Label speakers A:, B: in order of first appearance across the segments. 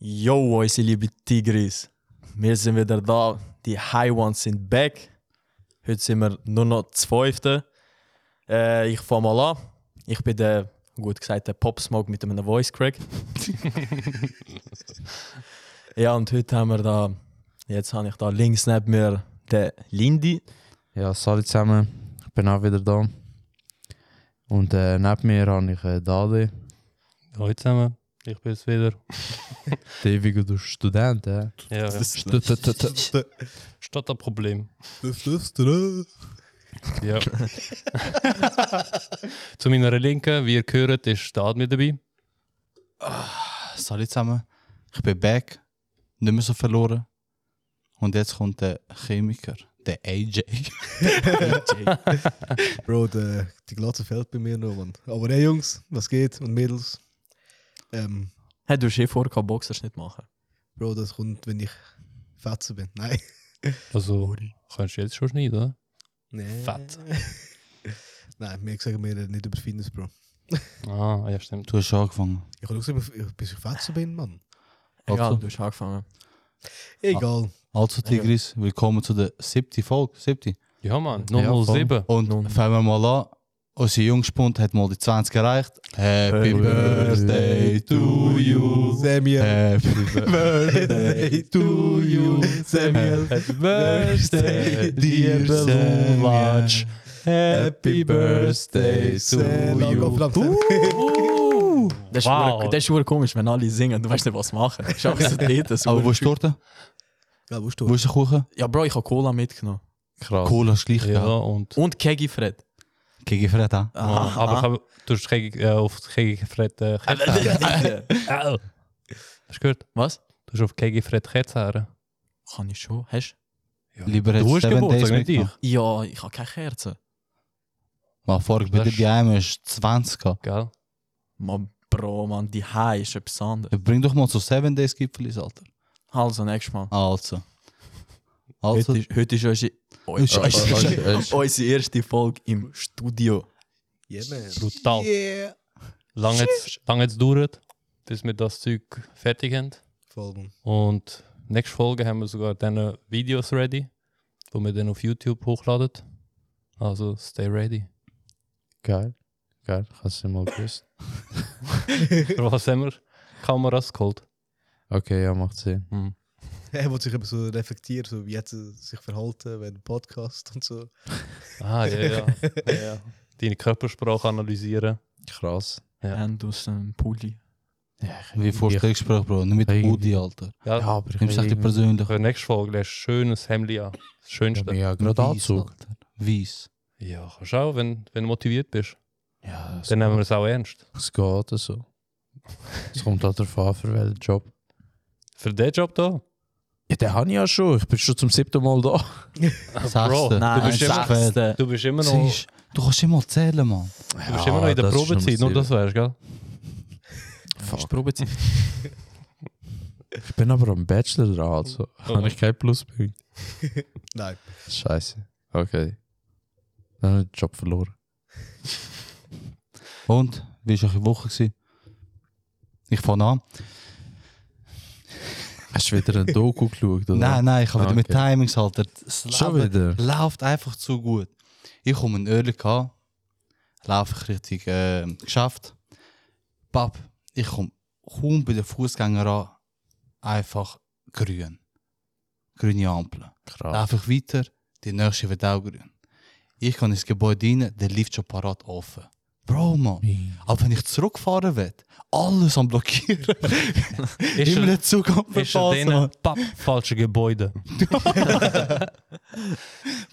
A: Boys, ihr lieben Tigris. Wir sind wieder da. Die High Ones sind back. Heute sind wir nur noch das fünfte. Äh, ich fange mal an. Ich bin der, gut gesagt, der Pop Smoke mit einem Voice Crack. ja, und heute haben wir da, jetzt habe ich da links neben mir den Lindy.
B: Ja, salut zusammen. Ich bin auch wieder da. Und äh, neben mir habe ich äh, Dade.
C: Hallo zusammen, ich bin's wieder.
B: Der ewige du Student, hä?
C: Ja, ja.
D: Das
B: Stu- tu- tu- tu-
C: Statt ein Problem.
D: Das ist dran.
C: Ja. Zu meiner Linken, wie ihr gehört, ist Dad mit dabei.
D: Salut zusammen. Ich bin back. Nicht mehr so verloren. Und jetzt kommt der Chemiker, der AJ.
E: Bro, de, die Glatze fällt bei mir noch, Mann. Aber hey Jungs, was geht? Und Mädels. Ähm,
A: Hey, du hast eh vor, keinen Boxerschnitt machen.
E: Bro, das kommt, wenn ich Fetze bin. Nein.
C: Also, kannst du jetzt schon schneiden, oder?
E: Nee.
C: Fetze.
E: Nein, wir sagen mir nicht über Fitness, Bro.
C: Ah, ja, stimmt.
D: Du hast schon angefangen.
E: Ich kann auch sagen, bis ich Fetze bin, Mann.
A: Egal,
D: Also.
A: du hast angefangen.
E: Egal.
D: Also Tigris, willkommen zu der siebten Folge. Siebte.
C: Ja, Mann,
B: Ja, voll.
C: 007.
D: Und
A: Nun.
D: fangen wir mal an. Unser Jungspund hat mal die 20 erreicht. Happy Birthday to you.
E: Samuel.
D: Happy Birthday to you.
E: Samuel.
C: Happy Birthday,
D: dear Samuel.
C: Happy
D: Birthday to you.
A: Das ist,
C: Wow.
A: wow. das ist ur komisch, wenn alle singen, du weißt nicht, was machen. Das ist auch so dort, das ist
D: Aber
A: ur-
D: wo ist die Torte?
E: Ja, wo ist
D: Wo
E: du?
D: ist der Kuchen?
A: Ja, Bro, ich habe Cola mitgenommen.
B: Krass.
D: Cola ist gleich.
C: Ja,
D: Ja.
C: und.
A: Und Kegi Fred.
D: Gegen Fred, hä?
C: Ah, aber ich habe, du hast gegen- äh, auf Kegi gefreut. Äh,
A: Ah,
C: Kerze- Au. Hast du gehört?
A: Was?
C: Du hast auf Kegi gefreut Kerzen.
A: Kann ich schon? Hast
D: Lieber
C: Du hast
D: Seven
C: Geburtstag,
D: Days
C: nicht ich.
D: mitgemacht.
A: du? Ja, ich habe keine Kerze.
D: Maar vorig bij
C: Dat
D: de
C: is-
D: BM is 20. Ja,
C: Gell?
A: Man, Bro, man, die Hai ist etwas anderes.
D: Bring doch mal so 7 Days Gipfel Alter.
A: Also, nächstes Mal.
D: Also. Also.
A: Heute ist, heute ist unsere,
D: Ist-
A: unsere, unsere erste Folge im Studio.
E: Yeah, man.
C: Brutal.
E: Yeah.
C: Lange jetzt, lang jetzt dauert, bis wir das Zeug fertig haben.
E: Voll, Mann.
C: Und nächste Folge haben wir sogar dann Videos ready, die wir dann auf YouTube hochladen. Also stay ready.
B: Geil. Geil, ich hab's nicht mal gewusst.
C: Für was haben wir Kameras geholt?
B: Okay, ja, macht Sinn.
E: Er will sich eben so reflektieren, so wie jetzt er sich verhalten während dem Podcast und so.
C: Ah, ja, ja. ja, ja. Deine Körpersprache analysieren.
B: Krass.
C: Ja.
A: Und aus dem Pulli.
B: Ja, ich,
D: Wie vorst du gesprochen, Bro? Nicht mit
B: Hey.
D: Woody, Alter.
C: Ja,
B: Ja, aber ich
D: Nimmst du echt die
B: irgendwie-
D: persönlich.
C: für nächste Folge lässt schönes Hemd an. Das Schönste. Ja,
B: Ja, gerade Anzug.
D: Weiss.
C: kannst du auch, wenn, wenn du motiviert bist.
B: Ja, es
C: Dann nehmen wir es auch ernst.
B: es geht so. Es kommt auch darauf an, für welchen Job.
C: Für den Job da?
B: Ja, den habe ich ja schon. Ich bin schon zum siebten Mal da. Ah,
D: Sechste.
A: Nein,
C: bist immer-
D: Sechste.
A: sechste.
C: Du bist immer noch,
D: Siehst, du kannst immer zählen, Mann.
C: du bist immer noch in der Probezeit, nur das weißt gell?
A: Ist Probezeit.
B: Ich bin aber am Bachelor dran, also habe ich keinen Pluspunkt.
E: Nein.
B: Scheiße. Okay. Dann habe ich den Job verloren.
D: Und, wie war eure Woche? Gewesen? Ich fange an.
B: Hast du wieder ein Doku geschaut? Oder?
D: Nein, nein, ich habe
C: Ah,
D: wieder mit
B: Okay.
D: Timings, Alter. Das
B: Schon
D: Leben
B: wieder?
D: Läuft einfach zu gut. Ich komme in Örlik an, laufe ich richtig äh, geschafft. Papp, ich komme kaum bei den Fußgängern an, einfach grün. Grüne
C: Ah.
D: Ampeln.
B: Krass.
D: Laufe ich weiter, die nächste wird auch grün. Ich kann ins Gebäude rein, der Lift schon parat offen. Bro, Mann. Aber wenn ich zurückfahren will, alles am Blockieren.
C: Ist
D: Immer
C: er-
D: den Zug am
C: Ist er
D: Verpassen, Mann.
C: denen papp falsche Gebäude?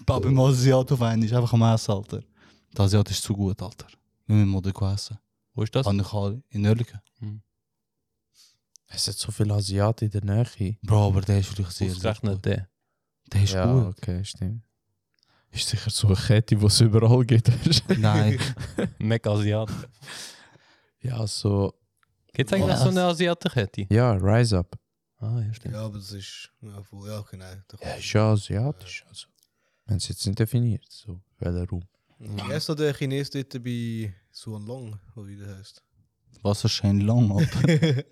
D: Papa im Asiat auf einmal, ist einfach am Essen, Alter. Der Asiat ist zu gut, Alter. Wir müssen mal dort essen.
C: Wo ist das?
D: Kann ich alle in Örliken.
B: Es sind so viele Asiaten in der Nähe.
D: Bro, aber der ist wirklich sehr, sehr
C: Ausgerechnet
D: gut.
C: der.
D: Der ist
B: ja,
D: gut.
B: okay, stimmt. Ist sicher so eine Kette, die es überall gibt.
D: Nein,
C: Mega Asiat.
B: ja, so.
C: Gibt es eigentlich
D: Was?
C: so eine Asiatenkette?
B: Ja, Rise Up.
C: Ah, ja, stimmt.
E: Ja, aber das ist. Ja, voll. Ja, okay, nein. Da
B: Ja,
E: kommt-
B: ist ja asiatisch. Also. Wenn es jetzt nicht definiert, so welcher Raum.
E: Erst hat der Chines dort bei Suan Long, oder wie der heißt.
D: was für Shane Long, Alter.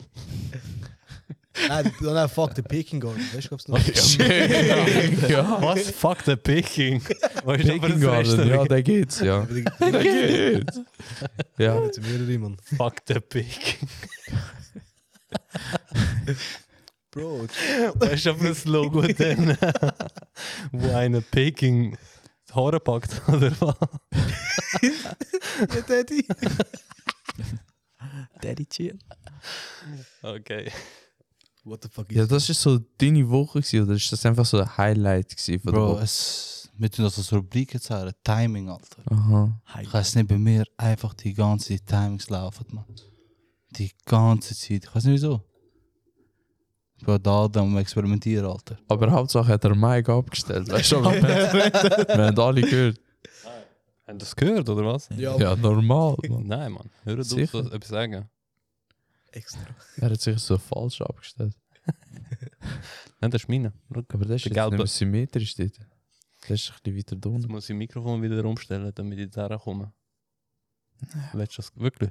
E: Nein, nein, fuck, der Peking Garden. Weißt du, glaubst du noch?
C: ja.
A: Was? Fuck the Peking.
C: Was ist aber
B: Peking
C: das
B: Garden, ja,
C: Restaurant?
B: der geht's, ja.
E: Aber die-
B: Der geht's. Ja.
E: Mit mehreren, Mann.
C: Fuck the Peking.
E: Bro,
C: Weißt du, aber das Logo dann, wo einer Peking das Haare packt, oder was?
E: ja, Daddy.
A: Daddy chill.
C: Okay.
E: What the fuck
B: Ja, dus das war so deine Woche, gewesen, oder ist das einfach so ein Highlight gewesen von
D: Bro,
B: der Woche?
D: es, wir tun das als Rubrik jetzt her, Timing, Alter.
B: Aha.
D: Ich weiß nicht, bei mir einfach die ganze Zeit e Timings laufen, man. Die ganze Zeit. Ich weiß nicht wieso. Ich bin da, da um experimentieren, Alter.
B: Aber Hauptsache hat er Mike abgestellt, weißt du? aber Wir wir haben alle gehört.
C: Haben das gehört, oder was?
E: Ja,
B: Ja, normal. Mann.
C: Nein, Mann. Hör auf,
B: Sicher.
C: das etwas sagen.
E: extra.
B: Er hat sich so falsch abgestellt.
C: Nein, das ist meine. Schau.
B: Aber das ist jetzt nicht
C: Der gelbe.
B: mehr symmetrisch dort. Das ist ein bisschen weiter
C: Jetzt
B: drunter.
C: muss ich das Mikrofon wieder umstellen, damit ich da komme. Willst du das wirklich?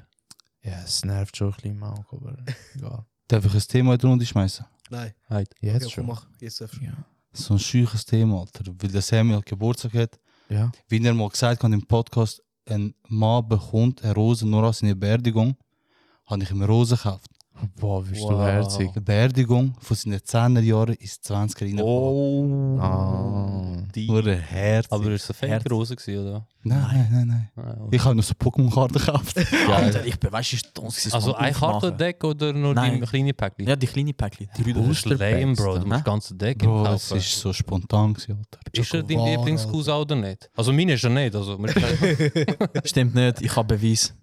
B: Ja, es nervt schon ein bisschen im Auge, aber egal.
D: Darf ich ein Thema in die Runde schmeißen?
E: Nein,
C: Halt.
B: Jetzt
E: okay, komm,
B: schon.
E: mach. Jetzt darfst du.
B: Ja.
D: So ein scheuches Thema, Alter. Weil der Samuel Geburtstag hat.
B: ja.
D: Wie er mal gesagt hat im Podcast, ein Mann bekommt eine Rose nur an seiner Beerdigung. Habe ich ihm eine Rose gekauft.
B: Boah, bist du
C: Wow.
B: herzig.
D: Die Beerdigung von seinen 10er Jahren ist 20 er
C: Oh.
D: reingekommen.
B: Ah.
C: Die.
D: Nur ein Herz.
C: Aber ist es eine
A: Herz.
C: Fake-Rose gewesen, oder?
D: nein, nein, nein.
C: Nein, oder?
D: Ich habe noch so Pokémon-Karten gekauft.
A: Alter, ich beweis, es ist uns.
C: also ein Kartendeck oder nur
A: Nein.
C: die kleine Päckchen?
A: Ja, die kleine Päckchen. Die
C: Bruder, das ist
B: Booster
C: lame,
B: Packs
C: Bro. Du
B: dann,
C: musst
A: ne?
C: das ganze Deck
D: Bro, es
C: kaufen.
D: war so spontan, gewesen, Alter.
C: Genau. Ist er dein
E: Schokolade,
C: Lieblingskuss auch oder nicht? Also meine ist er nicht. Also, wir können-
A: Stimmt nicht, ich habe Beweis.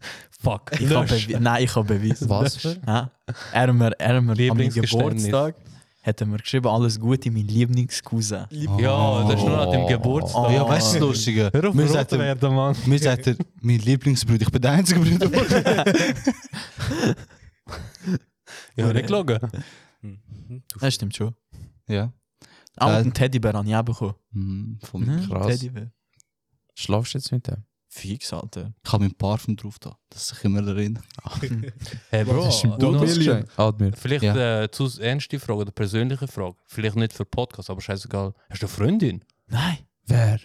C: fuck.
A: Ich hab Beweis. Nein, ich habe Beweis.
B: Was für?
A: Ja. Ärmer, ärmer. Am
C: Lieblingsgeständnis.
A: Geburtstag hat er mir geschrieben, alles Gute, mein Lieblingscousin.
C: Ja, das ist nur an dem
B: Oh.
C: Geburtstag.
D: Ja, weißt du, das Lustige?
C: Hör auf,
D: Mir
C: rot
D: sagt er,
C: werden, Mann.
D: mir sagt er, mein Lieblingsbruder, ich bin der einzige Bruder.
C: Ich habe nicht gelogen.
A: Das stimmt schon.
D: ja.
A: Ah, und
D: Äh,
A: einen Teddybär habe ich auch bekommen.
D: Hm, Von
A: Mhm,
B: krass.
A: Teddybär.
B: Schlafst du jetzt mit dem?
A: Fix, Alter.
D: Ich habe mein Parfum drauf da, dass ich immer erinnere.
C: Hey, Bro.
B: Du
C: noch-
B: hast geschenkt. Admir.
C: Vielleicht
D: Ja.
C: äh, zu ernste Frage oder persönliche Frage. Vielleicht nicht für Podcast, aber scheißegal. Hast du eine Freundin?
A: Nein.
B: Wer?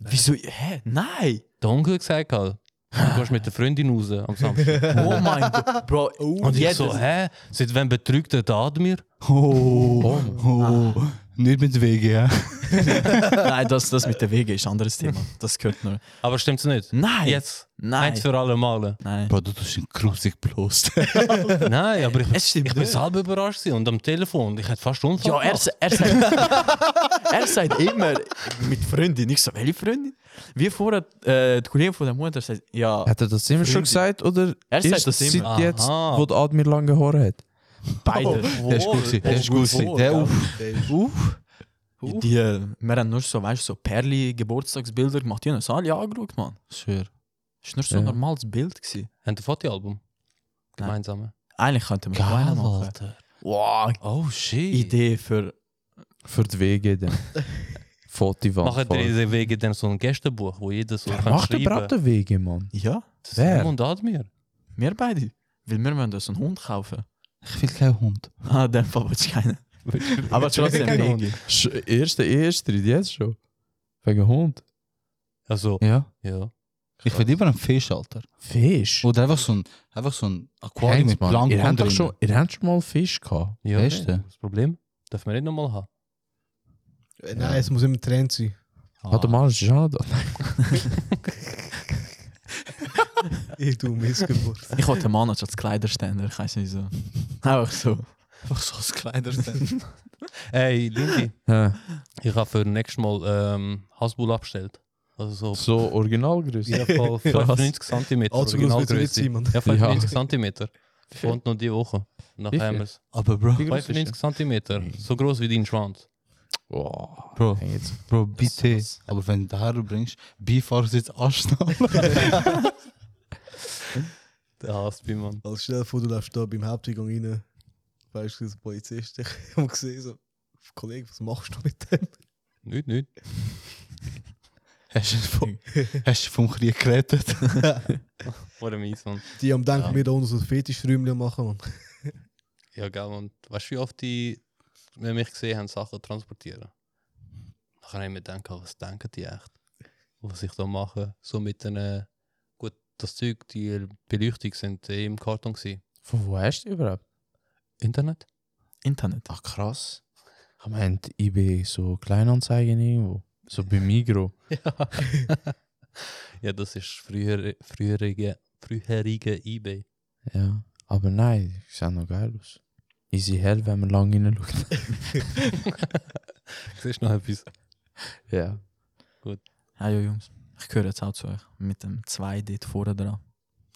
A: Wieso? Hä? Nein.
C: Der Onkel gesagt hat, du gehst mit der Freundin raus am Samstag.
A: Oh mein Gott. Bro,
C: Und ich
A: jeder-
C: so, hä? Seit wann betrügt der Admir?
D: Oh, oh. Nicht mit Wege, ja.
A: Nein, das, das mit der Wege ist ein anderes Thema. Das gehört nur.
C: Aber stimmt's nicht?
A: Nein.
C: Jetzt.
A: Nein.
C: Eins für alle Male.
A: Nein.
D: Bro, du tust ihn grusig bloß.
C: Nein, aber ich,
A: Es stimmt
C: ich bin
A: nicht.
C: selber überrascht gewesen und am Telefon. Ich hätte fast Unfall
A: Ja, er,
C: gemacht.
A: sa- er, sagt, er sagt immer mit Freundin. Ich so, welche Freundin? Wie vorher, äh, die Kollegin von der Mutter sagt, ja,
B: Hat er das immer schon gesagt? Oder
A: Er sagt
B: erst
A: das immer.
B: seit jetzt,
C: Aha.
B: wo der Admir lange gehauen hat?
A: beide.
D: Der ist gut, gewesen, der ist gut. gewesen. Der uff.
A: Uff. Die, äh, wir haben nur so, weißt du, so Perli-Geburtstagsbilder gemacht. Die haben uns alle angeschaut, Mann.
D: Schwör.
A: Das war nur so
B: Ja.
A: ein normales Bild. Gewesen.
C: Haben ein Fotoalbum? Gemeinsame.
A: Eigentlich könnten wir
D: Geil,
A: noch einen machen.
D: Alter.
A: Wow,
D: Oh, shit.
A: Idee für.
B: Für die Wege dann. Fotivand.
C: Machen dir diese Wege dann so ein Gästebuch, wo jeder so
B: Wer
C: kann
B: macht
C: schreiben
B: überhaupt den Wege, Mann?
A: Ja,
C: Das
B: Wer?
C: Sam und Admir.
A: wir beide. Weil wir wollen uns einen Hund kaufen.
D: Ich will keinen Hund.
A: Ah, in dem Fall wollte ich keinen. Aber trotzdem, Wege.
B: Sch- Erste Ehestreit jetzt schon. Wegen Hund.
C: Also,
D: Ja.
C: ja.
D: Ich will lieber einen Fisch, Alter.
B: Fisch.
D: Oder einfach so ein, einfach so ein Aquarium
B: Heinz,
D: mit
B: Mann. Ihr
D: Plankton
B: habt doch
D: drin.
B: schon, ihr habt schon mal Fisch gehabt.
C: ja
D: Weißt du?
C: nee. Das Problem dürfen wir nicht nochmal haben.
E: Äh, Nein, es muss immer Trend sein.
B: Warte
D: Ah.
B: mal, das ist auch noch da.
E: Ich du Missgeburt.
A: Ich wollte einen Mann als Kleiderständer, ich weiß nicht so. Auch so.
D: Einfach so ein Kleiderstand.
C: Ey, Lindy,
B: Hä?
C: ich habe für nächstes Mal ähm, Hasbul abgestellt. Also so
B: So originalgröße.
C: ja, voll 95 cm.
E: Allzu groß wird es Also, nicht sein, Mann.
C: Ja, 95 cm. Und noch die Woche.
B: Wie
C: Nachher
B: viel?
C: haben wir es.
D: Aber Bro,
B: Wie groß ist
C: 95 cm. So groß wie dein Schwanz.
B: Wow.
D: Bro,
B: Hey, jetzt-
D: Bro, bitte. Aber wenn du da bringst, Beifahrersitz anschnallen.
C: Der Hasbi, Mann.
E: Also stell dir vor, du läufst da beim Haupteingang rein. Weißt du, der Polizist. Ich habe gesehen, so, Kollege, was machst du mit dem?
C: Nicht, nicht.
D: Hast du vom, hast du vom Krieg gerettet?
C: Oder mies, Mann.
E: Die haben gedacht, wir da unten so ein Fetischräumchen machen. Mann.
C: Ja, gell, und weißt du, wie oft die wenn mich gesehen haben, Sachen transportieren? Nachher habe ich mir gedacht, ah, was denken die echt? Was ich da mache? So mit den. äh, Gut, das Zeug, die Beleuchtung sind eh im Karton gewesen.
B: Von wo hast du die überhaupt?
C: Internet?
A: Internet.
C: Ah,
B: Ach krass. Ich meinte, ich bin so Kleinanzeigen irgendwo. So bei Migro.
C: Ja. ja, das ist früher, früherige, früherige eBay.
B: Ja. Aber nein, die sehen noch geil aus. Easy hell, wenn man lang hineinschaut.
C: Siehst du noch etwas?
B: ja.
A: Ja, ja, Jungs. Ich gehöre jetzt auch zu euch. Mit dem 2 dort vorne dran.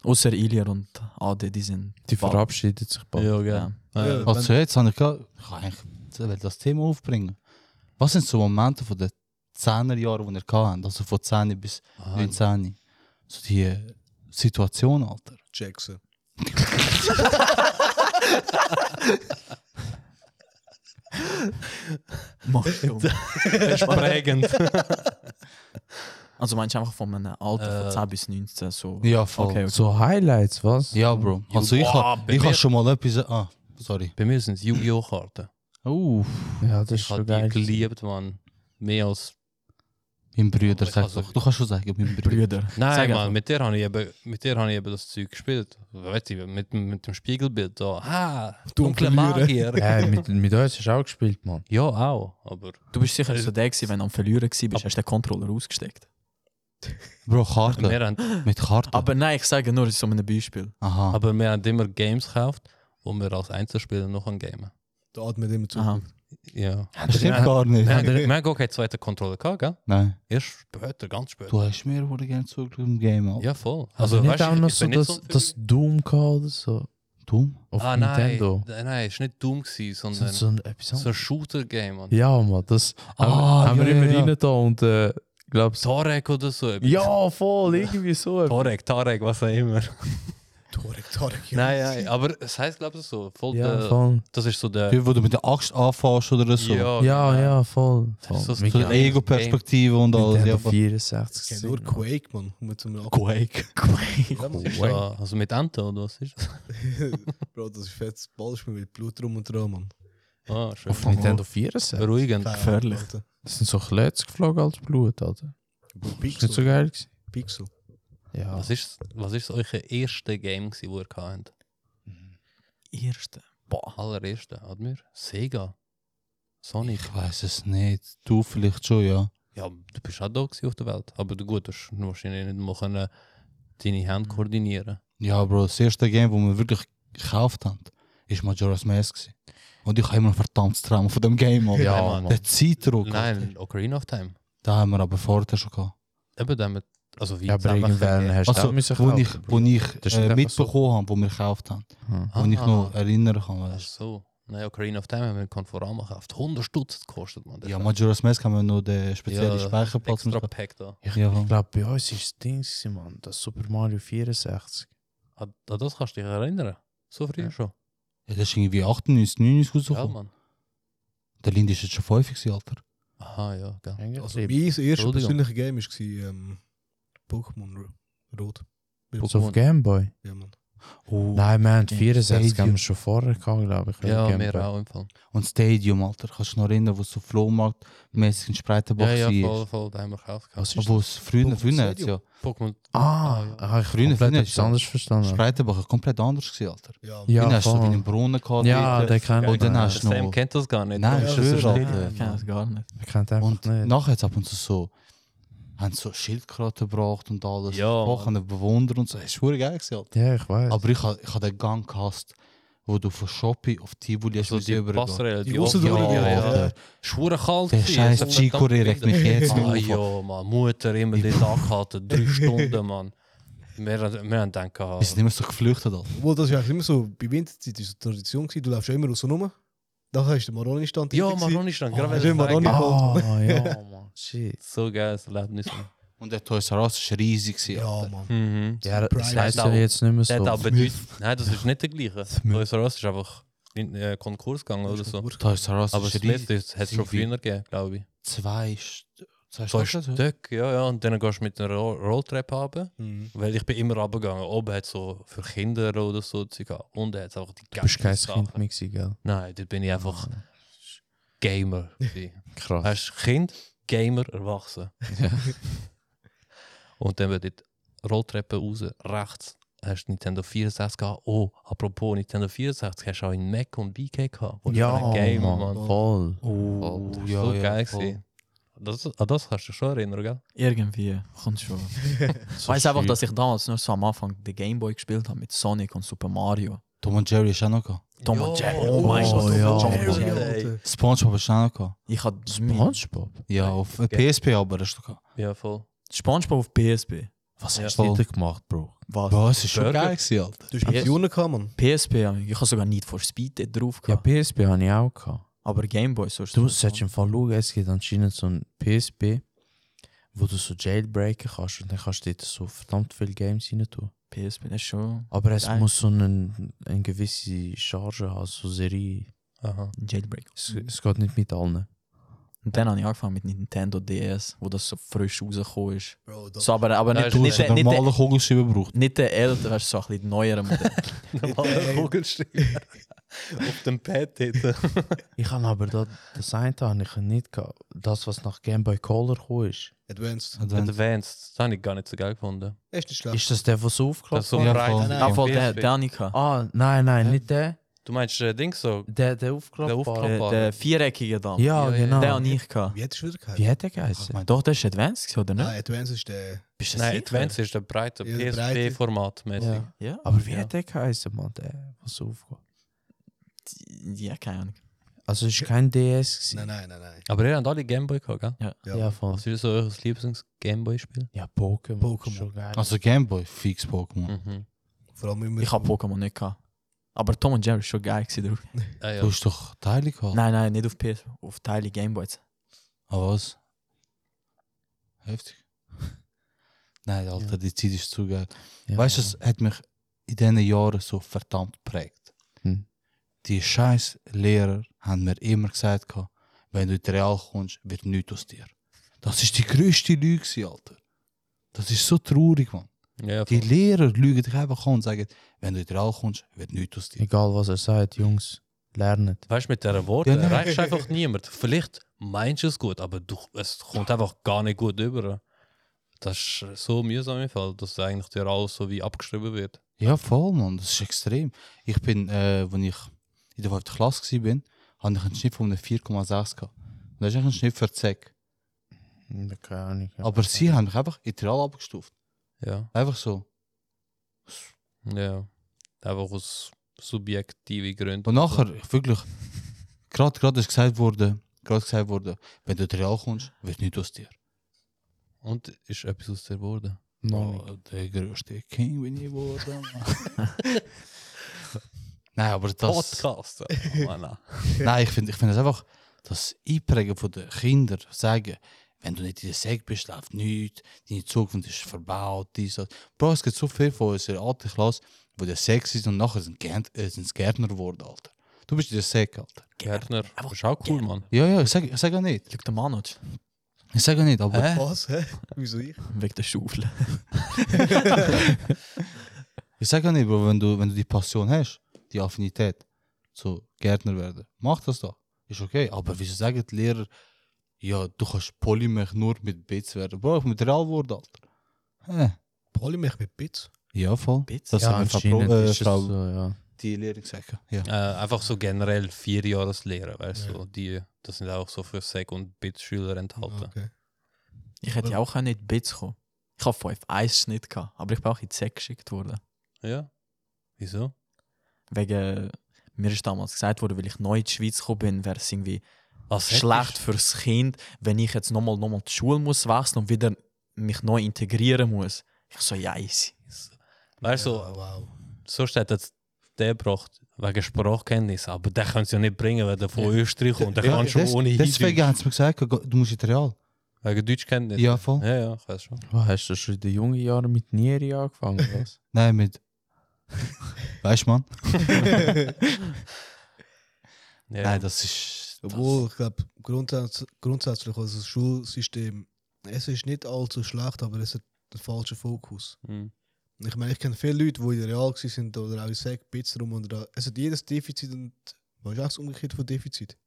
A: Außer Ilir und AD, die sind.
B: Die
A: bald-
B: verabschiedet sich bald.
C: Ja,
A: Ja. genau.
C: Ja.
E: Ja.
D: Also jetzt habe ich gerade, ich kann eigentlich ich will das Thema aufbringen. Was sind so Momente von den 10er Jahren, die ihr hatten? Also von 10 bis
C: Ah,
D: 19. So die äh, Situation, Alter.
E: Jackson.
A: Mach schon.
C: das ist prägend.
A: also meinst du einfach von einem Alter von
C: Äh.
A: 10 bis 19 so.
D: Ja, voll.
A: Okay, okay.
B: So Highlights, was?
D: Ja, Bro. Also ich
C: Mhm. Boah,
D: habe
C: bei
D: ich
C: mir-
D: hab schon mal etwas... Ah, sorry.
C: Bei mir sind es Yu-Gi-Oh! Karten.
D: Uff,
B: Ja, das ist
C: Ich
B: schon
C: habe die
B: geil.
C: geliebt, Mann. Mehr als
D: mein Bruder,
C: Ich
D: sag
C: kann
D: doch. Du kannst schon sagen, mein Bruder.
A: Brüder.
C: Nein,
A: Sag
C: Mann,
A: einfach.
C: mit der habe ich eben, mit der habe ich eben das Zeug gespielt. Weißt du, mit, mit dem Spiegelbild da. Ah, dunkle
E: Dunkle Jure.
C: Magier.
B: Hey, mit, mit uns hast du auch gespielt, Mann.
C: ja, auch, aber
A: Du bist sicher so der, gewesen, wenn du am Verlieren warst, hast du den Controller ausgesteckt.
D: Bro, Karten.
C: wir, haben,
D: Mit Karten.
A: Aber nein, ich sage nur, es ist so ein Beispiel.
D: Aha.
C: aber wir haben immer Games gekauft, wo wir als Einzelspieler noch ein Gamen.
E: Da hat mir immer
A: Aha.
E: zu.
C: Ja.
D: das stimmt gar nicht.
C: Wir haben, wir haben gar keine zweite Kontrolle gehabt, gell?
D: Nein.
C: Erst später, ganz später.
D: Du hast mir wurde gerne zugeschaut im Game, Alter.
C: Ja, voll.
B: Also, nicht
C: weißt du,
B: auch noch
C: ich
B: so
C: bin
B: das,
C: nicht ein
B: das Doom gehabt oder so.
D: Du?
B: Auf
C: ah,
B: Nintendo.
C: Nein, nein, es war nicht dumm, gewesen,
B: So,
C: sondern so,
B: so ein Episode.
C: ein Shooter-Game. Mann.
B: ja, Mann, das
D: Ah,
B: haben wir
D: ja,
B: immer
D: ja, ja.
B: rein da und äh, glaubst
C: Tarek oder so. etwas.
B: Ja, voll, irgendwie so.
C: Tarek, Tarek, was auch immer.
E: Torek, Torek. ja.
C: Nein, nein, aber es heisst, glaube ich, so. Voll
B: Ja,
C: der-
B: voll.
C: Das ist so der.
D: Wo du mit der Axt anfährst oder so.
C: Ja,
B: Ja,
C: genau.
B: ja, voll.
C: Das ist
B: voll.
C: so
D: So
C: Ja.
D: eine Ego-Perspektive und alles. Ja,
B: Nintendo
D: voll.
B: 64.
E: Ich kenne nur
B: gesehen, Mann.
E: Quake, Mann. Um jetzt mal ab-
D: Quake.
E: Ja, Mann.
C: Ist da, also mit Enten oder was ist das?
E: Bro, das ist fettes Ballspiel mit Blut rum und dran, Mann.
C: Ah, schön.
B: Auf Nintendo 64.
C: Beruhigend.
A: Gefährlich.
E: Alter.
B: Das sind so Klötze geflogen als Blut, Alter. Ist nicht so
E: Pixel.
B: geil gewesen.
E: Pixel.
B: Ja.
C: Was ist, was ist euer erste Game, gewesen, wo ihr hattet?
A: Erste. Boah.
C: Allererste, hat mir? Sega. Sonic.
D: Ich weiß es nicht. Du vielleicht schon, ja.
C: Ja, du bist auch da gewesen auf der Welt. Aber du gut, du hast wahrscheinlich nicht mal können deine
B: Mhm.
C: Hände koordinieren.
D: Ja, Bro, das erste Game, das wir wirklich gekauft haben, war Majora's Mask. gewesen. Und ich habe immer einen verdammtes Traum von dem Game. Alter.
B: Ja,
C: Nein, Mann.
B: Mann.
D: Der Zeitdruck. Alter.
C: Nein, Ocarina of Time.
D: Den haben wir aber vorher schon gehabt.
C: Eben damit, also wie
B: Ja, aber
C: zusammen-
B: irgendwann hast du
D: Also,
B: auch müssen
D: wo
B: kaufen,
D: ich, wo
B: Das
D: ich
B: ist nicht
D: äh,
B: einfach
D: mitbekommen habe, wo wir gekauft haben.
B: Hm.
D: Wo ich
C: Ah.
D: noch äh, erinnern kann.
C: Ach
D: Weißt.
C: so. Nein, Ocarina of Time haben wir Konforama gekauft. 100 Stutz hat's gekostet, man.
D: du. Ja, Majora's Mask nou haben wir noch den speziellen Speicherplatz
C: Extra
D: mit.
C: Pack da.
B: Ich,
D: Ja.
B: ich glaube, bei uns war das Ding, gewesen, Mann, das Super Mario 64.
C: An an das kannst du dich erinnern. So früh
B: Ja.
C: schon.
D: Ja, das ist irgendwie 98, 99
C: Ja,
D: rausgekommen.
C: Mann.
D: der Lind ist jetzt schon 5 gewesen, Alter.
C: Aha, ja, gell.
E: Also, mein erstes
C: Entschuldigung.
E: persönliches Game war ähm, Pokémon Ro- Rot.
B: so auf Game Boy.
E: Ja, Mann.
D: Oh.
B: Nein, wir haben
A: Okay.
B: 64 haben
D: Stadium.
B: wir schon vorher gehabt, glaube ich.
C: Ja,
B: Game
C: mir
B: Boy.
C: auch im Fall.
D: Und Stadium, Alter. Kannst du dich noch erinnern, wo es so Flohmarkt-mäßig in Spreitenbach
C: Ja, ja,
D: war?
C: voll, voll, da haben wir gekauft. gehabt.
B: Was ist
D: Obwohl es früher,
E: Pokémon
D: früher hat's ja.
E: Stadium?
C: Pokémon.
B: dus- Ah,
C: Ah, ja.
B: ah, ich
D: Früher-
B: habe
D: früher
B: komplett
D: ist
B: etwas
D: das-
B: anderes verstanden.
D: Spreitenbach war komplett anders gewesen, Alter.
E: Ja,
B: Ja,
D: Ja, dann hast du so
B: voll.
D: einen Brunnen gehabt.
B: Ja,
D: dort.
B: der kennt
D: Und dann
B: man.
D: hast du
C: Sam
D: noch...
C: kennt das gar nicht.
D: Nein,
E: Ja,
D: ich
E: das ist
D: schwöre,
E: richtig.
A: Ja,
D: Alter.
A: ich kenne das gar nicht.
B: Ich kennt einfach
D: Und
B: nicht.
D: nachher jetzt ab und zu so... Haben so Schildkröten gebracht und alles.
C: Ja,
D: Wochen bewundert und so. Das war geil, gewesen, Alter.
B: Ja, ich weiß.
D: Aber ich habe ich hab den Gang gehasst, wo du von Shopee auf Tivoli hast
C: so
D: müssen
C: Also die
D: übergehen.
C: Passerelle,
E: Die
C: die
E: Hose
C: offene-
E: durch,
C: Ja,
E: ja,
C: Alter.
E: ja.
C: Schwuren kalt.
D: Der
C: gewesen,
D: scheiß
C: so verdammt
D: Chico regt mich
C: windig.
D: jetzt
C: Ah
D: noch auf.
C: ja, Mann, Mutter immer dort angehalten. Drei Stunden, Mann. Wir, wir haben gedacht, ah,
D: Bist du nicht mehr so geflüchtet, Alter?
E: Obwohl, das war eigentlich immer so, bei Winterzeit war so Tradition, gewesen. du läufst ja immer raus rum. Da hast du den Maroni-Stand.
C: ja,
E: drin gewesen.
C: Maroni ist
D: Oh,
C: dann.
E: Ah,
C: Gerade
E: schön,
C: wenn es
E: Maroni.
C: reingeht.
B: Ah, ja, Mann. Shit.
C: So geiles Erlebnis. Mann.
D: Und der Toys R Us war riesig. gewesen,
E: Ja,
D: Alter.
E: Mann.
C: Mhm.
B: Ja, das
E: Surprise.
B: heisst ja jetzt nicht mehr
C: Der hat
B: so.
C: aber bedeutet- Nein, das ist nicht der gleiche. Toys R Us ist einfach in äh, Konkurs gegangen oder so.
D: Toys R Us
C: Aber
D: ist
C: Smith
D: riesig.
C: hat es schon
D: riesig.
C: früher gegeben, glaube ich.
D: Zwei, St- So
C: So ein
D: das gehört?
C: Stück, ja, ja. Und dann gehst du mit einer Ro- Rolltreppe runter.
E: Mhm.
C: Weil ich bin immer runtergegangen. Oben hat so für Kinder oder so Zeug gehabt. Unten hat es einfach die
B: Du bist kein
C: Sachen.
B: Kind Ah. mehr, gewesen, gell?
C: Nein, dort bin ich einfach Gamer. gewesen.
B: Krass.
C: Hast du Kind, Gamer, Erwachsen.
B: Ja.
C: Und dann wird dort Rolltreppe raus, rechts, hast du Nintendo 64 gehabt. Oh, apropos Nintendo 64, hast du auch in Mac und BK gehabt. Wo du
B: ja,
C: ein Gamer,
B: Mann,
C: Mann.
B: voll.
D: Oh,
B: Voll.
D: ja,
C: so
D: ja,
C: geil
D: voll.
C: gewesen. Das, an das kannst du dich schon erinnern, gell?
A: Irgendwie, kommt schon. ich
B: So
A: weiß einfach,
B: schön.
A: dass ich damals nur so am Anfang den Gameboy gespielt habe mit Sonic und Super Mario.
D: Tom und Jerry ist auch noch gehabt.
A: Tom und Jerry. Oh
B: mein
E: Mann,
B: Gott, ja.
E: Tom und
B: Jerry,
E: Jerry,
C: ey.
E: Alter.
D: Spongebob ist auch noch gehabt.
A: Ich hatte
B: SpongeBob?
D: Ja, auf äh, PSP aber ist noch gehabt.
C: Ja, voll.
A: SpongeBob auf PSP.
B: Was
C: Ja.
B: hast du dort gemacht, Bro?
A: Was?
D: Bro, es ist schon
C: Burger?
D: geil gewesen, Alter.
E: Du hast
A: Yes.
E: Pensionen gehabt, Mann.
A: PSP, ja. ich habe sogar Need for Speed dort drauf
B: Ja,
A: gehabt.
B: PSP habe ich auch gehabt.
A: Aber Gameboy sonst.
B: Du solltest im Fall schauen, es gibt anscheinend so ein PSP, wo du so jailbreaken kannst und dann kannst du dort so verdammt viele Games rein tun.
A: PSP, das ist schon
B: Aber es
A: Geil.
B: muss so einen, eine gewisse Charge haben, so Serie.
C: Aha.
A: ein Jailbreak.
B: Es,
C: Mhm.
B: es geht nicht mit allen.
A: Und dann habe ich angefangen mit Nintendo DS, wo das so frisch rausgekommen ist.
E: Bro, das
A: So, aber, aber
C: Nein,
A: nicht,
C: du
A: nicht,
C: hast
A: der-
D: Wenn
A: nicht,
D: man
A: der-
D: alle Kugelschreiber braucht.
A: nicht der ältere, weißt du, so ein bisschen die neuere Modell.
C: Normaler Kugelschreiber. Auf dem Pad dort.
B: Ich habe aber da, das eine habe ich nicht gehabt. Das, was nach Game Boy Color gekommen ist.
E: Advanced.
D: Dann-
C: Advanced, das habe ich gar nicht so geil gefunden.
E: Ist nicht schlecht.
B: Ist das der, der so
C: Das
B: aufgeklappt
C: ist so
B: war?
D: Ja,
C: breit
D: voll.
C: wie
D: Nein,
A: Ah,
C: ein
A: voll, der,
C: PSP.
A: der habe ich gehabt.
B: Ah, nein, nein,
D: Ja.
B: nicht der.
C: Du meinst äh, Ding so?
B: Der, der
C: Der
B: aufgeklappt
C: aufklappbare.
A: Der, der viereckige da.
B: Ja,
C: Ja, Ah, ja,
B: genau.
A: Den habe ich gehabt.
E: Wie hättest du wieder gehabt?
B: Wie hat der geheißen?
A: Doch, der ist Advanced, gewesen, oder nicht?
E: Nein, Advanced ist der.
A: Bist du
C: Nein,
A: sicher?
C: Advanced ist der breite
E: Ja, der breite.
C: PSP-Format mäßig.
B: Ja.
A: Ja,
B: Aber wie
C: Ja.
B: hat der geheißen, Mann? Der, was so aufgeklappt
A: ja, keine Ahnung.
B: Also, es war kein DS. gewesen.
E: Nein, nein, nein, nein.
C: Aber ihr habt alle Gameboy gehabt, gell?
E: Ja.
B: Ja, voll.
C: Was ist so euer Lieblings-Gameboy-Spiel?
B: Ja, Pokémon.
E: Pokémon.
B: Schon geil.
D: Also Gameboy, fix Pokémon.
C: Mhm.
E: Vor allem immer.
A: Ich habe Pokémon nicht gehabt. Aber Tom und Jerry ist schon geil gewesen. drauf.
C: Ah, ja.
D: Du hast doch Teile
C: Oh.
D: gehabt.
A: Nein, nein, nicht auf PS, auf Teile Gameboys.
D: Aber was? Heftig. Nein, Alter, die Zeit ist zu geil.
B: ja,
D: weißt du, es hat mich in diesen Jahren so verdammt geprägt.
B: Hm.
D: Die scheiß Lehrer haben mir immer gesagt, gehabt, wenn du in die Real kommst, wird nichts aus dir. Das ist die grösste Lüge, gewesen, Alter. Das ist so traurig, Mann.
C: ja,
D: Die
C: voll.
D: Lehrer lügen dich einfach an und sagen, wenn du in die Real kommst, wird nichts aus dir.
B: Egal, was er sagt, Jungs, lernt.
C: Weißt du, mit dieser Worte
D: Ja, nein.
C: erreichst du einfach niemand. Vielleicht meinst du es gut, aber du, es kommt einfach gar nicht gut über. Das ist so mühsam im Fall, dass eigentlich dir alles so wie abgeschrieben wird.
D: Ja, voll, Mann, das ist extrem. Ich bin, äh, als ich in der 5. Klasse war, hatte ich einen Schnitt von einem 4,6. gehabt. Und das ist eigentlich ein Schnitt für die Zeck.
E: Hm,
B: Keine Ahnung.
D: Aber sie haben mich einfach in die Real abgestuft.
C: Ja,
D: Einfach so.
C: ja. Einfach aus subjektiven Gründen.
D: Und nachher, ich wirklich, gerade gerade ist gesagt worden, gerade gesagt worden, wenn du in die Real kommst, wird nichts aus dir.
C: Und ist etwas aus dir geworden.
B: Noch
D: Oh, der größte King bin ich geworden. Mann. Nein, aber das.
C: Podcast. Oh, Mann, nein.
D: Nein, ich finde ich find das einfach, das Einprägen von den Kindern, sagen, wenn du nicht in der Säge bist, läuft nichts, deine Zukunft ist verbaut, dies, das. Bro, es gibt so viel von unserer alten Klasse, wo der Säge ist und nachher sind Gärtner, äh, sind's Gärtner geworden, Alter. Du bist in der Säge, Alter.
C: Gärtner. Ist auch cool, Mann.
D: Ja, ja, ich sage ich sag ja nicht.
A: Schau den Mann an,
D: Ich sage ja nicht, aber
C: Hä?
E: Was? Hä? Wieso ich?
A: wegen der Schaufel.
D: ich sage ja nicht, Bro, wenn du, wenn du die Passion hast, die Affinität zu Gärtner werden, mach das doch. Ist okay. Aber wieso sagen die Lehrer, ja, du kannst Polymech nur mit Bits werden? Bro, ich bin real geworden, Alter. Hä?
E: Polymech mit Bits.
D: Ja, voll.
A: Bits?
D: Das
B: ja,
D: haben wir
B: anscheinend
D: Frau, äh,
B: ist es
D: Frau
B: so, ja.
D: die Lehrer gesagt. Ja.
C: Äh, einfach so generell vier Jahreslehre, weißt du, so die, das sind auch so für Sek- und Bits-Schüler enthalten.
E: Ah, Okay.
A: Ich hätte ja auch nicht in die Bits kommen. Ich habe 5-1 Schnitt gehabt, aber ich bin auch in die 6 geschickt worden.
C: Ja. Wieso?
A: Wegen, mir ist damals gesagt worden, weil ich neu in die Schweiz gekommen bin, wäre es irgendwie
C: Was
A: schlecht fürs Kind, wenn ich jetzt nochmal nochmal die Schule muss wechseln und wieder mich neu integrieren muss. Ich so, ja, easy.
C: Weißt du,
E: Ja, wow.
C: so steht jetzt der braucht wegen Sprachkenntnis, aber der kann es ja nicht bringen, weil der von Österreich kommt. Der kann schon
D: des-
C: ohne
D: Deswegen
C: Deutsch.
D: haben sie mir gesagt, go- du musst in die Real.
C: Wegen Deutschkenntnis.
D: Ja, voll.
C: ja, ja, ich weiß schon.
B: Oh, hast du schon in den jungen Jahren mit Nieri angefangen? oder Was?
D: Nein, mit. weißt du, Mann?
C: Ja.
D: Nein, das ist. Das,
E: Obwohl, ich glaube, grundsätz grundsätzlich, also das Schulsystem Es ist nicht allzu schlecht, aber es hat den falschen Fokus.
C: Mhm.
E: Ich meine, ich kenne viele Leute, die in der Real gewesen sind oder auch in Sek, Bits rum und da. Es hat jedes Defizit und weißt du auch das Umgekehrte von Defizit?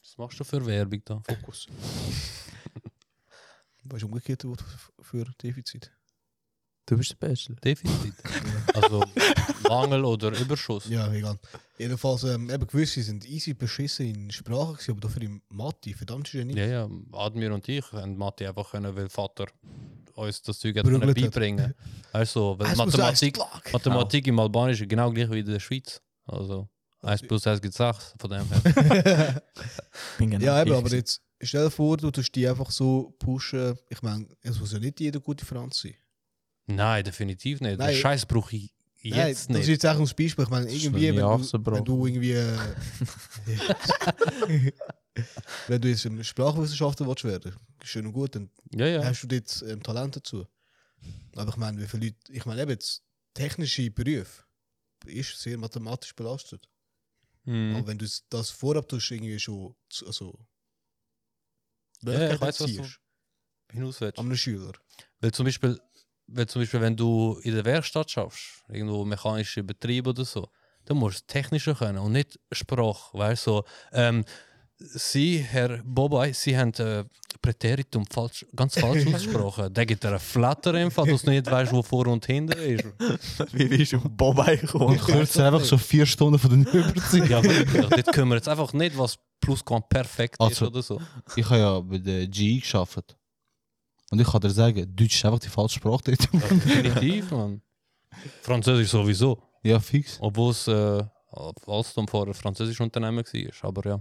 C: Was machst du für Werbung da?
E: Fokus. weißt du umgekehrt Wort f- für Defizit?
B: Du bist der Bachelor.
C: Defizit. also Mangel oder Überschuss.
E: Ja, egal. Jedenfalls, ähm, eben gewisse sind easy beschissen in Sprache, gewesen, aber dafür in Mathe, verdammt schön nicht.
C: Ja, ja, Admir und ich haben Mathe einfach können, weil Vater uns das Zeug hat
E: Brügelt
C: können
E: hat.
C: beibringen Also, weil
E: Eins plus
C: Mathematik,
E: eins, klack.
C: Mathematik im Albanischen genau gleich wie in der Schweiz. Also, 1 plus 1 gibt 6 von dem her.
A: Bin genau
E: Ja, eben,
A: ich
E: aber
A: gewesen.
E: jetzt stell dir vor, du tust die einfach so pushen. Ich meine, es muss ja nicht jeder gute Franz sein.
C: Nein, definitiv nicht.
E: Nein.
C: Den Scheiß brauche ich jetzt
E: Nein, das ist
C: nicht.
E: jetzt auch ein Beispiel. Ich meine,
B: ist
E: irgendwie,
B: noch
E: wenn
B: nie
E: du,
B: angebrochen.
E: wenn du irgendwie. äh, wenn du jetzt ein Sprachwissenschaftler willst werden schön und gut, dann
C: Ja, ja.
E: hast du dort ähm, Talent dazu. Aber ich meine, wie viele Leute. Ich meine, eben jetzt technische Berufe ist sehr mathematisch belastet.
C: Mhm.
E: Aber wenn du s- das vorab tust, irgendwie schon. zu- Also,
C: Ja, ja, ich
E: Möglichkeiten
C: weiß, was du
E: ziehst
C: hinaus willst.
E: an einem Schüler.
C: Weil zum Beispiel, weil zum Beispiel, wenn du in der Werkstatt schaffst, irgendwo mechanische Betrieb oder so, dann musst du das Technische können und nicht Sprache. Weißt du, so, ähm, Sie, Herr Bobay, Sie haben äh, Präteritum falsch, ganz falsch ausgesprochen. Der gibt dir einen Flatter im Fall, dass du nicht weißt, wo vor und hinten ist.
A: Wie bist du auf Bob
D: Und
A: eingekommen?
D: kürzen einfach so vier Stunden von den Überzeit.
C: Ja, wirklich. Dort können wir jetzt einfach nicht, was Plusquamperfekt
D: Also-
C: ist oder so.
D: Ich habe ja bei der GE geschafft. Und ich kann dir sagen, Deutsch ist einfach die falsche Sprache. dort.
C: Ja, definitiv, man. Französisch sowieso.
D: ja, fix.
C: Obwohl es äh, Alstom vorher französisches Unternehmen war. Aber ja.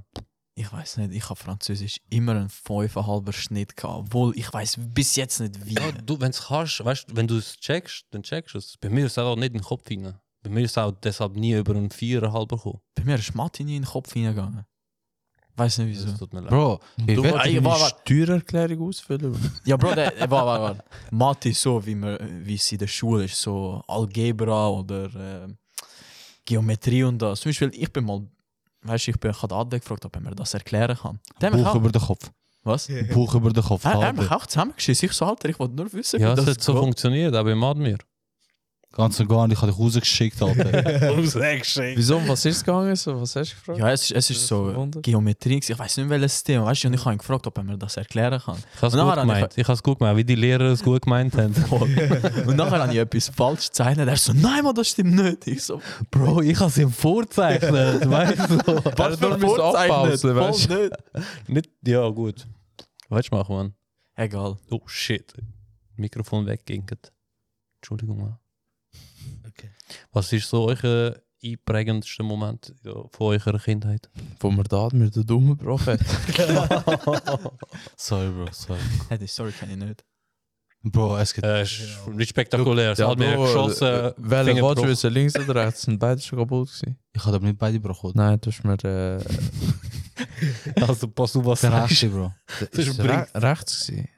A: Ich weiß nicht, ich habe Französisch immer einen 5,5er Schnitt gehabt, obwohl ich weiß bis jetzt nicht wie.
C: Ja, du, wenn es kannst, weißt, wenn du es checkst, dann checkst du es. Bei mir ist es auch nicht in den Kopf hinein. Bei mir ist es auch deshalb nie über einen Viererhalb gekommen.
A: Bei mir ist Mathe nie in den Kopf hineingegangen. Weiß nicht wieso.
C: Das tut mir leid.
D: Bro, ich
A: Du-
D: wette,
A: Ah,
D: meine
A: warte, warte.
B: Steuererklärung ausfüllen.
A: Ja, Bro, der, äh, warte, warte, warte. Mathe ist so, wie, man, wie es in der Schule ist, so Algebra oder ähm, Geometrie und das. Zum Beispiel, ich bin mal, weißt du, ich bin gerade Adel gefragt, ob er mir das erklären kann. Der hat mich
D: Buch
A: auch,
D: über den Kopf.
A: was? Er,
D: Buch über den Kopf.
A: er hat
D: Faber.
A: mich auch zusammengeschissen. Ich so, Alter, ich wollte nur wissen,
C: Ja, es
A: das
C: hat so
A: geht.
C: funktioniert, auch beim Admir.
D: Ganz und gar nicht, ich habe dich rausgeschickt, Alter.
B: Wieso? Was ist gegangen? So, was hast du gefragt?
A: Ja, es ist, es ist so
B: Wunder.
A: Geometrie. gewesen. Ich weiß nicht, welches Thema. Weißt du, und ich habe ihn gefragt, ob er mir das erklären kann.
C: Ich habe es
A: Und
C: gut
A: nachher habe ich-
C: gemeint. Ich habe es gut gemeint, wie die Lehrer es gut gemeint haben.
A: Und nachher habe ich etwas falsch gezeichnet. Er so, nein, Mann, das stimmt nicht. Ich so,
C: Bro, ich habe es ihm vorzeichnet. weißt du?
A: was
B: nur müssen abpausen, weißt
A: Voll nicht.
C: Nicht, ja, gut. Weißt du, mach, Mann.
A: Egal.
C: Oh, shit. Mikrofon weggegangen. Entschuldigung, Mann.
E: Okay.
C: Was ist so euer einprägendster Moment ja, von eurer Kindheit?
B: Wo wir da mir den Daumen gebrochen hat.
D: sorry, Bro, sorry.
A: Hey, die Story kann ich nicht.
D: Bro, es gibt.
C: Äh, ist nicht spektakulär. Es hat mir
B: eh,
D: eh,
C: geschossen.
B: Welcher
C: Fingerbruch.
B: Watch ist links oder rechts? Sind beide schon kaputt gewesen?
D: Ich habe aber nicht beide gebrochen.
B: Nein, das ist mir äh,
C: äh, Also, pass auf, was
D: Der
C: sagst.
D: rechte, Bro.
C: ist
B: ist
C: ein
B: re rechts gewesen.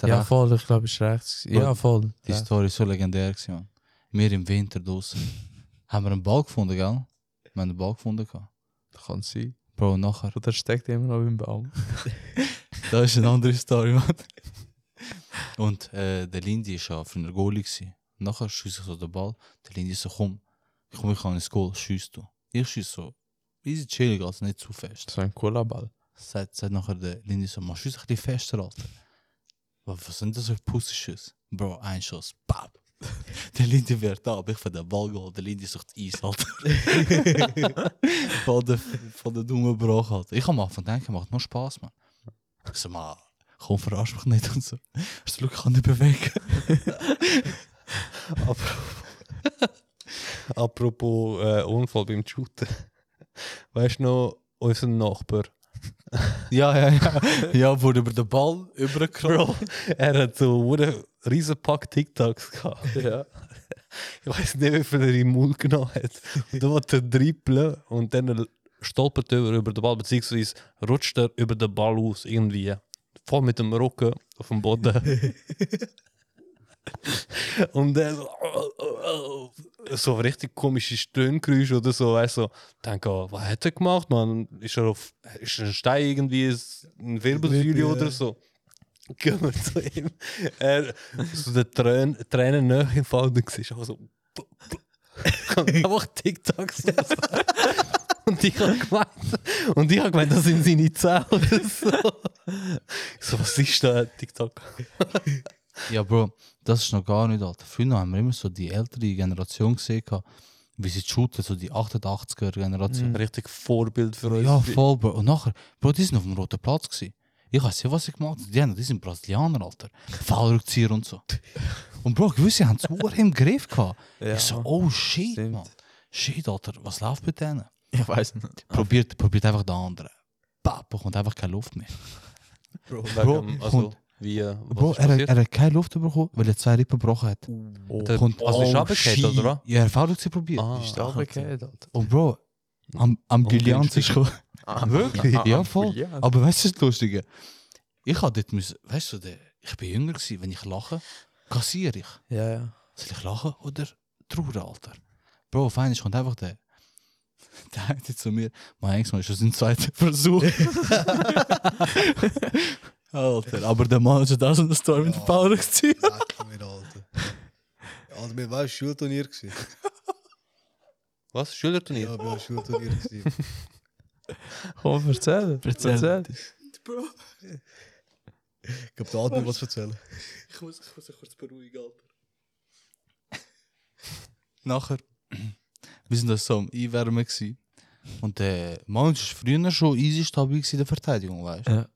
D: Der
B: ja,
D: rechte.
B: voll, ich glaube, ist rechts. gewesen. Ja, voll.
D: Die
B: Ja.
D: Story ist so legendär gewesen, man. Wir im Winter draußen haben wir einen Ball gefunden, gell? Wir haben einen Ball gefunden. gehabt.
B: Kann sein.
D: Bro, nachher.
B: Oder steckt immer noch im Baum.
D: Das ist eine andere Story, Mann. Und äh, der Lindy ist ja früher Goalie gewesen. Nachher schiesse ich so den Ball. Der Lindy so, komm, komm, ich kann ins Goal, schiess du. Ich schiesse so, easy chillig, also nicht zu fest.
B: So ein cooler Ball.
D: Sagt, sagt nachher der Lindy so, man schiesse ein bisschen fester, Alter. Wa- Was sind das für Pussy-Schüsse? Bro, ein Schuss, bam. Der Lindy wird ab, ich von den Ball geholt, der Lindy sucht Eis, Alter. van de, van de domme bro gehad. Ik ga maar van denken, macht nur Spaß, man. Ik zei, maar gewoon verras mich nicht und so. Ich so, kann nicht bewegen.
C: Apropos äh, Unfall beim Shooten. Weißt du noch, unser Nachbar?
D: Ja, ja, ja. Ja, wurde über den Ball übergekrabbelt.
C: Er hat so einen riesen Pack TikToks gehabt. Ja. Ich weiß nicht, wie viel er im Mund genommen hat. Und dann wollte er dribbeln und dann stolpert er über den Ball, beziehungsweise rutscht er über den Ball aus, irgendwie. Voll mit dem Rücken auf dem Boden. und dann so, äh, so richtig komische Stöhngeräusche oder so, weißt du. So, denke, oh, was hat er gemacht, man? Ist er auf ist er ein Stein irgendwie, ein Wirbelsäule
E: Wirbel, ja.
C: oder so? gehen wir zu ihm. Er, so der Tränen, Tränen nahe im Fall, du siehst einfach so. einfach TikToks. und ich habe gemeint, und ich habe gemeint, das sind seine Zähne oder so. Ich so, was ist da TikTok?
D: Ja, Bro, das ist noch gar nicht alt. Früher haben wir immer so die ältere Generation gesehen, gehabt, wie sie shooten, so die 88er-Generation.
C: Richtig Vorbild für uns.
D: Ja, voll, Bro. Und nachher, Bro, die sind auf dem Roten Platz gewesen. Ich weiß nicht, was sie gemacht haben. Die, haben- die sind Brasilianer, Alter. Fallrückzieher und so. Und Bro, gewisse haben es verdammt im Griff gehabt. Ich so, oh shit,
B: stimmt.
D: Mann. Shit, Alter, was läuft bei denen?
A: Ich weiß nicht.
D: Probiert, probiert einfach den anderen. Bap, bekommt einfach keine Luft mehr.
C: Bro,
D: Bro,
C: wegen, also,
D: und-
C: wie, äh, was
D: Bro,
C: ist
D: er,
C: passiert?
D: er hat keine Luft bekommen, weil er zwei Rippen gebrochen hat.
C: Der-
D: Kommt-
C: also ist abgekehrt,
D: Oh, shit.
C: oder was?
D: Ja, er hat sie probiert.
C: Ah,
B: Ist da abgekehrt, Alter.
D: Und Oh, Bro, am, am Brillant
C: günstig.
D: ist gekommen.
A: wirklich?
D: ja, voll. Aber weißt du, das Lustige? Ich hatte dort müssen, weißt du, der- ich bin jünger gewesen, wenn ich lache, kassiere ich.
B: Ja, ja.
D: Soll ich lachen oder trauern, Alter? Bro, fein, ich kommt einfach der. Der eine zu mir, mein Ex-Mann ist schon sein zweiter Versuch. Alter, aber der Mann hat schon da so eine Story mit
E: Ja.
D: dem Power gezogen.
E: Leck mir, Alter. Alter, wir waren Schulturnier. gewesen.
C: Was? Schülerturnier?
E: Ja, wir waren Schulturnier. gewesen.
B: Komm, erzähl.
A: Erzähl.
E: Ich glaube, der Admin was erzählen.
D: Ich muss, ich muss kurz beruhigen, Alter. Nachher, wir sind da so am Einwärmen gewesen. Und der Mann ist früher schon easy stabil gewesen in der Verteidigung, weißt du?
B: Ja.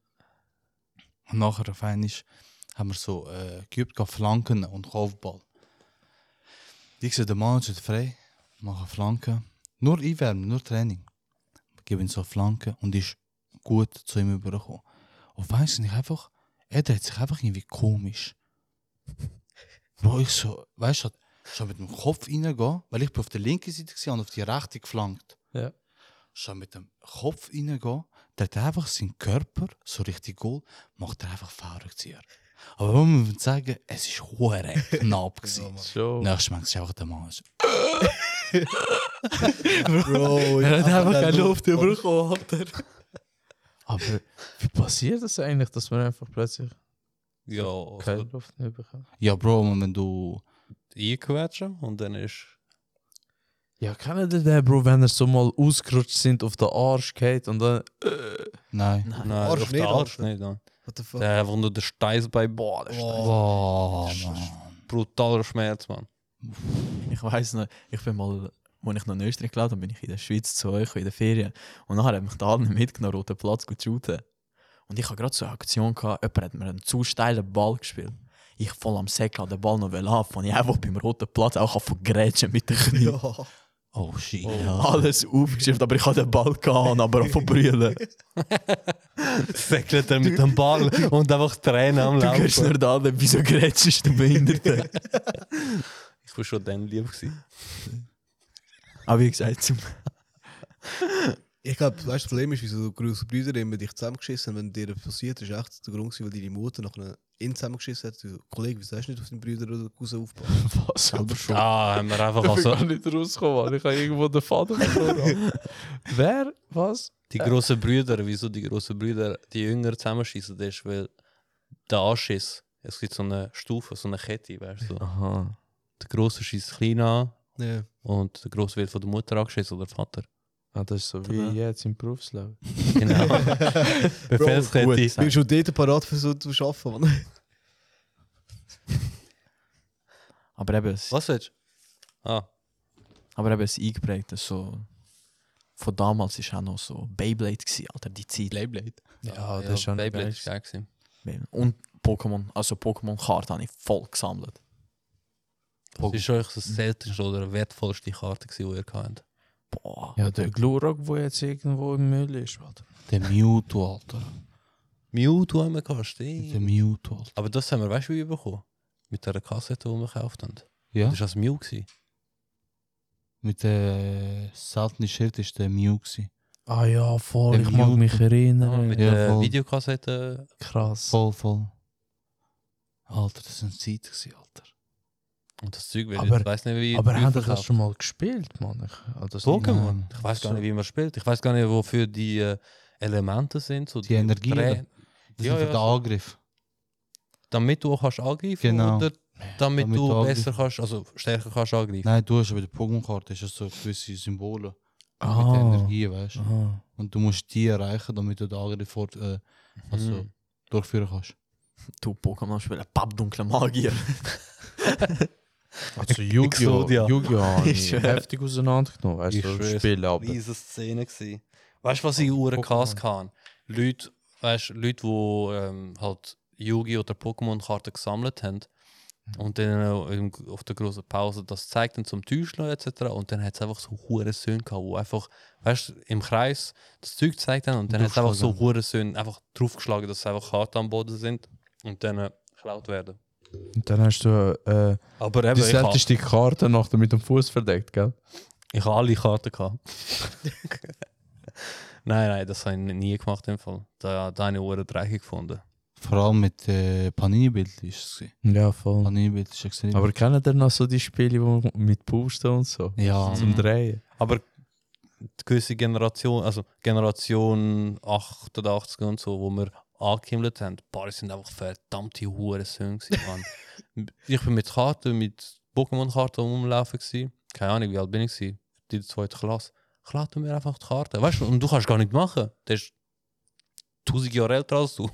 D: Und nachher auf einmal haben wir so äh, geübt, gehabt, Flanken und Kopfball. Ich sehe, der Mann ist frei, mache Flanken. Nur Einwärmen, nur Training. Ich gebe ihm so Flanken und ist gut zu ihm übergekommen. Auf einmal sind ich einfach, er dreht sich einfach irgendwie komisch. Bro, ich so, weißt du, schon mit dem Kopf reingehen, weil ich bin auf der linken Seite gewesen und auf die rechte geflankt.
B: Ja.
D: Schon mit dem Kopf reingehen, dreht er einfach seinen Körper so richtig gut, macht er einfach Fahrrückzieher. Aber man muss sagen, es ist hure knapp gewesen.
B: Schon.
D: Nächstes Mal ist einfach der Mann. so,
E: Bro,
B: Er hat einfach
E: keine
B: keine Luft
E: Luft
B: überkommen, Alter.
D: Ah,
B: Aber wie passiert das eigentlich, dass man einfach plötzlich
C: Ja,
B: keine
C: also,
B: Luft mehr bekommt?
D: Ja, Bro, und wenn du.
C: eingequetschen und dann ist.
B: Ja, kennen ihr den, Bro, wenn er so mal ausgerutscht sind auf den Arsch geht und dann.
D: Nein.
C: Nein,
E: Arsch
C: auf den
E: nicht,
C: Arsch
E: Alter.
C: nicht. Nein.
E: What the fuck?
C: Der hat einfach nur der Steiß bei Boah, das ist
E: Oh.
D: Boah,
E: Das ist-
D: Mann.
C: brutaler Schmerz, Mann.
A: Ich weiß nicht, ich bin mal, als ich noch in Österreich gelebt habe, bin ich in der Schweiz zu euch in der Ferien. Und nachher hat mich der Arne mitgenommen, roten Platz zu shooten. Und ich habe gerade so eine Aktion gehabt, jemand hat mir einen zu steilen Ball gespielt. Ich voll am Säckel den Ball noch ab, und ich einfach beim roten Platz auch vergrätschen mit den Knien.
E: Ja.
D: Oh, shit.
A: Alles aufgeschrieben, aber ich habe den Ball gehabt, aber auch verbrüllen. Du
C: Säckelt er mit dem Ball und einfach Tränen am
A: gehörst
C: Laufen.
A: nur da an, wieso grätschst du Behinderte?
C: Ich war schon dann lieb. Gewesen.
A: aber wie gesagt, zum
E: Ich glaube, weißt du, das Problem ist, wieso große Brüder immer dich zusammengeschissen haben, wenn dir das passiert ist, echt der Grund, gewesen, weil deine Mutter nach einem in zusammengeschissen hat. Du, Kollege, wieso hast du nicht auf deinen Brüder oder Cousin aufgepasst?
B: Was? Selber schon.
C: Ah, haben wir einfach
B: Ich
C: also
B: bin gar nicht rausgekommen, Mann. Ich habe irgendwo den Faden verloren. Wer? Was?
C: die grossen Brüder, wieso die grossen Brüder die Jünger zusammenschießen, das ist, weil der Anschiss, es gibt so eine Stufe, so eine Kette, weißt du.
B: Aha.
C: Der Grosse schießt klein an
E: Ja.
C: und der Grosse wird von der Mutter angeschissen oder Vater.
B: Ah, das ist so wie
A: Ja.
B: jetzt im Berufsleben.
C: Genau.
E: Ich bin
C: Befehlskette.
E: schon dort parat für so zu arbeiten, Mann.
A: Aber eben, es-
C: Was willst du? Ah,
A: aber eben, es eingeprägt, das so. Von damals war auch noch so Beyblade, gewesen, Alter, die Zeit.
D: Playblade.
B: Ah, Ja, das ist schon
C: Beyblade
B: geil.
C: ist geil. gewesen.
A: Und Pokémon, also Pokémon-Karten habe ich voll gesammelt.
B: Oh.
C: Das ist euch das seltenste oder wertvollste Karte, gewesen, die ihr gehabt habt.
A: Boah.
B: Ja, der Glurak, der jetzt irgendwo im Müll ist, Alter.
D: Der Mewtwo, Alter.
C: Mewtwo haben wir gehabt,
D: Der
C: stimmt.
D: Mewtwo, Alter.
C: Aber das haben wir, weißt du, wie bekommen? Mit der Kassette, die wir gekauft haben.
D: Ja?
C: Das war das Mew. Gewesen.
D: Mit der seltenen Schild ist der Mew. Gewesen.
B: Ah ja, voll.
D: Der
B: ich mag
D: Mute.
B: mich
C: Ja,
B: erinnern.
C: Ah, mit
D: ja,
C: der
D: voll.
C: Videokassette.
B: Krass.
D: Voll, voll. Alter, das sind Zeiten, gewesen, Alter.
C: Und das Zeug, weil
B: Aber-
C: ich weiß nicht, wie.
B: Aber
C: wie
B: haben die
C: verkauft.
B: das schon mal gespielt, Mann? Ich, ah, das
C: Pokémon?
D: Nein.
C: Ich weiß gar
B: So.
C: nicht, wie man spielt. Ich weiß gar nicht, wofür die äh, Elemente sind. So
D: Die Energie,
C: Trä-
D: Das
C: Ja,
D: ist einfach
C: ja,
D: der Angriff.
C: damit du auch kannst angreifen
D: Genau.
C: oder damit,
D: Damit
C: du,
D: du
C: besser kannst, also stärker kannst angreifen.
D: Nein, du hast aber die Pokémon-Karte, hast du so dus gewisse Symbole mit der
B: Ah.
D: Energie, weißt du?
B: Aha.
D: Und du musst die erreichen, damit du den Angriff fort, äh, also
C: Mhm.
D: durchführen kannst.
A: Du Pokémon spielen, pappdunkle Magier.
B: Also Yu-Gi-Oh!
C: Exodia.
B: Yu-Gi-Oh! habe ich
A: Ich schwör.
B: heftig auseinandergenommen, weißt
C: Ich
B: du, das
C: schwör's.
B: Spiel, aber
C: riesen Szene gewesen. Weißt du, was ich Uhren Kass kann? Leute, weißt, Leute, die ähm, halt Yugi oder Pokémon-Karten gesammelt haben und dann äh, im- auf der großen Pause das zeigt dann zum Täuschen etc. Und dann hat es einfach so hure Söhne gehabt, wo einfach, weißt im Kreis das Zeug gezeigt haben und dann hat es einfach so hure Söhne einfach draufgeschlagen, dass einfach Karten am Boden sind und dann äh, geklaut werden. halt
B: Und dann hast du äh,
C: Aber eben,
B: die
C: ich habe
B: seltenste Karte nachher mit dem Fuß verdeckt, gell?
C: ich hab alle Karten gehabt. nein, nein, das habe ich nie gemacht im Fall. Da, da habe ich Uhren dreckig gefunden.
D: Vor allem mit äh, Panini-Bild ist es. gewesen.
B: Ja, voll.
D: Panini-Bild ist extrem.
B: Aber kennen ihr noch so die Spiele wo mit Pusten und so?
D: ja,
B: Zum Drehen?
C: Aber die gewisse Generation, also Generation 88 und so, wo wir angehimmelt haben, paar sind einfach verdammte hure Söhne gewesen, Mann. Ich bin mit Karten, mit Pokémon-Karten rumlaufen gewesen. Keine Ahnung, wie alt bin ich gewesen? Die zweite Klasse. Klaut mir einfach die Karten. Weißt du, und du kannst gar nicht machen. Der ist 1000 Jahre älter als du.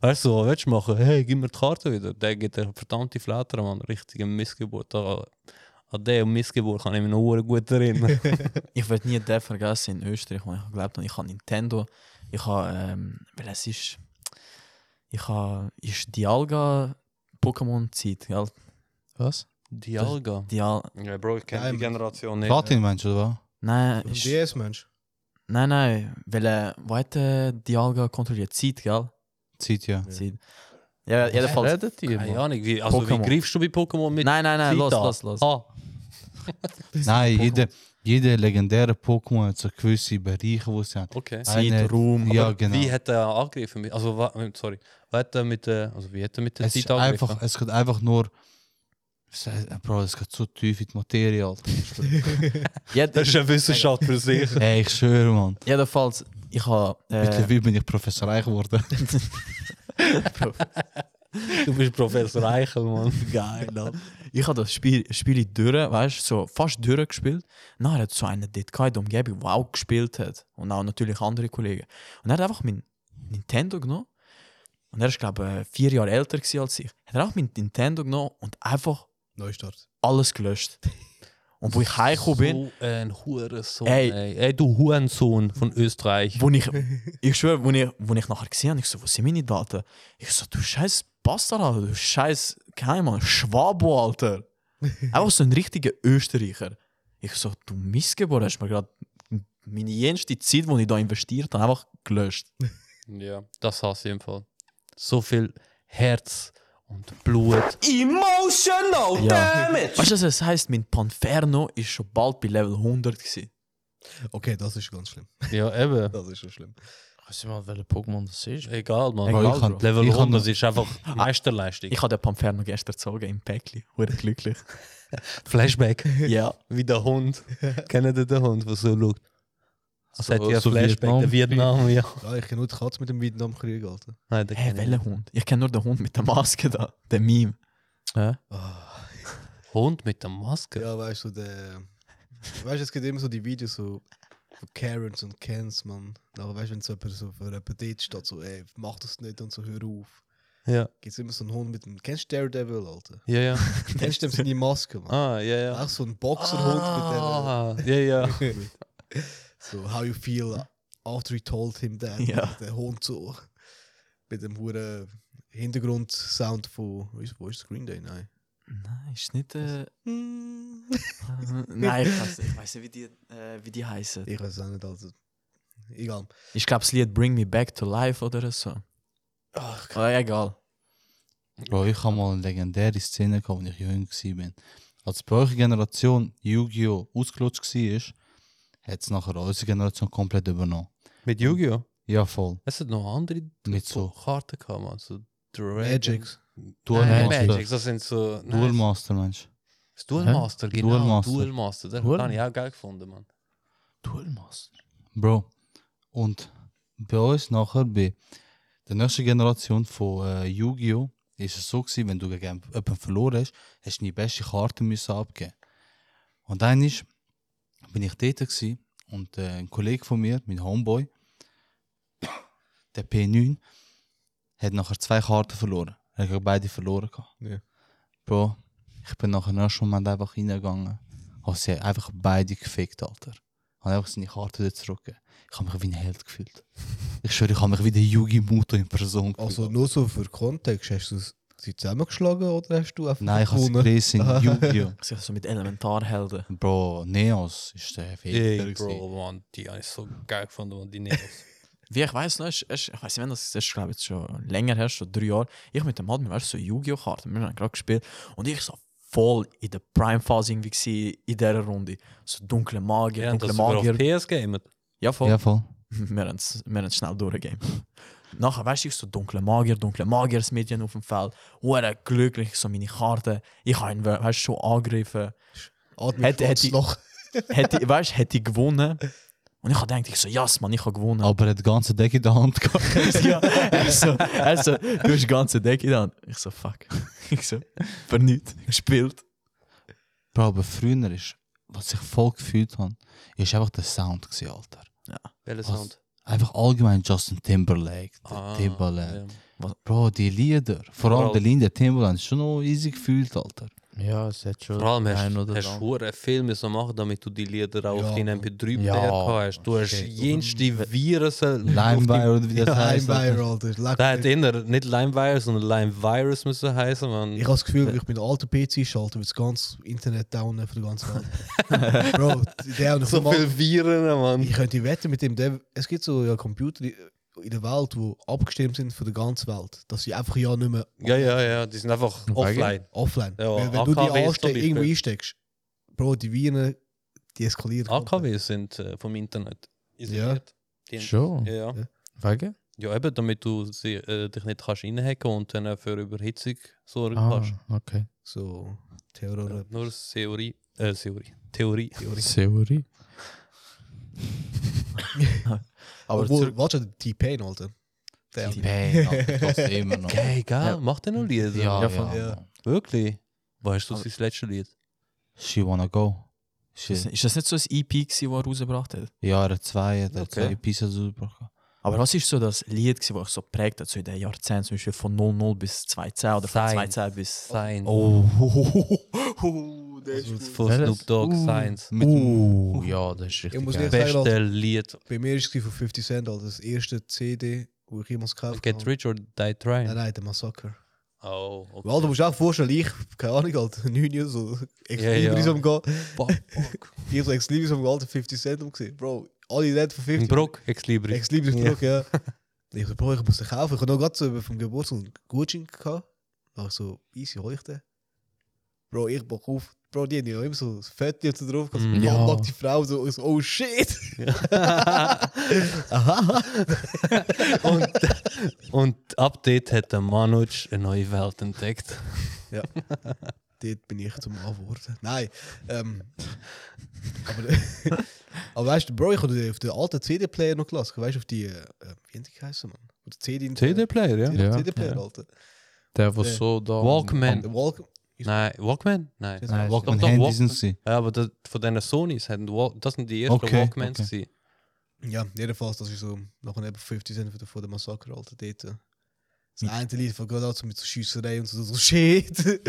C: weißt du, was willst du machen? Hey, gib mir die Karte wieder. Der geht der verdammte Flatter, Mann. Richtige Missgeburt. An an der Missgeburt kann ich mich noch hure gut erinnern.
A: Ich werde nie den vergessen in Österreich, weil ich glaube, ich habe Nintendo, ich habe, ähm, weil es ist, ich habe, ist Dialga Pokémon-Zeit, gell?
B: Was?
C: Dialga.
A: Dial
C: Ja, Bro, ich
E: Nein,
C: kenne die
E: mit-
C: Generation nicht.
D: Platin, meinst du, oder was?
A: nein,
E: Auf dem
A: ist,
E: DS, Mensch.
A: nein, nein, weil, äh, wo hat äh, Dialga kontrolliert? Zeit, gell?
D: Zeit, ja.
A: Zeit. Ja, jedenfalls.
B: Redet ihr?
C: Keine
B: Mann?
C: Ahnung, wie, also wie
A: Pokémon.
C: greifst du bei Pokémon mit?
A: Nein, nein, nein, los,
C: Zita?
A: los, los.
C: Ah,
D: Nein, jeder, jeder legendäre Pokémon hat so gewisse Bereiche, wo sie haben.
C: okay.
A: Zeit,
D: Eine-
A: Ruhm.
D: Ja,
C: Aber
D: genau.
C: Wie hat er angegriffen? mit- Also, wa- äh, sorry. Wie hat er mit der, also wie hat er mit der
D: Es, ist
C: Zeit angegriffen?
D: einfach, es geht einfach nur. Es- äh, Bro, es geht so tief in die Materie, Alter.
A: Jed
C: Das ist eine Wissenschaft für sich.
D: Ey, ich schwöre, Mann.
A: jedenfalls, ich habe.
C: Eh.
A: Äh,
D: Mittlerweile bin ich Professor Reich geworden.
C: Du bist Professor Eichel, Mann.
A: Geil, Mann. Ich habe das Spiel, Spiel durch, weißt du, so fast durchgespielt. Dann hat so einer dort gehabt in der Umgebung, der auch gespielt hat. Und auch natürlich nou, andere Kollegen. Und er hat einfach mein Nintendo genommen. Und er ist, glaube ich, eh, vier Jahre älter gewesen als ich. Hat er auch mein Nintendo genommen und einfach
E: Neustart.
A: alles gelöscht. Und wo ich heimgekommen bin,
C: So ein Hurensohn.
A: Ey.
C: Ey. Ey. du Hurensohn von Österreich.
A: wo ich, ich schwöre, wo ich, wo ich nachher gesehen habe, ich so, wo sind meine Daten? Ich so, du scheiß Bastard, Alter, du scheiß, keine Ahnung, Schwabo, Alter. Einfach so ein richtiger Österreicher. Ich so, du Missgeburt, hast mir gerade meine jenste Zeit, die ich da investiert habe, einfach gelöscht.
C: Ja, das hasse ich im Fall. So viel Herz und Blut.
F: Emotional
A: Ja.
F: damage.
A: Weißt du, das heisst, mein Panferno ist schon bald bei Level 100 gewesen.
E: Okay, das ist ganz schlimm.
C: Ja, eben.
E: Das ist schon schlimm.
B: Kannst du mal, welcher Pokémon das ist?
C: Egal, Mann.
A: Egal,
D: Bro, ich kann-
A: Bro.
C: Level
D: ich kann-
C: 100 ist einfach Meisterleistung.
A: Ich habe den Panferno gestern gezogen im Päckchen. Wurde glücklich.
C: Flashback.
A: ja.
C: wie der Hund. Kennt ihr den Hund, der so schaut? Das hat ja
B: so
C: Flashback, der Vietnam, ja.
E: Ja, ich kenne nur die Katze mit dem Vietnamkrieg, Alter.
C: Nein, der
A: Hey, welcher Hund? Ich kenne nur den Hund mit der Maske da. Der Meme.
E: Ah.
C: Hund mit der Maske?
E: Ja, weißt du, der. Weißt du, es gibt immer so die Videos so von Karens und Kens, man. Aber weißt du, wenn so jemand so für jemanden dort steht, so, ey, mach das nicht und so, hör auf.
C: Ja,
E: Gibt es immer so einen Hund mit einem. Kennst du Daredevil, Alter?
C: ja. ja.
E: Kennst du dem seine Maske, man?
C: Ah, ja, ja.
E: Auch so ein Boxerhund
C: ah, mit der. Ja, ja.
E: mit der. so, how you feel after he told him that.
A: Ja.
E: Der Hund so. Mit dem hohen Hintergrundsound von. Wo ist, wo ist Green Day? Nein.
A: Nein, ist nicht. Äh,
E: Hm.
A: Äh, Nein, ich weiß, ich weiß nicht, wie die, äh, wie die heißen.
E: Ich weiß auch nicht, also. Egal.
A: Ich glaube, das Lied Bring Me Back to Life oder so. Oh, Aber egal.
D: Bro, ich habe mal eine legendäre Szene gehabt, als ich jung war. Als bei eurer Generation Yu-Gi-Oh! ausgelutscht war, hat es nachher unsere Generation komplett übernommen.
C: Mit Yu-Gi-Oh!
D: Ja, voll.
C: Es hat noch andere
D: Mit so
C: Karten gehabt, man. So Dragon.
E: Magics.
D: Duel
C: Nein,
D: Master.
C: Magics, das sind so. Nein,
D: Duel Master, Mensch.
C: das Duel Master, genau. Duel Master.
D: Duelmaster.
C: Duel Master. Das
B: Duel-
C: habe ich auch geil gefunden, man.
B: Duelmaster.
D: Bro. Und bei uns nachher, bei der nächsten Generation von äh, Yu-Gi-Oh! ist es so gewesen, wenn du gegen jemanden verloren hast, hast du deine beste Karte müssen abgeben. Und dann ist, bin ich dort gewesen, und äh, ein Kollege von mir, mein Homeboy, der P9, hat nachher zwei Karten verloren. Er hat gegen beide verloren. gehabt.
A: Ja.
D: Bro, ich bin nachher noch schon mal einfach reingegangen. Habe sie einfach beide gefickt, Alter. Habe einfach seine Karte dort zurückgegeben. Ich habe mich wie ein Held gefühlt. Ich schwöre, ich habe mich wie der Yugi Muto in Person gefühlt.
E: Also nur so für Kontext, hast du sie zusammengeschlagen oder hast du einfach
D: Nein, ich habe sie
E: gewonnen?
D: gelesen in Yu-Gi-Oh!
A: Ich sehe so mit Elementarhelden.
D: Bro, Neos ist der Fehler.
C: Ey, Bro, Mann, die habe ich so geil gefunden, Mann, die Neos.
A: Wie ich weiß noch, ist, ist, ich weiß nicht, wenn das ist, glaube jetzt schon länger her, schon drei Jahre. Ich mit dem Mann, wir waren so Yu-Gi-Oh-Karten, wir haben gerade gespielt und ich so voll in der Prime-Phase irgendwie gewesen, in dieser Runde. So dunkle Magier,
C: Die haben das
A: dunkle
C: sogar auf
A: Magier.
C: PS gamet.
A: Ja, voll.
D: Ja, voll.
A: wir haben es schnell durchgegeben. Nachher weißt du, ich so dunkle Magier, dunkle Magier, das Mädchen auf dem Feld. Hure glücklich, so meine Karte. Ich habe ihn, weißt du, schon angegriffen.
E: Atmen
A: Hätte-
E: schwarz
A: hätte ich-
E: Loch.
A: Hätte, weißt du, hätte ich gewonnen. Und ich habe gedacht, ich so, yes, Mann, ich habe gewonnen.
D: Aber er hat die ganze Deck in der Hand gehabt.
A: ja, er so, er so, du hast die ganze Decke dann. Ich so, fuck. Ich so, für nichts. Gespielt.
D: Bro, aber früher ist, was ich voll gefühlt habe, ist einfach der Sound gewesen, Alter.
C: Welcher
D: Was?
C: Sound?
D: Einfach allgemein Justin Timberlake. der Timberlake.
C: Ah, ja.
D: Bro, die Lieder. Vor
C: Bro.
D: allem der Lieder Timberland ist schon noch easy gefühlt, Alter.
B: Ja, es hat schon
C: Vor allem hast
B: ein
C: du
B: oder
C: hast
B: andere.
C: hure viel müssen machen, damit du die Lieder auch auf
E: Ja.
C: deinen MP3
B: Ja.
C: Player gehabt hast. Du hast
B: Shit.
C: jenste Virus.
D: Limewire oder wie das heißt.
E: Heimweier,
D: Alter.
E: Alter. Leck
C: Da hat
E: mich.
C: inner nicht Limewire, sondern Limevirus müssen heißen, man.
E: Ich habe das Gefühl, ich bin der alte PC schalter, weil das ganze Internet down für die ganze Welt. Bro, der hat noch
C: so
E: mal-
C: viel Viren,
E: Ich
C: man.
E: könnte wetten mit dem, der, es gibt so ja, Computer die- in der Welt, die abgestimmt sind für die ganze Welt, dass sie einfach ja nicht mehr
C: Ja, ja, ja, die sind einfach offline.
E: offline.
C: Ja,
E: Weil wenn du die
C: AKW ist zum
E: ansteck, irgendwo
C: Beispiel.
E: einsteckst, Bro, die Wiener, die eskalieren.
C: AKWs sind äh, vom Internet. isoliert. Die-
B: Schon?
C: Ja, ja.
B: Wegen?
C: ja, eben, damit du sie, äh, dich nicht kannst reinhacken und dann äh, für Überhitzung sorgen
B: Ah,
C: kannst.
B: okay.
E: So, Terror.
C: Nur Theorie. Äh, Theorie. Theorie.
B: Theorie.
A: Aber
E: Obwohl, warte, der T-Pain, Alter. Der-
D: Die Pain, Alter, das ist immer noch.
C: Geil, geil.
A: Ja.
C: Macht er noch Lieder?
D: Ja,
A: Ja,
D: ja,
A: voll.
E: Ja.
C: Wirklich? Weißt du
A: Aber-
C: sein letztes Lied?
D: She wanna go.
A: Ist
D: She,
A: das- ist das nicht so ein EP, das er rausgebracht hat?
D: ja, er hat zwei, er hat
C: Okay.
D: zwei Pieces rausgebracht.
A: Aber was ist so das Lied, gewesen, das ich so prägt hat, so in den Jahrzehnten, zum Beispiel von 00 bis 2010 oder von
C: Science.
A: 2010 bis.
C: Sein.
A: Oh,
E: Also,
C: Von
B: Ja, das-
C: Snoop Dogg, Science.
D: Mit
B: Uh, ja, das ist
E: Ich
B: richtig
E: muss
B: geil.
E: sagen,
C: Beste Lied.
E: bei mir war es von 50 Cent, Alter, das erste CD, wo ich jemals gekauft
C: Get Rich or Die
E: Nein,
C: Trying.
E: nein, der Massaker.
C: Oh, okay.
E: Weil du musst auch vorstellen, ich, keine Ahnung, Alter, 9 Jahre so,
C: Ja, ja.
E: Ex-Libris umgehen.
C: Fuck, fuck.
E: Ich habe so Ex-Libris umgehen, Alter, 50 Cent umgesehen. Bro, alle Leute von
C: Im
E: 50
C: Brock, Ex Libri.
E: Ex-Libris
C: Ja.
E: Brock, ja. Ich so, Bro, ich muss den kaufen. Ich habe noch gerade so vom Geburtstag einen Gutschein gehabt. Nach so easy Heuchte. Bro, ich bock auf. Bro, die haben ja immer so das Fett jetzt drauf. gehabt,
C: Mm.
E: So,
B: Ja.
E: ja. die Frau so, ich so, oh shit. Aha.
C: und, und ab dort hat der Manuj eine neue Welt entdeckt.
E: Dort bin ich zum Antworten. Nein. Ähm, aber, aber weißt du, Bro, ich habe auf den alten CD-Player noch gelassen. Weißt du, auf die, äh, wie haben die geheißen, Mann? Auf die CD.
C: CD-Player, ja?
B: Ja.
E: CD-Player, Alter.
B: Der, was
E: Der-
B: so da.
C: Walkman.
E: Der Walk.
C: Nein, Walkman? Nein.
B: Nein,
D: Walkman
C: Doch, doch,
D: Handys
C: Walkman.
D: sind sie.
C: Ja, aber das, von diesen Sonys, hatten Wal- das sind die ersten
D: Okay,
C: Walkmans.
D: okay.
C: gewesen.
E: Ja, jedenfalls, das ist so noch ein 50 Cent von der Massaker, Alter, dort. äh, Das eine Lied von Godot mit so Schiesserei und so, so shit.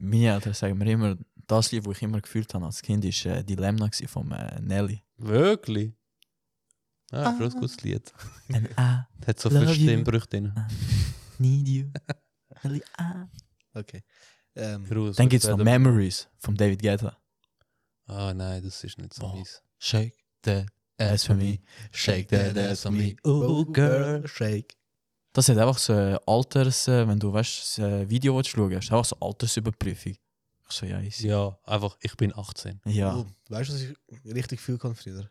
A: Meine Eltern sagen mir immer, das Lied, das ich immer gefühlt habe als Kind, war äh, Dilemma gewesen von äh, Nelly.
C: Wirklich? Ah, groß gutes Lied.
A: And I
C: Hat so
A: Love
C: viele
A: you.
C: Stimmbrüche drin.
A: need you. Nelly, I.
E: okay. Ähm,
C: Groß.
A: Dann gibt es noch Memories von David Guetta.
C: Ah, nein, das ist nicht so
A: Oh.
C: mies.
D: Shake that ass for me. Shake that ass for me.
E: oh, girl, shake.
A: Das hat einfach so ein Alters, äh, wenn du weißt, so ein Video willst schauen willst, einfach so eine Altersüberprüfung. Ich so, ja, easy.
C: Ja, einfach, ich bin 18.
A: Ja.
E: Oh, weißt du, was ich richtig viel kann, Frieder?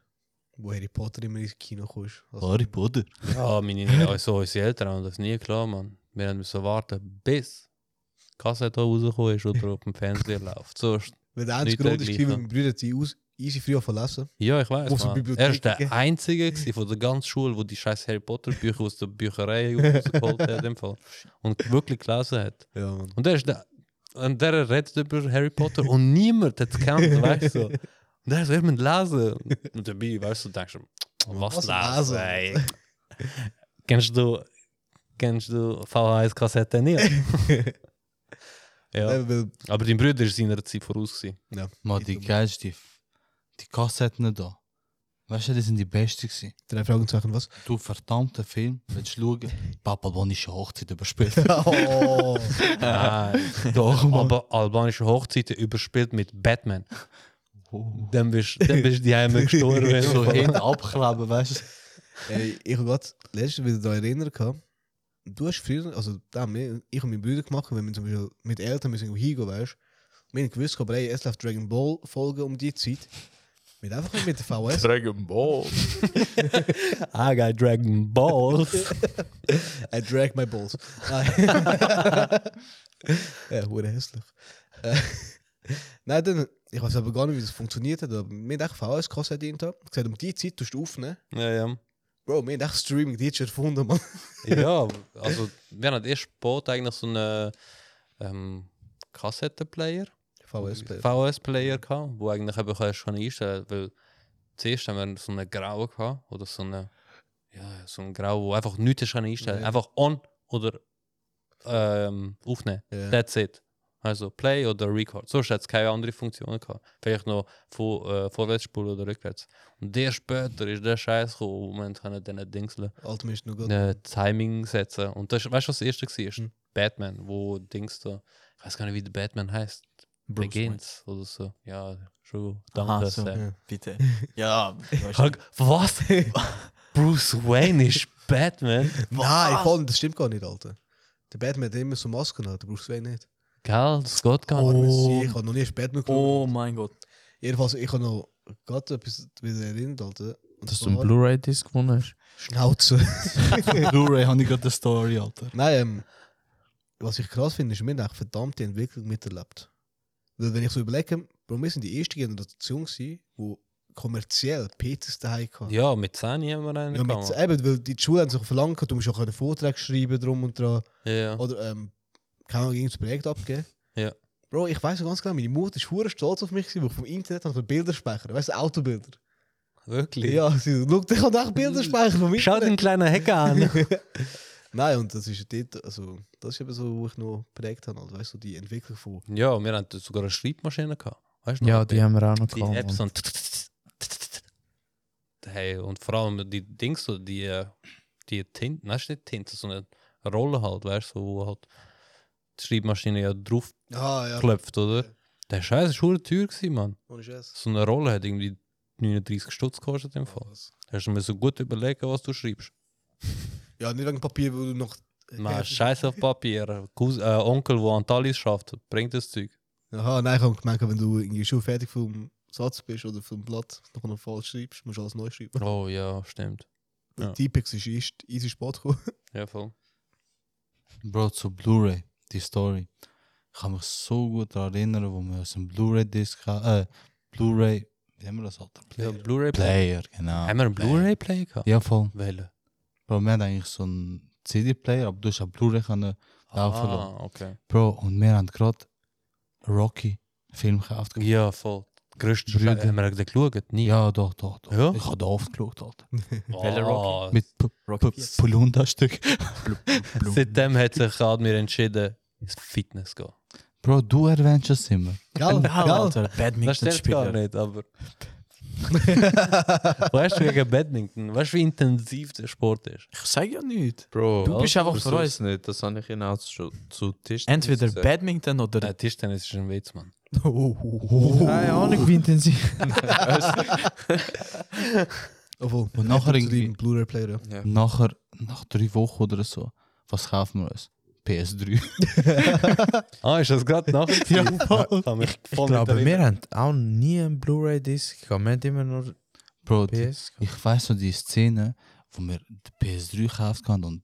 E: Wo Harry Potter immer ins Kino kommst. Also,
D: Harry Potter.
C: Ja, meine, also unsere Eltern haben das nie klar, Mann. Wir haben müssen warten, bis die Kassette rausgekommen ist oder auf dem Fernseher läuft. Sonst
E: weil der einzige
C: Nicht
E: Grund ist,
C: der
E: gewesen, weil
C: gleiche.
E: meine Brüder die aus easy früher verlassen.
C: Ja, ich weiß.
E: Muss in die
C: Mann. Er
E: Bibliothek
C: ist der
E: gehen.
C: Einzige gewesen von der ganzen Schule, der die scheiß Harry Potter Bücher aus der Bücherei rausgeholt hat. in dem Fall. Und wirklich gelesen hat.
E: Ja, Mann.
C: Und der, ist der, und der redet über Harry Potter und niemand hat es gekannt, weißt du. Und der ist eben lesen. Und dabei, weißt du, denkst du, oh, was,
E: was
C: lesen?
E: lesen?
C: Ey? kennst du, kennst du VHS-Kassetten nicht? ja,
E: Nein, weil-
C: aber dein Bruder war seiner Zeit voraus. Gewesen.
E: ja.
D: Mal die geilste. Die Kassetten da. Weißt du, das sind die besten gewesen.
E: Drei Fragezeichen, was?
D: Du verdammter Film, willst du schauen? Papa Bonische Hochzeit überspielt.
E: oh,
C: Nein.
D: Doch, Mann.
C: Aber albanische Hochzeiten überspielt mit Batman. Dann bist dann bist du die Heime gestorben.
D: So hinten abkleben, weißt du?
E: Ey, ich habe gerade letztens wieder daran erinnert. gehabt. Du hast früher, also da haben wir, ich und meine Brüder gemacht, wenn wir zum Beispiel mit Eltern müssen irgendwo hingehen, weißt du. Wir haben gewusst, gehabt, aber ey, es läuft Dragon Ball Folge um die Zeit. Wir haben einfach mit der VS.
A: Dragon Ball.
C: I got Dragon Balls.
E: I drag my balls. Nein. ja, wurde hässlich. Äh, Nein, dann, ich weiß aber gar nicht, wie das funktioniert hat. aber Wir haben echt VHS-Kasse dient. Ich gesagt, um die Zeit tust du aufnehmen.
C: ja, ja.
E: Bro, wir haben echt Streaming, die hast du erfunden, Mann.
C: ja, also wir haben erst spät eigentlich so einen ähm, Kassettenplayer,
E: VHS-Player.
C: VHS-Player gehabt, wo eigentlich eben kannst schon einstellen, weil zuerst haben wir so einen grauen gehabt oder so einen, ja, so einen grauen, wo einfach nichts hast können einstellen,
E: Ja.
C: einfach on oder ähm, aufnehmen.
E: Ja.
C: That's it. Also Play oder Record. Sonst hat es keine andere Funktion gehabt. Vielleicht noch vor, äh, Vorwärtsspulen oder rückwärts. Und der später ist der Scheiß gekommen, wo man dann diesen Dingseln
E: Alter, mir ist noch gut.
C: ein Timing setzen. Und das, weißt du, was das erste war?
E: Hm.
C: Batman, wo Dings da, ich weiß gar nicht, wie der Batman heißt. Begins oder so. Ja, schon. Danke.
A: Aha, so.
C: Sam.
E: Ja.
A: Bitte. Ja, weißt
C: Hulk, Was? Bruce Wayne ist Batman?
E: Nein, vor allem, das stimmt gar nicht, Alter. Der Batman hat immer so Masken, Alter. Bruce Wayne nicht.
C: Gell, das geht gar nicht.
E: Oh. Ich habe noch nie einen Batman geschaut.
A: Oh mein Gott.
E: Jedenfalls, ich habe noch gerade etwas wieder erinnert, Alter. Und
B: Dass du einen
E: zwar-
B: Blu-ray-Disc gewonnen hast.
E: Schnauze.
D: Blu-ray habe ich gerade eine Story, Alter.
E: Nein, ähm, was ich krass finde, ist, wir haben echt verdammt die Entwicklung miterlebt. Weil wenn ich so überlege, Bro, wir sind die erste Generation gewesen, wo kommerziell PCs daheim hatten.
C: Ja, mit 10 haben wir einen.
E: Ja, mit,
C: gehabt.
E: eben, weil die Schule haben sich verlangt, du musst auch einen Vortrag schreiben drum und dran.
C: ja.
E: Oder, ähm, keine Ahnung, irgendein Projekt abgeben.
C: Ja.
E: Bro, ich weiß ganz genau, meine Mutter ist hure stolz auf mich, gewesen, weil ich vom Internet habe ich Bilder speichern, weißt du, Autobilder.
C: Wirklich.
E: Ja, sie sagt, schau, ich habe echt Bilder speichern vom
C: Schau den
E: Internet.
C: kleinen Hacker an.
E: Nein, und das ist dort, also, das ist eben so, wo ich noch geprägt habe, also, weißt du, die Entwicklung von
C: ja, wir hatten sogar eine Schreibmaschine gehabt. Weißt du noch?
B: Ja, die haben wir auch noch
C: die
B: gehabt.
C: Apps
B: Mann.
C: und hey, und vor allem die Dings, so die, äh, die Tinte, nein, ist nicht Tinte, so eine Rolle halt, weißt du, wo halt die Schreibmaschine ja drauf
E: Ah, ja. Oh,
C: klopft, oder? Der Scheiß ist hure teuer gewesen, Mann.
E: Ohne Scheiß.
C: So eine Rolle hat irgendwie 39 Stutz gekostet im Fall. Hast du mir so gut überlegen, was du schreibst.
E: Ja, nicht wegen Papier, wo du noch.
C: Man, Scheiß auf Papier. Cous äh, Onkel, der an Talis schafft, bringt das Zeug.
E: Aha, nein, ich habe gemerkt, wenn du irgendwie schon fertig vom Satz bist oder vom Blatt noch einen Fall schreibst, musst du alles neu schreiben.
C: Oh ja, stimmt. Ja.
E: Ja. Typex ist erst easy Sport gekommen.
C: Ja, voll.
D: Bro, zu Blu-ray, die Story. Ich kann mich so gut daran erinnern, wo wir aus dem Blu-ray-Disc, äh, Blu-ray, wie haben wir das, Alter?
C: Ja, Blu-ray Play.
D: Player, genau.
C: Haben wir einen Blu-ray Play gehabt?
D: Ja, voll.
C: Welche?
D: Bro, wir haben eigentlich so einen CD-Player, aber du hast auch Blu-ray können laufen lassen.
C: Ah, okay.
D: Bro, und wir haben gerade Rocky-Film gekauft.
C: Ja, voll. Größte
D: Brüder.
C: Brüder. Haben wir den geschaut? Nie.
D: Ja, doch, doch, doch.
C: Ja?
D: Ich habe da oft geschaut, Alter.
C: Welcher Rocky?
D: Mit P- P- Polunda-Stück.
C: Seitdem hat sich Admir entschieden, ins Fitness zu gehen.
D: Bro, du erwähnst es immer.
C: nou,
E: Gell,
A: Alter,
C: Das stimmt
A: Badminton-Spieler.
C: gar nicht, aber. weißt du, wegen Badminton, weißt du, wie intensiv der Sport ist?
A: Ich sage ja nichts.
B: Bro,
A: Du bist einfach
B: versuch's
A: verreist.
B: nicht. Das habe ich ihnen auch zu, zu Tisch.
A: Entweder
B: gesagt.
A: Badminton oder
C: Nein, Tischtennis ist ein Witz, Mann.
B: Oh. Keine Ahnung, wie intensiv.
E: Obwohl,
D: Und nachher irgendwie-
E: irgendwie. Blu-ray-Player, ja.
B: ja.
D: Nachher, nach drei Wochen oder so, was kaufen wir uns? PS3.
C: Ah, ist das gerade nachher? ja, voll. Ich,
B: Ich glaube, wir haben auch nie einen Blu-ray-Disc gehabt. Wir haben immer nur
D: Bro, die-
B: PS. gehabt.
D: ich weiß noch die Szene, wo wir die PS3 gekauft haben und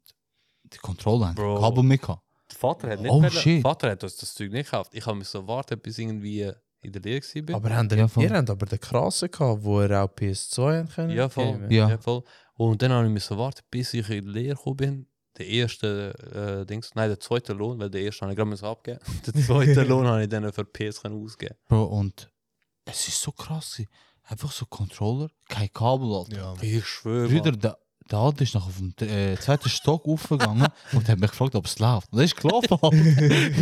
D: die Controller haben.
C: Bro.
D: Kabel mit gehabt.
C: Vater hat nicht
D: Oh,
C: wollen-
D: shit.
C: Vater hat uns das Zeug nicht gekauft. Ich habe mich so warten, bis irgendwie in der Lehre gewesen bin.
B: Aber haben
D: Ja,
B: ihr,
D: voll.
B: ihr habt aber den krassen gehabt, wo ihr auch PS2 haben können.
C: Ja, voll.
B: gamen.
D: Ja.
C: Ja. voll. Und dann habe ich müssen warten, bis ich in die Lehre gekommen bin. Der erste äh, Dings, nein, der zweite Lohn, weil der erste habe ich gerade müssen abgeben. Der zweite Lohn habe ich dann für PS können ausgeben.
D: Bro, und es ist so krass. gewesen. Einfach so Controller, kein Kabel, Alter.
E: Ja.
C: Ich schwöre.
D: Brüder,
C: Mann.
D: der, der Alte ist noch auf dem äh, zweiten Stock aufgegangen und hat mich gefragt, ob es läuft. Und er ist gelaufen, Alter.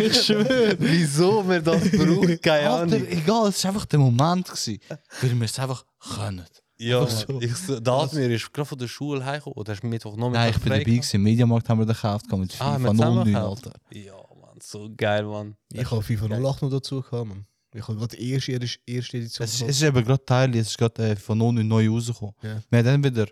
D: Ich schwöre.
C: Wieso wir das braucht, keine
D: Alter,
C: Ahnung.
D: egal, es war einfach der Moment, gewesen, weil wir es einfach können.
C: Ja,
D: Einfach so.
C: ich, der Admir ist gerade von der Schule heimgekommen oder hast du Mittwoch noch
D: Nein, ich bin dabei, gewesen. im Mediamarkt haben wir den gekauft, gehabt mit
C: Ah,
D: FIFA
C: mit
D: 09,
C: Zusammenhalt.
D: Alter.
C: Ja, Mann, so geil, Mann.
E: Ich habe FIFA 08 noch dazu gehabt, Mann. Ich habe gerade die erste, erste, erste Edition.
D: Es ist,
E: gehabt.
D: es ist eben gerade Teil, es ist gerade äh, von 09 neu rausgekommen.
E: Ja.
D: Wir haben dann wieder,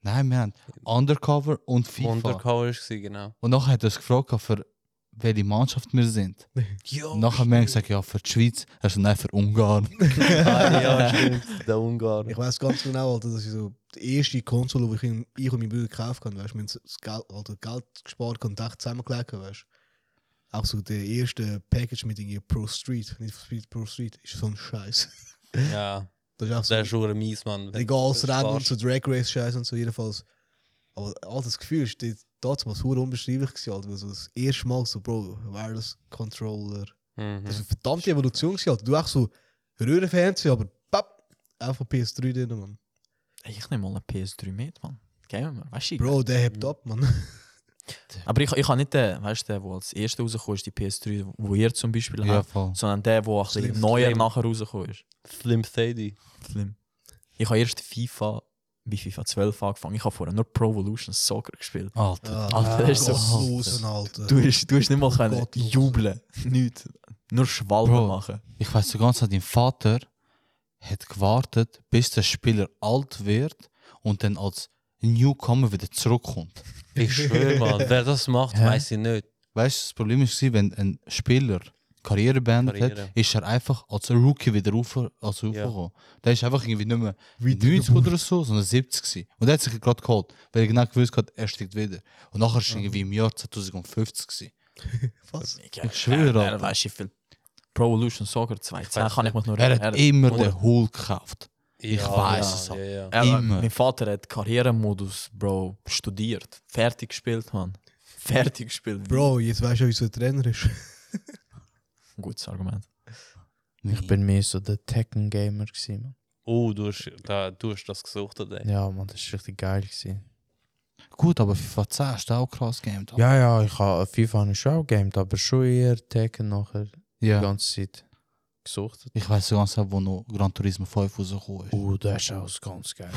D: nein, wir haben Undercover und FIFA.
C: Undercover war genau.
D: Und nachher hat dus er uns gefragt, für welche Mannschaft wir sind.
C: Ja,
D: Und nachher haben wir gesagt, ja, für die Schweiz. Er so, nein, für Ungarn.
C: ah, ja, stimmt. Der Ungar.
E: Ich weiß ganz genau, Alter, das ist so die erste Konsole, die ich, in, ich und mein Bruder gekauft habe. Weißt du, wir haben das Geld, Alter, Geld gespart und echt zusammengelegt, weißt du. Auch so der erste Package mit irgendwie Pro Street, nicht Pro Street, Pro Street, ist so ein Scheiß.
C: Ja,
E: Das ist auch so.
C: der ist schon mies, Mann. Wenn
E: Egal,
C: du
E: das Rennen und
C: sparst.
E: so Drag Race Scheiß und so, jedenfalls. Aber all das Gefühl ist dort damals hure unbeschreiblich gewesen, Alter. weil so das erste Mal so, Bro, Wireless Controller.
C: Mhm.
E: Das ist eine verdammte Evolution gewesen, Alter. Du echt so Röhrenfernseher, aber papp, einfach PS3 drin, Mann.
A: Ich nehme mal eine PS3 mit, Mann. Gamen wir. Weißt du?
E: Bro, der hebt ab, Mann.
A: Aber ich, ich habe nicht den, weißt du, der, der als erster rausgekommen ist, die PS3, wo ihr zum Beispiel
D: ja,
A: habt,
D: voll.
A: sondern der, der ein bisschen
E: Slim.
A: neuer
C: Slim.
A: nachher rausgekommen ist.
C: Slim Sadie.
A: Slim. Ich habe erst FIFA bei FIFA 12 angefangen. Ich habe vorher nur Pro Evolution Soccer gespielt.
D: Alter.
E: Ah,
A: Alter, der ist so-
E: gottlosen, Alter.
A: Du hast, du hast nicht mal können
E: Gottlos.
A: jubeln. Nicht. Nur Schwalben
D: Oh Bro.
A: machen.
D: Ich weiß so ganz, dein Vater hat gewartet, bis der Spieler alt wird und dann als Newcomer wieder zurückkommt.
C: Ich schwöre, Mann. Wer das macht,
B: Hä?
C: weiß ich nicht.
D: Weißt du, das Problem ist, gewesen, wenn ein Spieler Karriere beendet
C: Karriere.
D: hat, ist er einfach als Rookie wieder rauf, also
C: Ja.
D: raufgekommen. Der ist einfach irgendwie nicht mehr
E: Weiter
D: 90 oder so, sondern 70 gewesen. Und er hat sich gerade geholt, weil er genau gewusst hat, er steigt wieder. Und nachher ist er irgendwie im Jahr 2050 gewesen.
E: Was?
D: Ich schwöre,
A: Er,
D: Alter.
A: weißt du, wie viel Pro Evolution Soccer 2 10
C: weiß
A: kann ich mich nur
D: Er hat immer den Hulk gekauft.
C: Ich
D: weiß es
C: ja,
D: auch.
C: ja, ja.
A: Er- äh,
D: immer.
A: Mein Vater hat Karrieremodus, Bro, studiert. Fertig gespielt, Mann. Fertig gespielt.
E: Bro, jetzt weißt du, wie so ein Trainer ist.
A: Gutes Argument.
B: Ich bin mehr so der Tekken-Gamer gewesen. Mann.
C: Oh, du hast, da, du hast das gesucht, ey.
B: Ja, man, das war richtig geil. Gewesen.
D: Gut, aber FIFA 10 ist auch krass gamed.
B: Ja, ja, ich habe FIFA habe ich schon auch gegamed, aber schon eher Tekken nachher die
D: ja.
B: ganze Zeit gesucht.
D: Ich weiß so ganz genau, wo noch Gran Turismo 5 rausgekommen ist.
B: Oh, das ist auch ganz geil.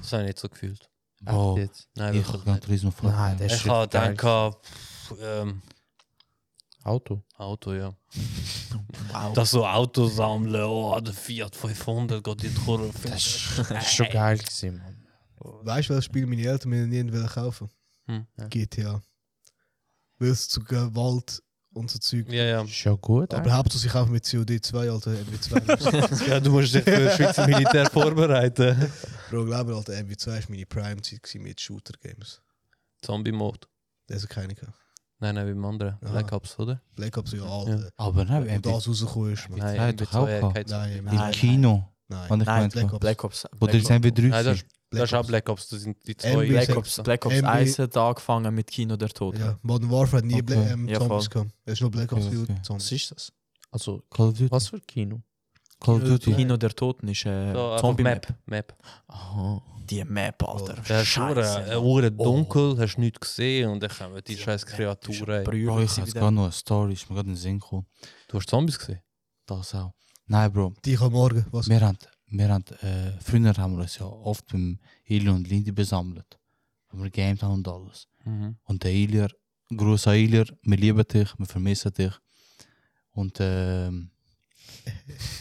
C: Das habe ich nicht so gefühlt.
D: Bro,
B: Echt jetzt?
C: Nein,
D: ich
C: wirklich
D: habe Ah, e Gran
C: nicht.
D: Turismo 5.
B: Nein,
D: gehabt.
B: das ist
C: Ich habe
B: richtig geil.
C: gedacht, pff, ähm,
B: Auto.
C: Auto, ja.
A: Wow.
C: Das so Auto sammeln, oh, der Fiat 500 geht in die Kurve.
B: Das war schon geil, gewesen, Mann.
E: Weißt du, welches Spiel meine Eltern mir nie wollen kaufen?
C: Hm.
E: GTA. Weil es zu Gewalt und so Zeug.
C: Ja, ja.
B: Ist ja gut,
E: Aber hauptsächlich auch mit COD2, Alter, MW2.
C: ja. Du musst dich für das Schweizer Militär vorbereiten.
E: Bro, glaube Alter, MW2 ist meine Prime-Zeit gewesen mit Shooter-Games.
C: Zombie-Mode.
E: Da ist keine gehabt.
C: Nein, nein, wie im anderen.
E: Ah.
C: Black Ops, oder?
E: Black Ops, ja, Alter.
D: Aber nein,
E: Wo
D: MB
E: das rausgekommen ist, Mann.
C: Nein, MB2
D: zwei doch
C: hat
D: auch gehabt.
C: kein Zombie.
E: Nein,
D: im
E: nein,
D: Kino.
E: nein.
D: Wann ich
A: Nein,
D: gemeint
E: Black
D: habe.
E: Ops.
A: Black Ops.
D: Oder ist MB3
C: Nein, das
D: gewesen?
C: ist, das ist auch
E: Ops.
C: Black Ops. Das sind die zwei.
E: MB
A: Black
E: Sechs.
A: Ops, Black Ops
E: MB.
A: 1 hat angefangen mit Kino der Toten.
E: Ja, Modern Warfare hat nie
D: Okay.
E: Bla ähm,
A: Ja,
E: Zombies
A: voll.
E: gehabt. Es ist nur Black Ops
D: Okay,
E: okay,
D: okay.
E: Zombies.
A: Was ist das?
B: Also,
D: Call of Duty.
B: was für Kino?
D: Call of Duty.
A: Kino der Toten ist eine
C: So, einfach
A: Zombie-Map.
C: Map. Map.
B: Aha.
A: Die Map, Alter.
C: Der ist
A: Scheiße.
C: hure dunkel, hast nichts gesehen und dann kommen die scheiß Kreaturen. ey.
D: Bro,
A: Brühe
D: ich habe gar noch eine Story, ist mir gerade in den Sinn gekommen.
C: Du hast Zombies gesehen?
D: Das auch. Nein, Bro.
E: Die kann morgen, was?
D: Wir haben, wir haben, äh, früher haben wir uns ja oft beim Ilio und Lindy besammelt. Wenn wir gegamed haben und alles.
C: Mhm.
D: Und der Ilio, Gruß an Ilio, wir lieben dich, wir vermissen dich. Und ähm,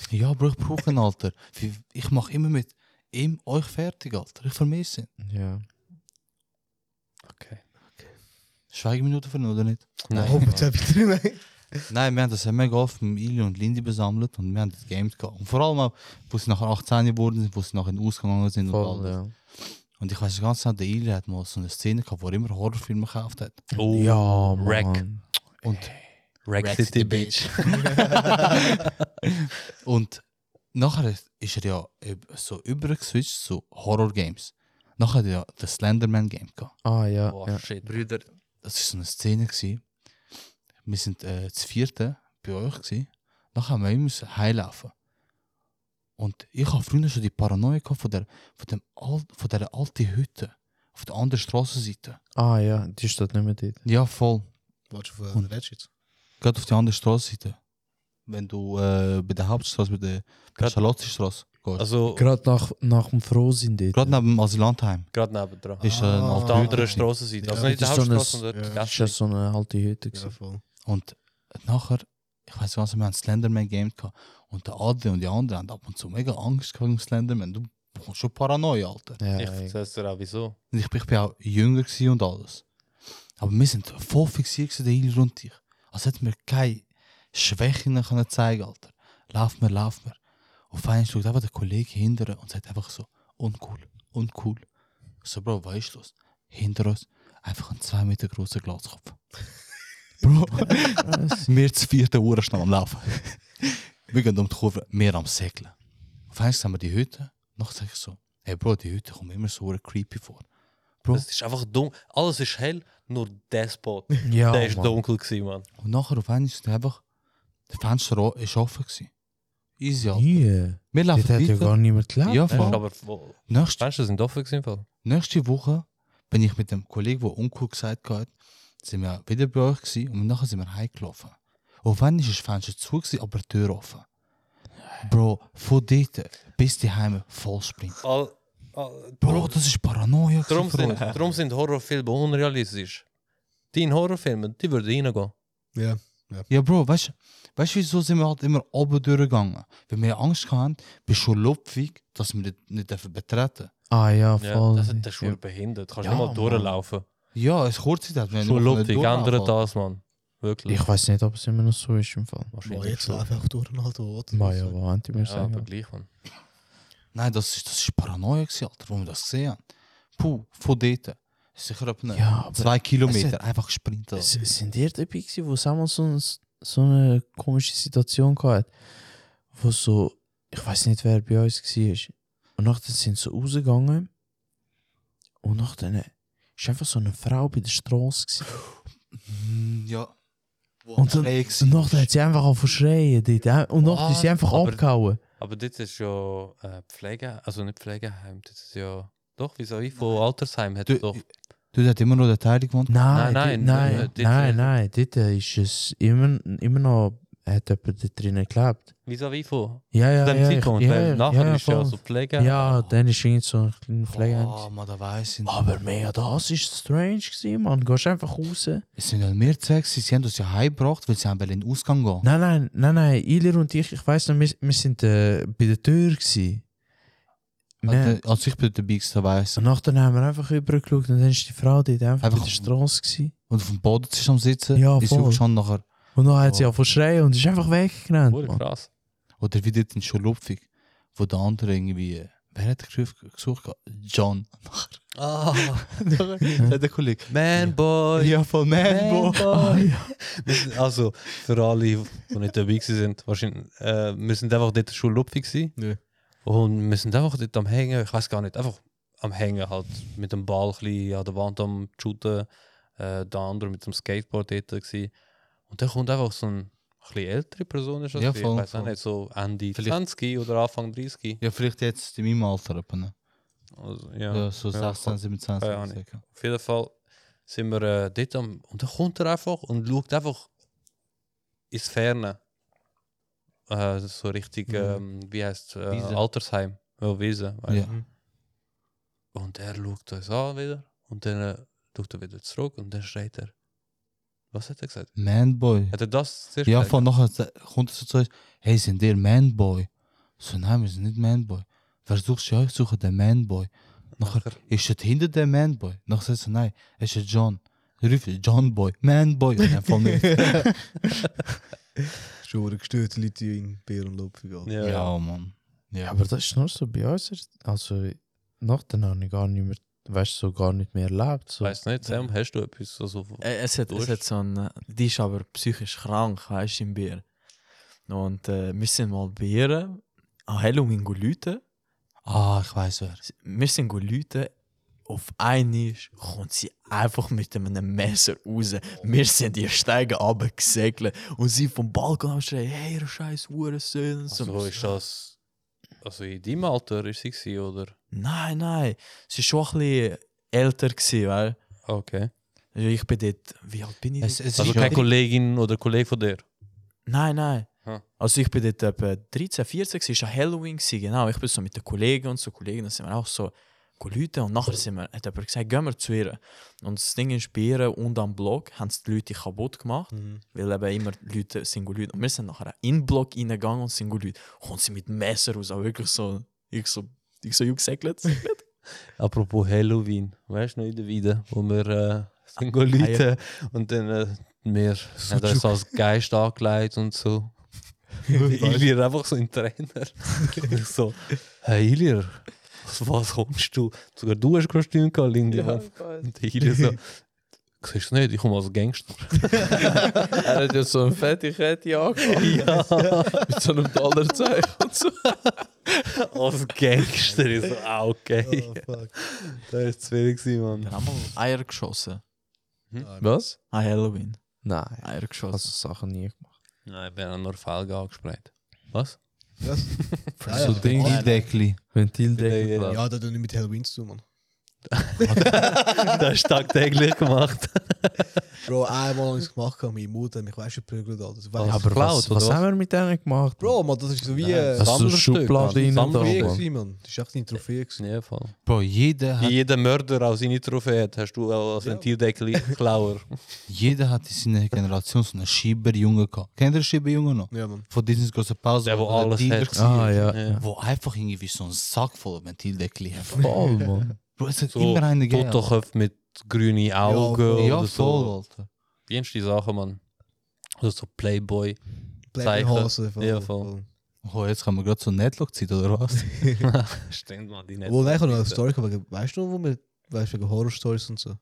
D: ja, Bro, ich brauche ihn, Alter. Wie- Ich mache immer mit ihm euch fertig, Alter. Ich vermisse ihn.
B: Ja.
C: Okay.
D: Schweigeminute für ihn, oder nicht?
E: Oh, jetzt hab ich drin, nein.
D: Nein, wir haben das ja mega oft mit Ilio und Lindy besammelt und wir haben das gegamed gehabt. Und vor allem auch, wo sie nachher 18 geworden sind, wo sie nachher in den Ausgang sind und
B: Voll,
D: alles.
B: ja.
D: Und ich weiß ganz genau, der Ilja
B: Oh,
D: hat mal so eine Szene gehabt, wo er immer Horrorfilme gekauft hat.
C: Oh,
B: ja,
C: Wreck.
B: Mann.
D: Und
C: Rack City Bitch.
D: Und nachher ist er ja üb- so übergeswitcht zu Horror-Games. Nachher hat er ja das Slenderman-Game gehabt.
B: Ah ja.
C: Oh,
B: ja.
C: shit.
D: Brüder, das war so eine Szene. Gewesen. Wir sind äh, zu vierten bei euch. Gewesen. Nachher haben wir immer müssen heimlaufen. Und ich habe früher schon die Paranoia gehabt von der, von dem Al von der alten Hütte auf der anderen Straßenseite.
B: Ah ja, die steht nicht mehr dort.
D: Ja, voll.
E: Watch of uh,
D: Und-
E: Ratchet.
D: Gerade auf die andere Straßenseite. Wenn du äh, bei der Hauptstraße, bei der
C: Gerade-
D: Charlottenstraße gehst.
C: Also,
B: Gerade nach, nach dem Frohsinn dort.
D: Gerade neben dem Asylantheim.
C: gerade neben dran.
D: Ist äh,
E: Ah.
D: eine
E: Auf
C: Auf
D: alte
C: der
D: Hütte.
C: anderen Straßenseite. Also
E: Ja.
C: nicht die
B: Das ist so ein-
C: Hauptstraße, sondern die
E: Ja.
B: Das war
C: Gaststraße.
B: so eine alte Hütte.
E: Ja,
B: gewesen.
E: voll.
D: Und nachher, ich weiß nicht, wir haben Slenderman-Game gehabt. Und der Adrian und die anderen haben ab und zu mega Angst gehabt im Slenderman. Du bekommst schon Paranoia, Alter.
B: Ja,
C: Ich
B: ja.
C: erzähl's dir auch, wieso.
D: Und ich, ich bin auch jünger gewesen und alles. Aber wir sind voll fixiert gewesen, der Hilde und ich. Als hätten wir keine Schwächen können zeigen Alter. Lauf mir, lauf mir. Auf einmal schaut einfach der Kollege hinter uns und sagt einfach so, uncool, uncool. Ich so, Bro, was ist los? Hinter uns einfach ein 2 Meter großer Glaskopf. Bro, wir zu vierten Uhr schnell am Laufen. wir gehen um die Kurve, wir am Segeln. Auf einmal sehen wir die Hütte. Nachher sage ich so, hey Bro, die Hütte kommt mir immer so creepy vor. Bro.
C: Es ist einfach dunkel. Alles ist hell, nur der Spot.
B: ja
C: der ist
B: Mann.
C: dunkel gewesen, Mann.
D: Und nachher auf einmal ist einfach, das Fenster o- ist offen gewesen. Easy, Alter.
B: Nie.
D: Wir
B: Hm? Dort
D: laufen
B: hat ja
D: weiter.
B: gar niemand gelebt.
D: Ja,
C: Weißt du,
D: voll.
C: Aber wo-
D: Nächste,
C: Fenster sind offen gewesen. im Fall.
D: nächste Woche bin ich mit dem Kollegen, der uncool gesagt hat, sind wir wieder bei euch gewesen und nachher sind wir heimgelaufen. Und auf einmal ist das Fenster zu, gewesen, aber die Tür offen. Bro, von dort bis die Heime voll springt.
C: All, all,
D: Bro, das ist Paranoia. gewesen
C: Darum
D: für
C: sind,
D: uns.
C: darum sind Horrorfilme unrealistisch. Deine Horrorfilme, die würden reingehen.
E: Ja.
D: Ja, Bro, weißt du, weißt, du, wieso sind wir halt immer oben durchgegangen? Weil wir Angst hatten, bis schon Lupfig, dass wir nicht, nicht dürfen betreten
B: Ah ja,
C: Ja,
B: voll.
C: das, das ist schon behindert. Kannst
B: Ja,
C: nicht mal
B: Mann.
C: durchlaufen.
D: Ja, es kurze Zeit. wenn
C: Schon
D: ich noch
C: lustig,
D: nicht
C: ändert
D: durchlaufe.
C: das, Mann. Wirklich.
B: Ich weiß nicht, ob es immer noch so ist im Fall.
E: Boah,
C: Wahrscheinlich
E: jetzt
C: schon.
E: läuft einfach durch und halt was.
B: Maja, was wollen die mir
C: Ja, aber
B: sagen?
C: gleich, Mann.
D: Nein, das ist, das ist Paranoia, gewesen, Alter, wo wir das gesehen haben. Puh, von dort. Sicher etwa
B: Ja, aber
D: zwei
B: es
D: Kilometer einfach gesprintet.
B: S-
D: Alter.
B: Sind ihr dabei gewesen, wo Samuel so, ein, so eine komische Situation hatte? Wo so, ich weiß nicht, wer bei uns war. Und nachher sind sie rausgegangen. Und nachher ist einfach so eine Frau bei der Straße. gewesen.
D: Mm, Ja. Wo
B: Und dann-
D: André
B: Und
D: war.
B: nachher hat sie einfach verschreien. Dort, äh. und nachher ist sie einfach
C: aber-
B: abgehauen.
C: Aber das ist ja äh, Pflege, also nicht Pflegeheim, das ist ja. Doch, wieso ich von Altersheim hat
D: Du-
C: doch.
D: Du hast immer noch der Teil gewohnt.
B: Nein, nein,
C: Nein, nein,
B: nein,
C: äh,
B: nein,
C: dort-
B: nein, Dort äh, ist es immer, immer noch, hat jemand dort drinnen gelebt.
C: Wieso wie von
B: Ja, ja,
C: dem
B: ja.
C: Zeitpunkt?
B: ja,
C: weil
B: ja,
C: nachher
B: ja,
C: ist ja
B: voll.
C: so Pflege.
B: Ja, dann ist irgend so ein kleiner
D: Oh,
B: Pflegeheim.
D: man, da weiss ich nicht.
B: Aber mega, das ist strange gewesen, man. Gehst einfach raus. Nein,
D: Es sind halt mehr Zeugs, gewesen, sie haben uns ja heimgebracht, weil sie haben wollen in den Ausgang gehen.
B: nein, nein, nein. Ilir und ich, ich weiss noch, wir, wir sind äh, bei der Tür gewesen. Wir,
D: Als- Als ich bei dabei war, weiss ich.
B: und nachher haben wir einfach übergeschaut und dann ist die Frau dort einfach,
D: Einfach-
B: auf der Straße gewesen.
D: Und auf dem Boden ist am Sitzen,
B: Ja,
D: ist
B: voll.
D: schon nachher.
B: Und dann hat sie
D: Oh.
B: auch verschreien und ist einfach weggerannt,
C: Wurde
B: Mann.
C: krass.
D: Oder wie dort in Schulupfig, wo der andere irgendwie, äh, wer hat den Griff gesucht? gehabt? John. Nachher.
C: Ah,
D: Sagt der Kollege.
C: Manboy.
D: Ja, voll Manbo.
C: Wir sind- Also, für alle, die nicht dabei gewesen sind, wahrscheinlich, äh, wir sind einfach dort schon lupfig gewesen.
E: Ja.
C: Und wir sind einfach dort am Hängen, ich weiß gar nicht, einfach am Hängen halt, mit dem Ball ein bisschen an der Wand am Shooten, äh, der andere mit dem Skateboard dort gewesen. Und dann kommt einfach so ein bisschen ältere Person, ist das
D: Ja,
C: gewesen,
D: voll,
C: ich weiß auch
D: voll.
C: nicht, so Ende
D: Vielleicht-
C: 20 oder Anfang 30.
D: Ja, vielleicht jetzt in meinem Alter. etwa, ne?
C: Also, ja.
D: Ja, so
C: Ja,
D: 16, 17,
C: Keine Ahnung.
D: 17.
C: Auf jeden Fall sind wir äh, dort am. Und dann kommt er einfach und schaut einfach ins Ferne. Äh, so richtig, ähm, wie heißt äh,
D: Mhm. Wiese.
C: Altersheim. Ja, Wiese. weißt
D: Ja.
C: du. Und er schaut uns an wieder und dann äh, schaut er wieder zurück und dann schreit er. Was hat er gesagt?
D: Manboy.
C: Hat er das zuerst
D: Ja,
C: gesagt?
D: von nachher se- kommt es so zu uns, hey, sind ihr Manboy? So, nein, wir sind nicht Manboy. Versuchst du euch zu suchen, den Manboy. Nachher
C: Nachher-
D: ist es hinter dem Manboy. Nachher sagt sie, nein, es ist John. Ruf John Boy, Manboy. Nein, voll nicht.
E: Schon worden gestört, die Leute die in Bär und Lopfig gehen.
C: Ja.
D: ja, Mann.
B: Ja,
D: Ja.
B: aber das ist nur so bei uns. Also, nachher habe ich gar nicht mehr weißt du, so gar nicht mehr lebt. So.
C: Weiß nicht, Sam, hast du etwas? Also,
A: Äh, Es hat, es
C: Durst.
A: hat so ein, die ist aber psychisch krank, weißt du, im Bier. Und äh, wir sind mal bei ihr an Halloween gelüten.
D: Ah, ich weiß wer.
A: Wir sind gelüten. Auf einmal kommt sie einfach mit einem Messer raus. Wir sind die Steige runtergesegelt und sie vom Balkon am Schreien: Hey, ihr scheiß Hurensohn. und so.
C: also ist das. Also in deinem Alter ist sie gewesen, oder?
A: Nein, nein. Sie war schon ein bisschen älter, gewesen, weil
C: Okay.
A: also ich bin dort. Wie alt bin ich?
D: Es,
A: dort?
D: es
C: Also
D: ist
C: keine
D: ja-
C: Kollegin oder Kollege von dir.
A: Nein, nein.
C: Hm.
A: Also ich bin dort etwa 13, 14, gewesen, es war an Halloween, gewesen, genau. Ich bin so mit den Kollegen und so Kollegen, dann sind wir auch so gelüte und nachher sind wir, hat jemand gesagt, gehen wir zu ihr. Und das Ding ist, bei ihr und am Block haben es die Leute kaputt gemacht,
E: Mhm.
A: weil eben immer die Leute sind gelüte. Und wir sind nachher in den Block reingegangen und sind gelüte. Kommt sie mit Messer raus, auch wirklich so, ich so, ich so, ich segelt.
C: Apropos Halloween, weißt du noch in der Weide, wo wir äh, sind go Leute und dann äh, wir haben uns als Geist angelegt und so. Ilir einfach so ein Trainer. Und ich so, hey Ilir, aus was kommst du? Sogar du hast Kostüm gehabt, Lindian. und der Ilir so, siehst du nicht, ich komme als Gangster.
B: Er hat ja so eine fette Kette angefangen. Mit so einem Dollarzeichen und so.
C: als Gangster? Ich so, ah, okay.
E: Oh, fuck.
C: Das war zu wenig, gewesen,
A: Wir
C: Mann.
A: haben mal Eier geschossen.
B: Was?
A: An Halloween.
B: Nein.
A: Eier
B: Ich
A: geschossen.
B: habe so Sachen nie gemacht.
C: Nein, ich bin an nur Felgen angesprayt. Was?
E: Was? Ja,
D: so
E: ja.
D: Ding, die Deckli.
B: Ventildeckel.
C: Ja, ja.
B: Ja,
E: Ja, dat doe ik met Halloween zu, man.
C: das ist tagtäglich gemacht.
E: Bro, einmal habe ich es gemacht, meine Mutter hat mich weißt, geprügelt. Also,
C: Was?
E: weißt,
B: aber was,
C: Cloud,
B: was
C: oder
B: haben wir mit denen gemacht?
E: Bro, man, das ist so wie
C: Nein,
E: äh,
B: Das ist so eine
C: Sammlerstück,
B: Schublade rein
C: Mann.
B: und da.
E: Trophäe,
C: Sammlerstück.
E: gewesen, man. Das ist echt eine Trophäe. gewesen.
C: In jedem Fall.
D: Bro, jeder
C: Wie
D: hat,
C: jeder Mörder auch seine Trophäe hat, hast du auch als
E: Ja.
C: Ventildeckli-Klauer.
D: jeder hat in seiner Generation so einen Schieberjungen gehabt. Kennt ihr den Schieberjungen noch?
E: Ja, man.
D: Von Disney's große Pause.
C: Der, wo
D: wo
C: alles
D: Tiger
C: hat.
D: war.
B: Ah, ja.
C: Ja.
D: Wo einfach irgendwie so einen Sack voll Ventildeckli hat.
B: Voll, Mann.
D: Bro, es hat
C: So
D: immer einen gegeben.
C: Totenköpfe mit grünen Augen
E: voll.
C: oder
D: Ja,
C: so.
D: voll, Alter.
C: Jenste Sachen, Mann. Also so Playboy.
E: Bleib in
C: Zeichen.
E: Hase.
C: Ja, voll.
D: Oh, jetzt kann man gerade so einen Netlock ziehen, oder was?
C: Stimmt, Mann, die nicht.
E: Obwohl, nein, ich habe noch eine Story, aber weißt du noch, wo wir, weißt du, wegen Horror-Stories und so,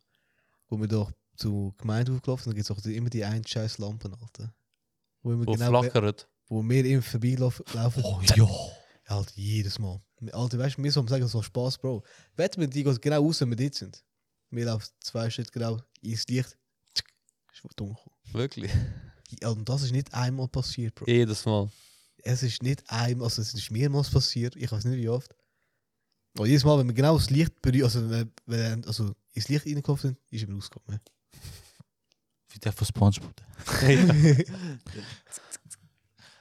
E: wo wir doch zur Gemeinde aufgelaufen sind, da gibt es auch die- immer die einen scheiß Lampen, Alter. Wo, immer
C: Wo
E: genau,
C: flackert.
E: wo wir immer vorbeilaufen, laufen.
D: Oh, ja.
E: Halt, jedes Mal. Alter, weißt du, wir sollen sagen, es macht Spaß, Bro. Wetten wir, die gehen genau raus, wenn wir dort sind. Wir laufen zwei Schritte genau ins Licht. Tschick, Ist dunkel.
C: Wirklich.
E: Ja, Und das ist nicht einmal passiert, Bro.
C: Jedes Mal.
E: Es ist nicht einmal, also es ist mehrmals passiert, ich weiß nicht wie oft. Aber jedes Mal, wenn wir genau das Licht berühren, also, wenn, wenn, also ins Licht reingekommen sind, ist er rausgekommen.
D: Wie der von Spongebob.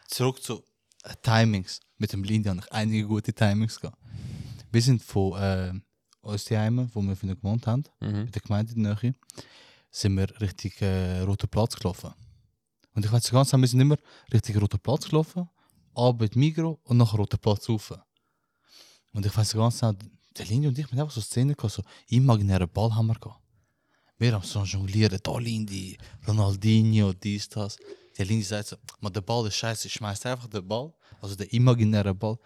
D: Zurück zu äh, Timings. Mit dem Lindian habe ich einige gute Timings gehabt. Wir sind von äh, uns die Heime, wo wir von der gewohnt haben,
C: Mhm.
D: mit der Gemeinde in der Nähe, sind wir Richtung äh, Roter Platz gelaufen. Und ich weiß so ganz genau, wir sind immer Richtung Roter Platz gelaufen, Arbeit Migro und nachher Roter Platz rauf. Und ich weiß so ganz genau, der Lindian und ich haben einfach so Szenen gehabt, so imaginären Ball haben wir gehabt. Wir haben so jonglieren, da Lindy, Ronaldinho, dies, das. Der Lindy sagt so, maar de Ball ist scheiße, schmeißt einfach den Ball, also den imaginären Ball,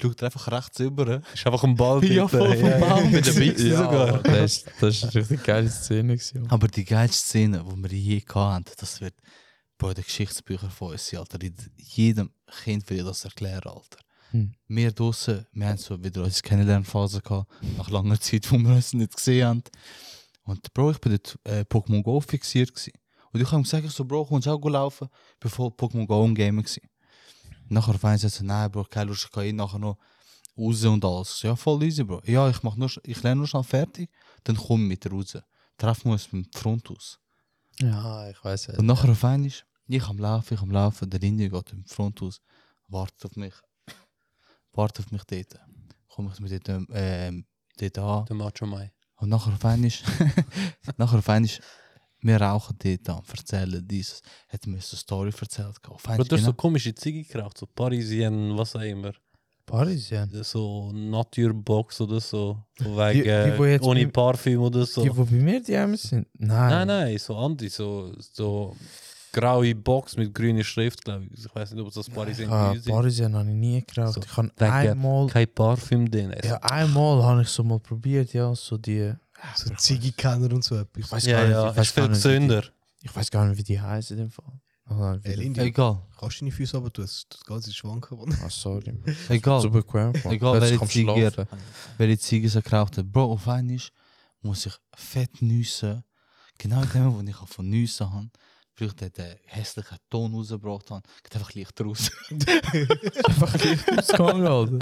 D: schaut er einfach rechts rüber.
C: Ist einfach ein Ball.
D: Ja,
C: dort,
D: voll
C: äh,
D: vom
C: ja.
D: Ball.
C: Mit der Bixi
D: Ja.
C: sogar.
B: Mann, Das ist, das ist eine richtig geile Szene. Gewesen.
D: Aber die geilste Szene, die wir je hatten, das wird bei den Geschichtsbüchern von uns, Alter. In jedem Kind will das erklären, Alter.
B: Hm.
D: Wir draussen, wir haben so wieder unsere Kennenlernphase gehabt, nach langer Zeit, wo wir uns nicht gesehen haben. Und Bro, ich bin dort äh, Pokémon Go fixiert. Gewesen. Und ich habe ihm gesagt, ich so, Bro, kommst du auch go laufen? Bevor Pokémon Go im Game war. Nachher auf einmal sagt er, nein, Bro, keine Lust, ich gehe eh nachher noch raus und alles. Ich so, Ja, voll easy, Bro. Ja, ich, mach nur, sch- ich lerne nur schnell fertig, dann komm mit raus. Treffen wir uns beim Front aus.
B: Ja, ich weiß
D: Und nachher auf einmal, ich am Laufen, ich am Laufen, der Linie geht im Front aus, wartet auf mich. wartet auf mich dort. Komme ich mit dort, ähm, dort an.
C: Der Macho Mai.
D: Und nachher auf einmal, nachher auf einmal, wir rauchen dort an, erzählen dieses. Hat mir so eine Story erzählt. gehabt. Auf
C: Bro,
D: einmal,
C: du hast so
D: genau,
C: komische Ziege geraucht, so Parisien, was auch immer.
B: Paris, ja.
C: so Naturbox oder so. so
B: Die-
C: wegen,
B: die,
C: äh,
B: wo jetzt
C: ohne
B: mit-
C: Parfüm oder so.
B: Die, die bei mir die Heime sind? Nein.
C: nein, nein, so Andi, so, so graue Box mit grüner Schrift, glaube ich. Ich weiß nicht, ob das Paris
B: Ich
C: in
B: habe Parisian habe ich nie gekauft.
C: So,
B: ich habe
C: der geht-
B: einmal,
C: Kein Parfüm drin.
B: ja, einmal habe ich so mal probiert, ja, so die.
D: Ah,
E: So Ziggy-Kenner und so etwas.
B: Ich weiß
C: ja,
B: gar nicht,
C: ja.
B: ich
C: Das
B: weiß
C: ist
B: gar
C: viel
B: nicht, wie die,
C: gesünder.
B: ich weiß gar nicht, wie die heißen in dem Fall. Ah,
E: Ey,
B: wieder-
E: Lindy,
D: Egal,
E: kannst du deine Füße aber du hast das ganze Schwanken. Mann.
B: Ah, sorry.
D: egal.
B: Zu bequem. Mann.
D: Egal,
B: Plötzlich
D: welche
B: am
D: Ziege-
B: Schlafen.
D: welche Ziege sie geraucht hat. Bro, auf einmal muss ich fett nüssen. Genau in dem, wo ich auch von nüssen habe. Vielleicht hat der hässliche Ton rausgebracht. habe. Geht einfach Licht raus.
B: Einfach Licht ausgegangen, Alter.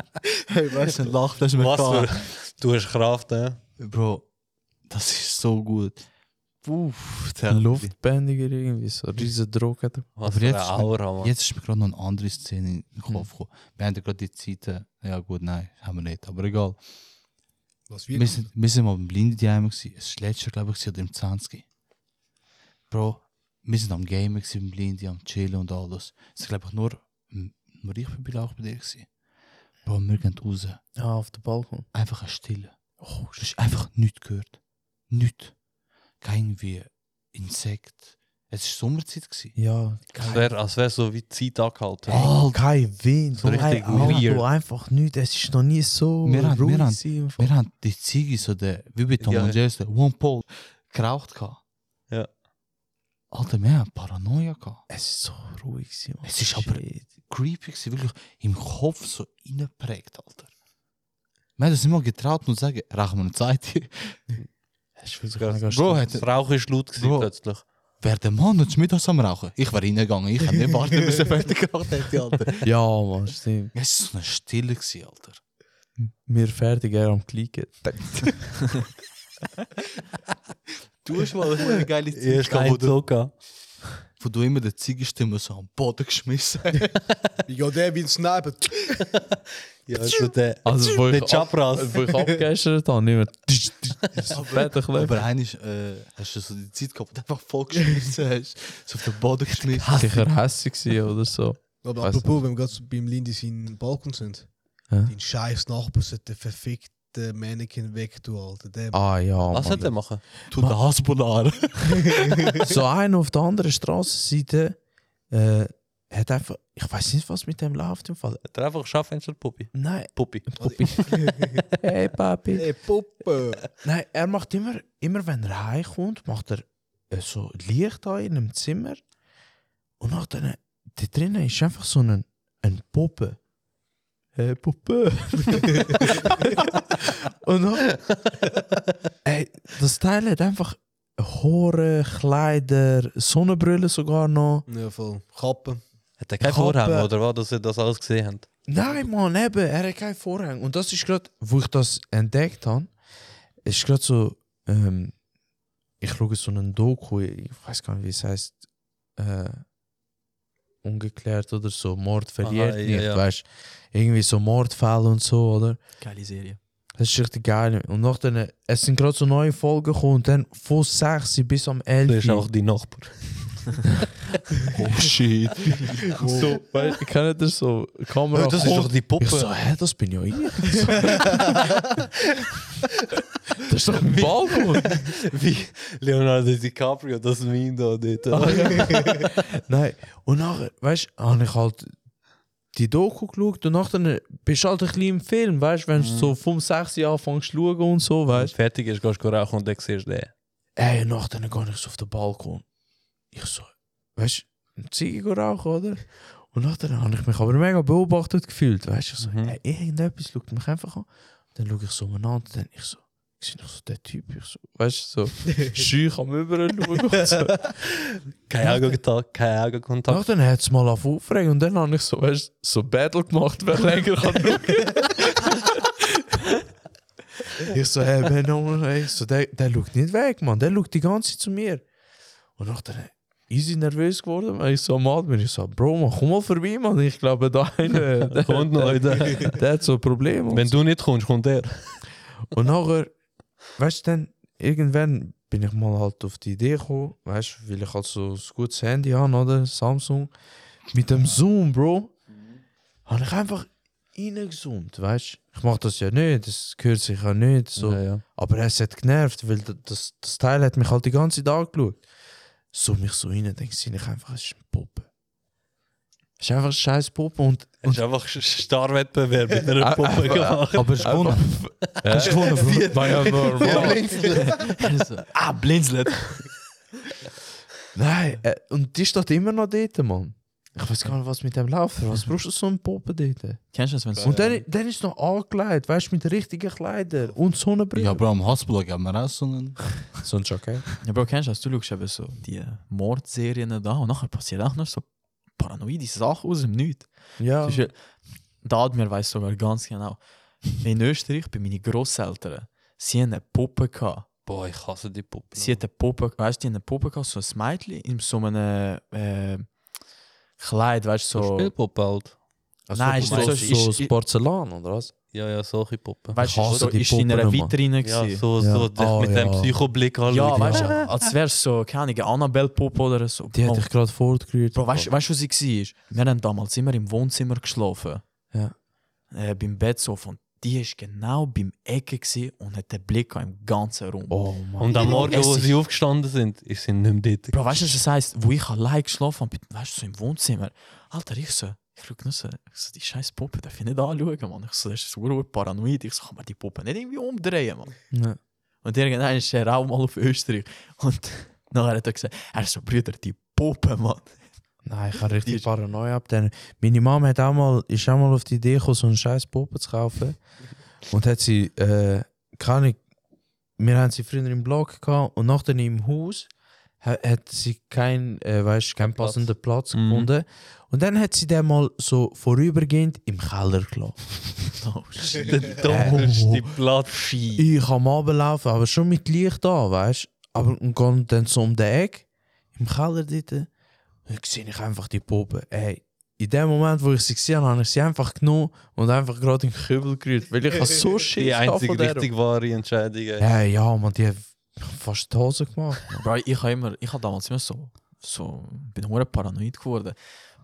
D: hey, weißt du, ein Lachflash mit
C: Was
D: K.
C: für. Du hast Kraft, ne?
D: Bro, das ist so gut. Uff, der
B: Luftbändiger irgendwie, so riesen Druck hat er.
C: Was
D: Aber
C: für
D: jetzt-
C: eine Aura, Mann.
D: Jetzt ist mir gerade noch eine andere Szene in den Kopf gekommen. Wir haben ja gerade die Zeiten. eh, Ja, gut, nein, haben wir nicht. Aber egal.
E: Was wir
D: Wir sind, wir sind mal beim Blinden daheim gewesen. Das letzte, glaube ich, gewesen, oder im 20. Bro, wir sind am Gamen gewesen, beim Blinden, am Chillen und alles. Es ist, glaube ich, nur, nur ich bin auch bei dir gewesen. Bro, wir gehen raus.
B: Ah, auf den Balkon.
D: Einfach eine Stille. Oh, du hast einfach nichts gehört. Nichts. Kein wie Insekt. Es war Sommerzeit. Gewesen.
B: Ja,
C: Als wäre als wär so wie die Zeit angehalten.
B: Alter, kein Wind,
C: So
B: kein
C: richtig
B: Auto,
C: weird.
B: einfach nichts. Es ist noch nie so
D: Wir haben-
B: ruhig
D: wir haben-
B: gewesen im Fall.
D: Wir haben die Ziege so der, wie bei Tom
C: Ja.
D: und Jerry, so One Pole, geraucht. gehabt.
C: Ja.
D: Alter, wir haben Paranoia gehabt.
B: Es ist so ruhig gewesen. Mann.
D: Es ist aber-
B: Shit.
D: creepy gewesen, wirklich im Kopf so inneprägt, Alter. Wir haben uns nicht mal getraut und sagen, rauchen wir eine Zeit.
C: Hast du
B: kann
C: sogar-
B: gar-
D: Bro,
C: Das
D: hat,
C: Rauchen ist laut gewesen,
D: Bro.
C: plötzlich.
D: wäre der Mann jetzt mittags am Rauchen? Ich wäre reingegangen, ich hätte nicht warten, bis er fertig geraucht hätte, Alter.
B: Ja, man, stimmt.
D: Es war so eine Stille, gewesen, Alter.
B: Wir fertig, er am Klicken.
D: Du hast mal eine geile Zeit,
C: Erst
D: gehabt, wo,
C: kein
D: du,
C: Zucker.
D: wo du immer die Ziegenstimme so am Boden geschmissen hast.
E: Ich gehe der wie ein Sniper.
C: Ja, also der,
B: Also, wo
C: der
B: ich, ab,
C: Chapras.
B: wo ich abgegessen habe, nicht mehr. Das ist fette Kleber.
D: Aber einmal äh, hast du so die Zeit gehabt, wo du einfach voll geschmissen hast. So auf den Boden geschmissen.
B: Sicher hässig gewesen oder so.
E: Aber
B: Weiss
E: apropos, wenn wir gerade so beim Lindy seinen Balkon sind,
B: Ja.
E: dein scheiß Nachbar sollte den verfickten Mannequin weg, du Alter. Der
B: Ah, ja.
C: Was
B: Mann.
C: hat er machen?
D: Du den Hasbonaren.
B: so einer auf der anderen Straßenseite äh, hat einfach. Ich weiß nicht, was mit dem läuft im Fall.
C: Hat er einfach Schaffenster Puppi?
B: Nein,
C: Puppi.
B: Puppi. hey, Papi.
E: Hey, Puppe!
B: Nein, er macht immer, immer wenn er heimkommt, macht er äh, so Licht an in einem Zimmer. Und nach dann, äh, da drinnen ist einfach so ein, ein Puppe. Hey, Puppe. und noch, ey, das Teil hat einfach Haare, Kleider, Sonnenbrille sogar noch.
E: ja, voll. Kappen.
C: Hat er keinen
B: Kappe.
C: Vorhang oder was, dass ihr das alles gesehen habt?
B: Nein, Mann, eben, er hat keinen Vorhang. Und das ist gerade, wo ich das entdeckt habe, ist gerade so, ähm, ich schaue so einen Doku, ich weiß gar nicht, wie es heißt, äh, ungeklärt oder so, Mord verliert
C: ja,
B: nicht,
C: ja.
B: weißt Irgendwie so Mordfälle und so, oder?
A: Geile Serie.
B: Das ist richtig geil. Und nachdem, es sind gerade so neue Folgen gekommen, und dann von 6 bis am
C: Du ist
B: 11.
C: auch die Nachbar.
D: Oh shit.
B: so, weißt, kennt ihr so, Kamera
C: Oh, das ist
B: kommt,
C: doch die Puppe.
B: Ich so, hä, das bin ja ich. das ist doch ein Balkon.
C: wie Leonardo DiCaprio, das Meme da dort.
B: Nein, und nachher, weißt du, habe ich halt die Doku geschaut und nachher bist du halt ein bisschen im Film, weißt du, wenn du so vom 6 Jahren anfängst zu schauen und so,
C: Wenn
B: weißt
C: du fertig ist, gehst du rauchen und dann siehst du den.
B: du. Ey, nachher gehe ich so auf den dus Balkon. Ich so, weißt du, eine Ziege rauchen, oder? Und nachher habe ich mich aber mega beobachtet gefühlt, weißt du, ich so,
C: Mhm.
B: ey, irgendetwas schaut mich einfach an. Dann schaue ich so umeinander, dann ich so, ich sehe noch so den Typ, ich so, weißt du, so, scheu am Überall schauen und so.
C: Kein Augenkontakt. Kein Augenkontakt.
B: Ach, dann hat es mal auf aufregen und dann habe ich so, weißt, so Battle gemacht, wer länger kann schauen. ich so, hey, Ben, Nolan, hey, so, der, der schaut nicht weg, Mann, der schaut die ganze Zeit zu mir. Und noch dann easy nervös geworden, weil ich so am Atmen, ich so, Bro, Mann, komm mal vorbei, Mann, ich glaube, da eine, der,
C: Kommt noch einer.
B: der hat so ein Problem. und
C: Wenn du nicht kommst, kommt er.
B: Und nachher, weißt du, dann irgendwann bin ich mal halt auf die Idee gekommen, weißt du, weil ich halt so ein gutes Handy habe, oder? Samsung. Mit dem Zoom, Bro, habe ich einfach reingezoomt, weißt du. Ich mache das ja nicht, das gehört sich ja nicht. So.
C: ja.
B: Aber es hat genervt, weil d- das, das Teil hat mich halt die ganze Zeit angeschaut. so mich so rein, denke ich einfach, es ist eine Puppe. Es ist einfach eine scheiß Puppe und
C: Es ist einfach ein Starwettbewerb mit einer Puppe gemacht.
D: Aber es ist gewonnen. Es ist gewonnen, Bro.
B: Also, ah, blinzelt. Nein, äh, und die steht immer noch dort, Mann. Ich weiß gar nicht, was mit dem läuft. Was brauchst du so einen Puppe dort?
A: Kennst du das, wenn es
B: Und dann, dann ist noch angekleidet, weißt du, mit richtigen Kleidern und Sonnenbrille.
D: Ja, Bro, am Hassblock haben wir auch so einen.
B: so ein Jockey.
A: Ja, Bro, kennst du das? Du schaust eben so die Mordserien da und nachher passieren auch noch so paranoide Sachen aus dem Nichts.
B: Ja.
A: Das ist ja- Der Admir weiß sogar ganz genau. In Österreich, bei meinen Grosseltern, sie haben eine Puppe gehabt.
C: Boah, ich hasse die Puppe.
A: Sie hat eine Puppe, weißt du, die haben eine Puppe gehabt, so ein Mädchen in so einem äh, Kleid, weißt du,
C: so
A: so.
C: Spielpuppe halt.
A: Nein,
C: ist
B: so, so,
C: nicht so-
B: so
A: ist-
B: das Porzellan, oder was?
C: Ja, ja, solche Puppen.
A: Weißt
B: Ich
A: du,
B: hasse
A: so,
B: die
A: ist in einer
B: Puppen, Mann.
A: Vitrine
C: ja,
A: gewesen.
C: so,
B: Ja.
C: so dich
B: Ah,
C: mit dem
B: ja.
C: Psychoblick
A: Ja,
C: anschauen.
A: weißt du, als wäre es so, keine Ahnung, eine Annabelle-Puppe oder so.
B: Die
A: Bro,
B: hätte ich gerade fortgerührt.
A: Oh. Bro, weißt du, weißt, du, was sie war? Wir haben damals immer im Wohnzimmer geschlafen.
B: Ja.
A: Äh, beim Bett so von. Die war genau beim Ecke gewesen und hat den Blick gehabt im ganzen Raum.
B: Oh Mann.
C: Und am Morgen,
A: Es
C: wo
A: ist-
C: sie aufgestanden sind, ist sie nicht mehr dort.
A: Bro, weißt du, was das heisst? Wo ich allein geschlafen habe, weißt du, so im Wohnzimmer. Alter, ich so, ich schaue nur so, ich so, die scheiß Puppe darf ich nicht anschauen, Mann. Ich so, das ist so ur- paranoid. Ich so, kann man die Puppe nicht irgendwie umdrehen, Mann.
B: Ja.
A: Und irgendwann ist er auch mal auf Österreich. Und nachher hat er gesagt, er ist so, Brüder, die Puppe, Mann.
B: Nein, ich habe
A: Die
B: richtig
A: ist-
B: Paranoia ab denen. Meine Mama hat auch mal, ist auch mal auf die Idee gekommen, so einen scheiß Puppe zu kaufen. Und hat sie, äh, keine Ahnung, wir haben sie früher im Blog gehabt und nachher im Haus ha- hat sie keinen, äh, weißt, keinen
C: Platz.
B: passenden Platz
A: Mhm.
B: gefunden. Und dann hat sie den mal so vorübergehend im Keller gelassen.
A: Oh, shit. dus
C: Der dunkelste Platz.
A: Shit.
B: Ich am Abend laufen, aber schon mit Licht da, weißt Aber und gehe dann so um die Ecke, im Keller dort, und dann sehe ich einfach die Puppe. Ey, in dem Moment, wo ich sie gesehen habe, habe ich sie einfach genommen und einfach gerade in den Kübel gerührt, weil ich habe so Schiss
C: Die
B: gehabt von
C: einzige
B: der.
C: richtig wahre Entscheidung. ey.
B: Ey, ja, man, die hat fast die Hose gemacht.
A: Bro, ich habe immer, ich habe damals immer so, so, bin hure paranoid geworden.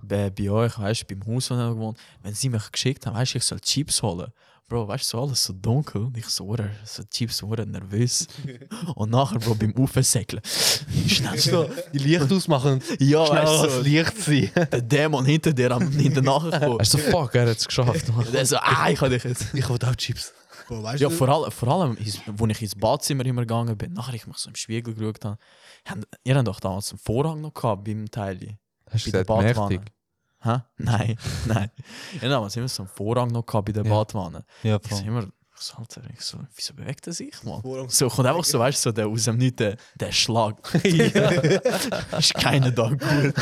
A: Bei, bei euch, weißt du, beim Haus, wo ich gewohnt, wenn sie mich geschickt haben, weißt du, ich soll Chips holen. Bro, weißt du, so alles so dunkel und ich so, hure- so Chips hure nervös. und nachher, Bro, beim Aufsäckeln, schnell so,
C: So, die Licht ausmachen,
A: ja,
C: schnell
A: weißt
C: das
A: du,
C: Licht sein.
A: so, der Dämon hinter dir am hinten nachgekommen.
B: Also, fuck, er hat es geschafft. Mann.
A: Und er so, ah, ich habe dich jetzt.
C: Ich will auch Chips.
E: Bro, weißt
A: Ja,
E: du?
A: vor allem, vor allem is, wo ich ins Badzimmer immer gegangen bin, nachher ich mich so im Spiegel geschaut habe, haben, ihr habt doch damals einen Vorhang noch gehabt beim Teil.
B: Hast du
A: Bei der
B: gesagt, mächtig?
A: Badwanne. Hä? Nein, nein. Ich hab damals immer so einen Vorhang noch gehabt bei der
D: Ja.
A: Badwanne.
D: Ja,
A: Ich so
D: Bro.
A: immer, ich so, Alter, ich so, wieso bewegt er sich, Mann?
E: Vorhang-
A: So kommt einfach so, weißt du, so der aus dem Nichts, der, der Schlag. ist keiner da gut.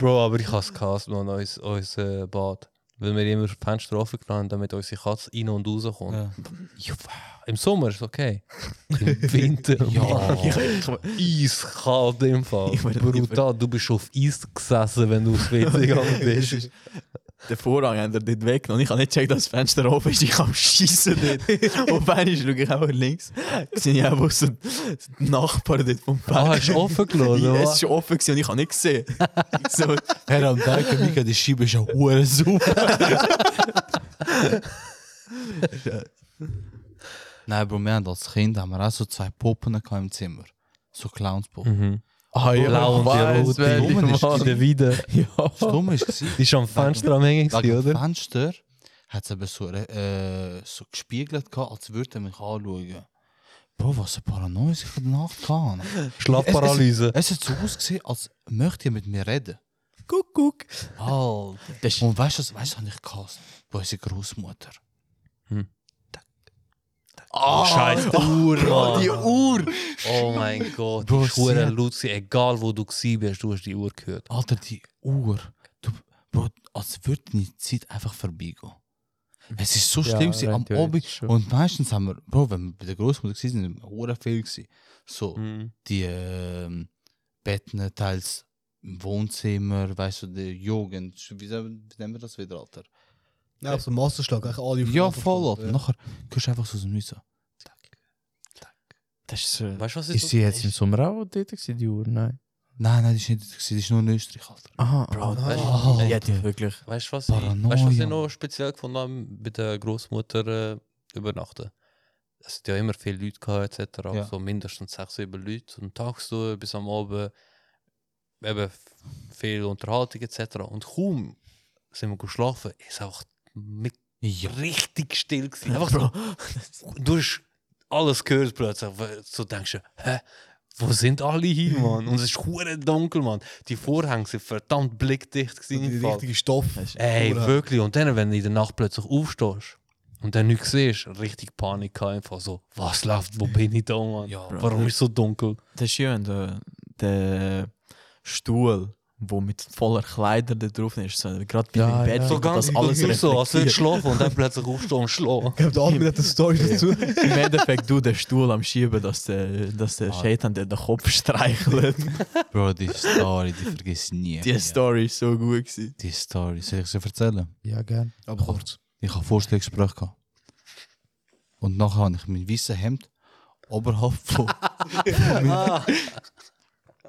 C: Bro, aber ich hasse gehasst, man, unser, unser äh, Bad. Weil wir immer das Fenster offen genommen haben, damit unsere Katze rein und rauskommt.
D: Ja.
C: Ja, wow. Im Sommer ist es okay. Im Winter, ja.
A: Ich, ich,
C: Eiskalt im Fall.
A: Ich werde-
C: Brutal, du bist auf Eis gesessen, wenn du aufs WC gegangen bist.
A: den Vorhang hat er dort weg und ich habe nicht gecheckt, dass das Fenster offen ist. Ich kann schießen dort. und wenn ich schaue ich auch links, sehe ich einfach so den Nachbar dort vom
D: Oh,
C: Ah,
A: Fenster.
C: hast du offen gelassen?
A: Ja,
C: oder
A: es
C: was?
A: ist offen gewesen und ich habe nicht gesehen. Ich so,
D: Herr am Tag, Mika, die Scheibe ist ja hure super. Nein, Bro, wir haben als Kind haben wir auch so zwei Puppen gehabt im Zimmer. So Clownspuppen.
C: Mhm.
B: Ah,
C: Blau und die rote.
B: wer die
D: Blumen ist
B: macht.
C: In der Weide.
D: Das Dumme war, gewesen,
C: Die ist am Fenster am Hängen,
D: wegen
C: gewesen,
D: dem
C: oder?
D: Fenster hat es eben so, äh, so gespiegelt, gehabt, als würde er mich anschauen. Bro, was eine Paranoia ich in der Nacht hatte.
C: Schlafparalyse.
D: Es hat so ausgesehen, als möchte er mit mir reden.
A: guck, guck.
D: Alter.
A: Das ist,
D: Und weißt du, was- weißt du, was ich gehasst? Bei unserer Großmutter.
A: Ah,
C: Hm. Scheiß Uhr,
A: Bro, die
C: Mann.
A: Uhr.
C: Oh mein Gott,
D: Bro,
C: du
D: sie
C: Schuhe
D: hat-
C: Luzi, egal wo du gsi bist, du hast die Uhr gehört.
D: Alter, die Uhr. Du, Bro, als würde die Zeit einfach vorbeigehen. Es ist so
B: Ja,
D: schlimm gewesen, am
B: rein
D: Abend.
B: theoretisch schon.
D: Und meistens haben wir, Bro, wenn wir bei der Großmutter waren, sind wir hure viel. Gewesen. So,
B: Hm.
C: Mhm.
D: die ähm, Betten teils im Wohnzimmer, weißt du, die Jugend. Wie, sagen- wie nennen wir das wieder, Alter?
E: Ja, auf so einen Masterschlag. eigentlich alle auf den
D: Ja,
E: Masterschlag.
D: voll, Alter.
E: Ja.
D: Nachher hörst du einfach so aus dem Nichts so.
A: Das ist
D: eh,
A: so.
C: Weißt du, was
B: Ist sie jetzt im Sommer auch dort gewesen, die Uhr? Nein.
D: Nein, nein, das ist nicht, das ist nur in Österreich, Alter.
B: Aha.
A: Bro,
E: Nein.
A: weißt
D: Oh,
A: du, ich hätte dich wirklich.
C: Weißt du, was,
D: Paranoia.
C: ich- weißt du, was ich noch speziell gefunden habe bei der Großmutter äh, übernachten? Es hat ja immer viele Leute gehabt, etc.
D: Ja.
C: So mindestens sechs, sieben Leute. Und tagsüber bis am Abend eben viel Unterhaltung etc. Und kaum sind wir geschlafen, ist einfach mit richtig still gewesen. Einfach so, du hast alles gehört plötzlich. So denkst du, hä? Wo sind alle hier, Mann? Und es ist hure dunkel, Mann. Die Vorhänge sind verdammt blickdicht gewesen. im
E: Die
C: Fall.
E: richtige eh, Stoff.
C: Ey,
E: Oder-
C: wirklich. Und dann, wenn du in der Nacht plötzlich aufstehst und dann nichts siehst, richtig Panik gehabt, einfach so, was läuft, wo bin ich da, Mann? Warum ist so dunkel?
A: Das ist schön, der, der Stuhl, wo mit voller Kleider da drauf ist, so, gerade bei dem
B: Ja,
A: Bett,
B: ja.
A: ja.
C: So ganz also
A: das alles
C: nur so, als würdest du
A: reflektiert.
C: schlafen und dann plötzlich aufstehen und schlafen.
E: Ich glaube, der Admin hat eine Story dazu.
A: Im Endeffekt du den Stuhl am Schieben, dass der, dass
B: Ah.
A: der Shaitan dir den Kopf streichelt.
D: Bro, die Story, die vergiss ich nie.
A: Die Story ist so gut gewesen.
D: Die Story, soll ich sie erzählen?
B: Ja, gern.
E: Aber kurz.
D: Ich habe Vorstellungsgespräch gehabt. Und nachher habe ich mein weißes Hemd oberhalb von, von, mein,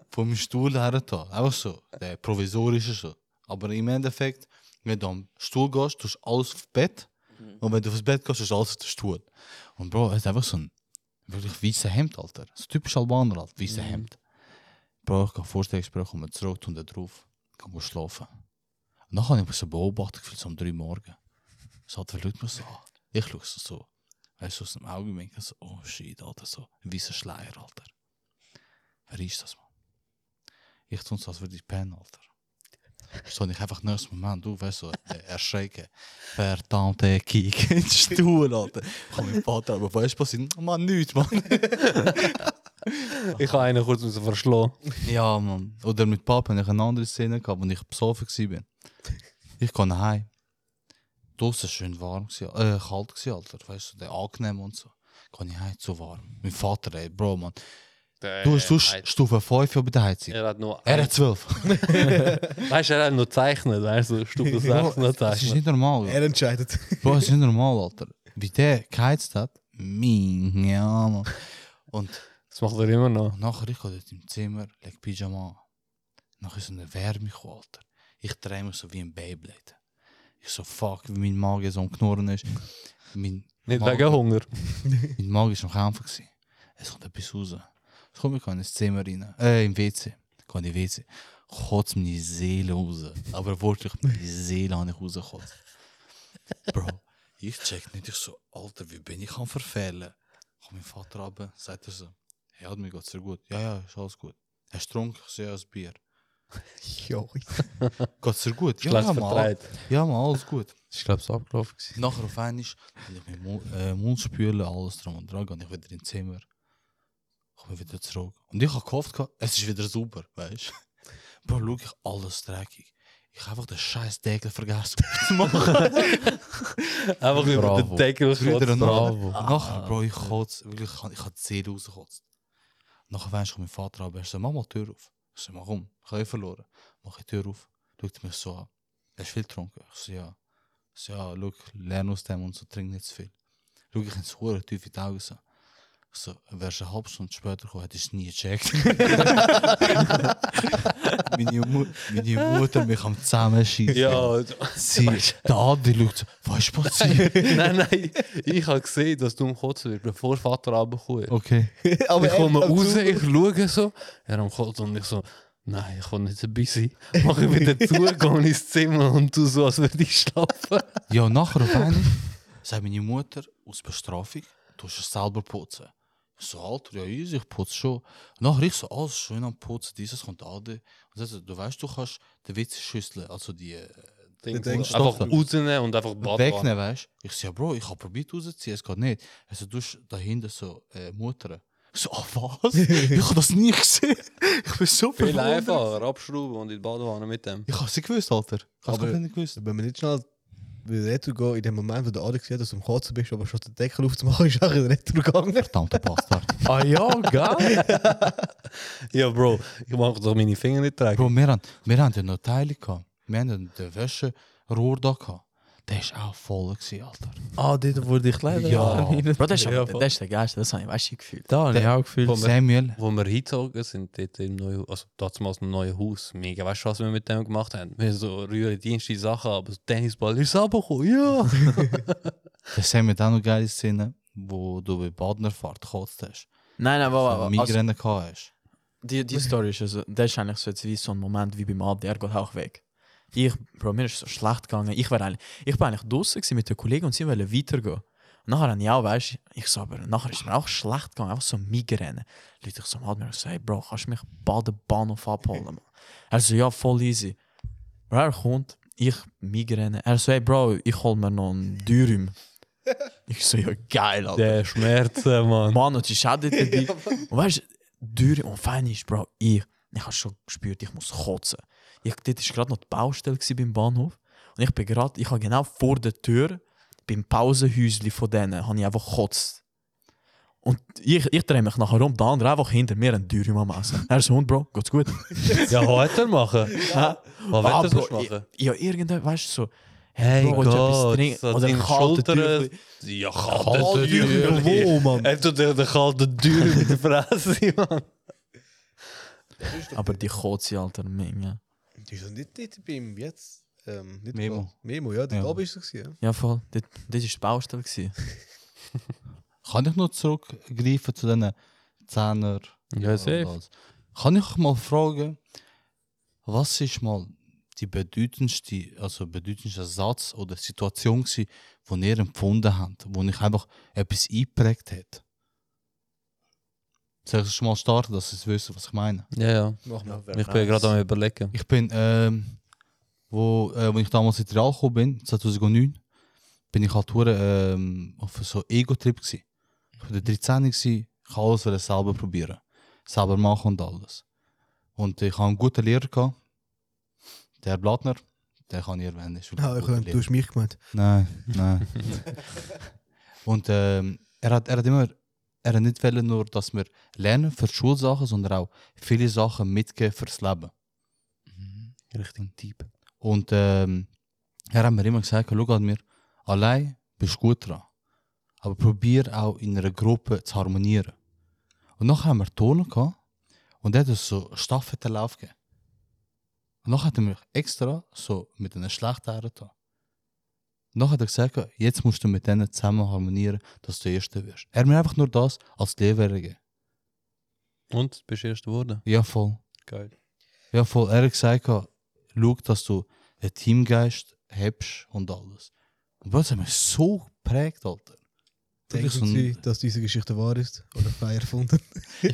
D: von meinem Stuhl hergetan. Einfach so, der provisorische so. Aber im Endeffekt, wenn du am Stuhl gehst, tust du dus alles aufs Bett. Und wenn du aufs Bett gehst, tust du alles auf den Stuhl. Und Bro, es ist einfach so ein wirklich weißes Hemd, Alter. So typisch Albaner, Alter, weißes Hemd. Bro, ich habe Vorstellungsgespräch, komme zurück, tun da drauf, kann schlafen. Und nachher habe ich mich so beobachtet, gefühlt so um drei Uhr morgen. So hat der Leute mir so an. Ich schaue so, so weißt du, aus dem Augenwinkel so, oh shit, Alter, so ein weißer Schleier, Alter. Wer ist das, Mann? Ich tue so, als würde ich pennen, Alter. So, und ich einfach nächstes Moment, du, weißt du, äh, erschrecken. Verdammte Kick in den Stuhl, Alter. Ich komme mit Vater, aber weißt du, was ich, Mann, nichts, Mann.
C: Ich habe einen kurz müssen verschlafen.
D: Ja, man. Oder mit Papa habe ich eine andere Szene gehabt, wo ich besoffen war. Ich gehe nach Hause. Draussen war schön warm, gewesen, äh, kalt, gewesen, Alter. Weißt du, der angenehm und so. Gehe ich heim, zu warm. Mein Vater, ey, Bro, man. Du hast du hast Stufe 5 über der Heizung.
C: Er hat nur.
D: Er hat 12.
C: Weißt du, er hat nur gezeichnet, weißt du, Stufe 6 noch
D: Das ist
C: zeichnet.
D: nicht normal.
E: Er entscheidet.
D: Bro, das ist nicht normal, Alter. Wie der geheizt hat, mein, ja, man. Und
C: Das macht er immer noch.
D: Und nachher, ich gehe dort im Zimmer, lege Pyjama an. Nachher ist so eine Wärme gekommen, Alter. Ich drehe mich so wie ein Beyblade. Ich so, fuck, wie mein Magen so am Knurren ist. Mein,
C: Nicht
D: Magen-
C: wegen Hunger.
D: mein Magen ist am Kämpfen. Gewesen. Es kommt etwas raus. Es kommt mir ins Zimmer rein. Äh, im WC. Ich gehe in die WC. Kotzt meine Seele raus. Aber wirklich, meine Seele habe ich rausgekotzt. Bro, ich check nicht. Ich so, Alter, wie bin ich am Verfehlen? Kommt mein Vater ab, sagt er so, hey, Admi, geht's dir gut? Ja, ja, ist alles gut. Hast du getrunken? Ich so, ja, ein Bier.
E: Jo,
D: Geht's dir gut? Ja,
C: Schlecht
D: ja, mal,
C: vertreibt.
D: ja, mal, alles gut.
B: Ich glaube, es war abgelaufen. gewesen.
D: Nachher auf einmal will ich meinen Mu äh, Mund spülen, alles drum und dran, gehe ich wieder ins Zimmer, komme wieder zurück. Und ich habe gehofft, gehabt, es ist wieder sauber, weißt du? Bro, schau ich, alles dreckig. Ich habe einfach den scheiß Deckel vergessen zu machen.
C: Einfach über den
B: Bravo.
C: Deckel
D: Brüder und
C: geschossen.
D: Nachher, nachher, Bro, ich kotze, wirklich, ich habe ich habe die Seele rausgekotzt. Nachher weisst ich mein Vater ab, er sagt, mach mal die Tür auf. Ich sage, warum? Ich habe eh verloren. Mach ich die Tür auf, schaut mich so an. Er ist viel getrunken. Ich sage, ja. Ich sage, ja, schau, lerne aus dem und so, trink nicht zu viel. Schau ich ins Hure tief in die Augen so. Ich so, wärst eine halbe Stunde später gekommen, hättest du es nie gecheckt. meine, Mu meine Mutter mich am Zusammenschießen.
C: Ja, also-
D: Sie, der Adi schaut so, was ist passiert?
C: nein, nein. Ich habe gesehen, dass du am Kotzen wirst, bevor Vater runtergekommen ist.
D: Okay.
E: Aber
C: ich komme raus, ich schaue so, er am Kopf und ich so, nein, ich will nicht dabei sein. Mach ich wieder zu, gehe ins Zimmer und tu so, als würde ich schlafen.
D: Ja, nachher auf einmal sagt meine Mutter, aus Bestrafung, du musst es selber putzen. Ich so, Alter, ja, easy, ich putze schon. Nachher ich so, alles schön am Putzen, dieses kommt Adi. Und sie so, du weißt, du kannst den Witz schüsseln, also die äh,
C: Ding,
E: denkst
C: einfach
D: doch.
C: rausnehmen und einfach Bad
D: wegnehmen, weißt du? Ich so, ja, Bro, ich habe probiert rauszuziehen, es geht nicht. Also, du hast dahinter so äh, Mutter. Ich so, ah, was? ich habe das nie gesehen. Ich bin so
C: Viel
D: verwundert.
C: einfacher, abschrauben und in die Badewanne mit dem.
D: Ich habe es nicht gewusst, Alter. Ich habe
E: Aber-
D: es nicht gewusst.
E: Wenn wir nicht schnell wieder retro gehen, in dem Moment, wo der Adi sieht, dass du am Kotzen bist, aber schon den Deckel aufzumachen, ist auch in den retro gegangen.
D: Verdammter Bastard.
B: Ah ja, gell?
C: Ja, Bro, ich mag doch meine Finger nicht tragen.
D: Bro, wir haben, wir haben ja noch Teile gehabt. Wir haben ja den Wäscherohr da gehabt. Der ist auch voll, gewesen, Alter.
B: ah, dort, wo die Kleider
D: Ja.
B: waren.
A: Bro, das ist,
C: Ja,
A: ja,
C: voll.
A: das ist der geilste, das habe ich weißt du gefühlt.
B: Da habe ich auch gefühlt.
D: Samuel.
C: Wo wir hingezogen sind, dort im neuen, also damals im neuen Haus, mega, weißt du, was wir mit dem gemacht haben? Wir haben so rühre Dienste Sachen, aber so Tennisball ist runtergekommen, ja!
D: Der Samuel hat auch noch geile Szene, wo du bei Badnerfahrt gekotzt hast.
A: Nein, nein, warte,
D: Oh,
A: warte, warte. Also,
D: Migräne gehabt hast.
A: Die, die Story dus, eh, ist also, das ist eigentlich so, jetzt wie so ein Moment wie beim Abdi, er geht auch weg. Ich, Bro, mir ist so schlecht gegangen. Ich, wär eigentlich, ich bin eigentlich draußen mit den Kollegen und sie wollten weitergehen. Und nachher habe ich auch, weißt du, ich so, aber nachher ist mir auch schlecht gegangen, einfach so Migräne. Leute, ich so mal mir so, hey Bro, kannst du mich bei den Bahnhof abholen? Mann? Er so, ja, voll easy. Maar er kommt, ich Migräne. Er so, hey Bro, ich hol mir noch einen Dürüm. Ich so, ja, geil, Alter.
C: Der Schmerzen, Mann.
A: Mann, und die Schäden dabei. und weißt du, Dürre und fein ist, Bro, ich, ich habe schon gespürt, ich muss kotzen. Ich, dort war gerade noch die Baustelle gewesen beim Bahnhof. Und ich bin gerade, ich habe genau vor der Tür, beim Pausenhäuschen von denen, habe ich einfach gekotzt. Und ich, ich drehe mich nachher um, der andere einfach hinter mir einen Dürre am Essen. Er ist Hund, Bro, geht's gut.
C: Ja, heute machen.
A: Ja.
C: Was
A: Ah,
C: willst du
A: Bro,
C: sonst machen?
A: ich- Ja, irgendwann, weißt du, so,
C: dus Hey
A: Bro, willst du etwas
C: Gott,
A: trinken?
C: so
A: Oder
C: deine
A: kalte
C: Schultern. Ja, kalte
E: Kalte
C: Tür.
E: Tür. Wo, Mann?
C: Er tut dir den kalten Tür in die Fresse, Mann.
A: aber Ah, die Kotze, Alter, Menge.
E: Die ist doch nicht, nicht beim jetzt. Ähm, nicht
D: Memo.
E: mal- Memo, ja, dort
D: Ja.
E: oben ist es. gewesen,
A: Ja, voll, das war die Baustelle. Gewesen.
D: Kann ich noch zurückgreifen zu diesen Zehner?
C: Ja,
D: und
C: safe.
D: alles? Kann ich mal fragen, was ist mal die bedeutendste, also bedeutendste Satz oder Situation gsi, wo ihr empfunden habt, wo ich einfach etwas eingeprägt hat? Soll ich schon mal starten, dass ihr wisst, was ich meine?
C: Ja, ja.
E: Ja. Mach mal.
C: Ich bin gerade am überlegen.
D: Ich bin, ähm, wo, äh, wo ich damals in die Real gekommen bin, 2009, bin ich halt hure, ähm, auf so Ego-Trip gsi. Ich war 13 gsi, ich wollte alles wollte selber probieren, selber machen und alles. eh, Und ich hatte einen guten Lehrer gehabt, der Blattner, den kann ich erwähnen. ist wirklich
E: Ah,
D: ein
E: ich
D: guter
E: hab-
D: Lehrer.
E: du hast mich gemeint.
D: Nein, nein. und ähm, er, hat, er hat immer, er hat nicht wollen, nur, dass wir lernen für Schulsachen, sondern auch viele Sachen mitgeben fürs Leben. Mhm.
C: Richtig deep.
D: Und ähm, er hat mir immer gesagt, schau an mir, allein bist du gut dran. Aber probier auch in einer Gruppe zu harmonieren. Und nachher haben wir Turnen gehabt und er hat uns so Staffellauf gegeben. Und nachher hat er mich extra so mit einer schlechten Ehre getan. Und nachher hat er gesagt, jetzt musst du mit denen zusammen harmonieren, dass du Erster wirst. Er hat mir einfach nur das als Lehrer gegeben.
C: Und bist erst geworden.
D: Ja, voll.
C: Geil.
D: Ja, voll ehrlich gesagt, schau, dass du einen Teamgeist hast und alles. Und das hat mich so geprägt, Alter.
E: Denken
D: Wirklich so
E: Sie,
D: ein,
E: dass diese Geschichte wahr ist? Oder frei erfunden?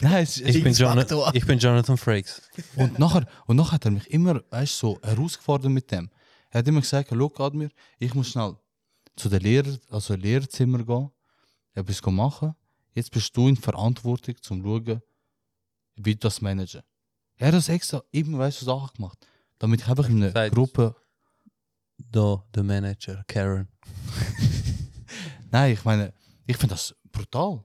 D: nein, es,
C: Ich bin,
E: Jonathan-
C: Jonathan, ich bin Jonathan Frakes.
D: und, nachher, und nachher hat er mich immer weißt, so herausgefordert mit dem. Er hat immer gesagt, schau, Admir, ich muss schnell zu den Lehrer, also Lehrerzimmer gehen, etwas go machen. Jetzt bist du in Verantwortung, zum zu schauen, wie du das managen. Er hat das extra eben, weißt du, Sachen gemacht, damit ich einfach in einer
C: Gesagt.
D: Gruppe
C: Da, der Manager, Karen.
D: Nein, ich meine, ich finde das brutal.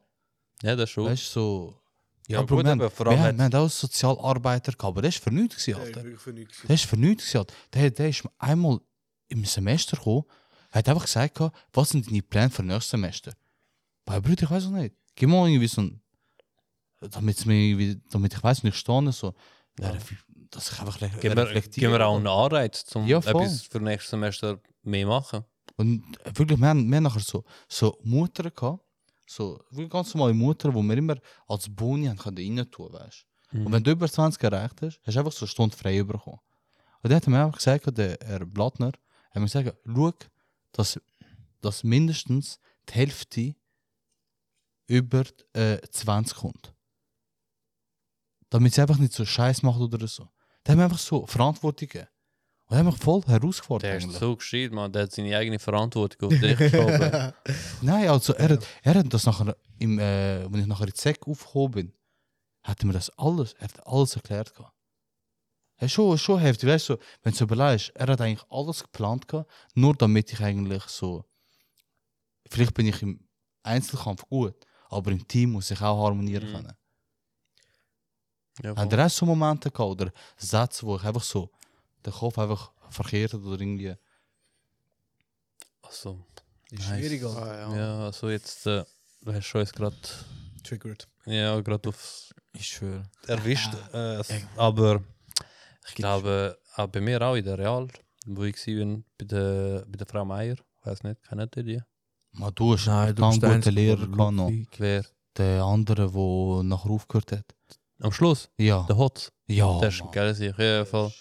C: Ja, das schon.
D: Weißt du, so.
C: Ja,
D: Ja,
C: gut,
D: Bro, man,
C: aber
D: wir
C: vor allem
D: haben
C: hat-
D: wir haben auch Sozialarbeiter gehabt, aber der ist für nichts, gewesen, Alter.
E: nichts.
D: Der ist für nichts, gewesen, Alter. Der, der ist einmal im Semester gekommen, hat einfach gesagt, gehabt, was sind deine Pläne für nächstes Semester? Weil, Bruder, ich weiß es nicht. Gib mal irgendwie so ein. Damit, damit ich weiß, nicht stehen so.
C: Ja.
D: Refle- Dass ich einfach reflektiere.
C: Geben wir, geben wir auch einen Anreiz, um
D: Ja, voll.
C: etwas für nächstes Semester mehr machen.
D: Und wirklich, wir haben, wir haben nachher so, so Mutter gehabt, so wirklich ganz normale Mutter, die wir immer als Boni haben können rein tun, weißt
C: Mhm.
D: Und wenn du über 20 erreicht hast, hast du einfach so eine Stunde frei bekommen. Und dann hat er mir einfach gesagt, der Herr Blattner, hat mir gesagt, schau, dass, dass mindestens die Hälfte über äh, 20 kommt. Damit sie einfach nicht so Scheiß macht oder so. Da haben wir einfach so Verantwortung gegeben. Und haben mich voll herausgefordert.
C: Der ist
D: eigentlich.
C: so gescheit, Mann. Der hat seine eigene Verantwortung auf dich geschoben.
D: Nein, also er, hat, er dus hat das nachher, im, äh, wenn ich nachher in die Säcke aufgehoben bin, hat er mir das dus alles, er hat alles erklärt. Gehabt. Er ist schon, schon heftig, weißt du, so, wenn du überlegst, er hat eigentlich alles geplant gehabt, nur damit ich eigentlich so, vielleicht bin ich im Einzelkampf gut, aber im Team muss ich auch harmonieren
C: Mhm.
D: können.
C: Ja,
D: Hat er auch so Momente gehabt oder Sätze, wo ich einfach so den Kopf einfach verkehrt hat oder irgendwie.
C: also,
E: Ist schwierig, Alter.
C: ja, also jetzt äh, du hast du uns gerade
E: Triggered.
C: ja, grad aufs
A: Ich schwöre.
C: erwischt. Äh, es- aber ich glaube, auch bei mir auch in der Real, wo ich war, bei der, bei der Frau Meier, ich weiß nicht, kennt ihr die?
D: Man, du hast
B: Nein,
D: einen
B: du bist
D: guten
B: eins-
D: Lehrer gehabt noch.
B: Ludwig.
C: Wer?
D: Der andere, der nachher aufgehört hat.
C: Am Schluss,
D: Ja.
C: der Hotz.
D: Ja.
C: der ist ein
D: Mann.
C: geiler Sieg, auf jeden Fall.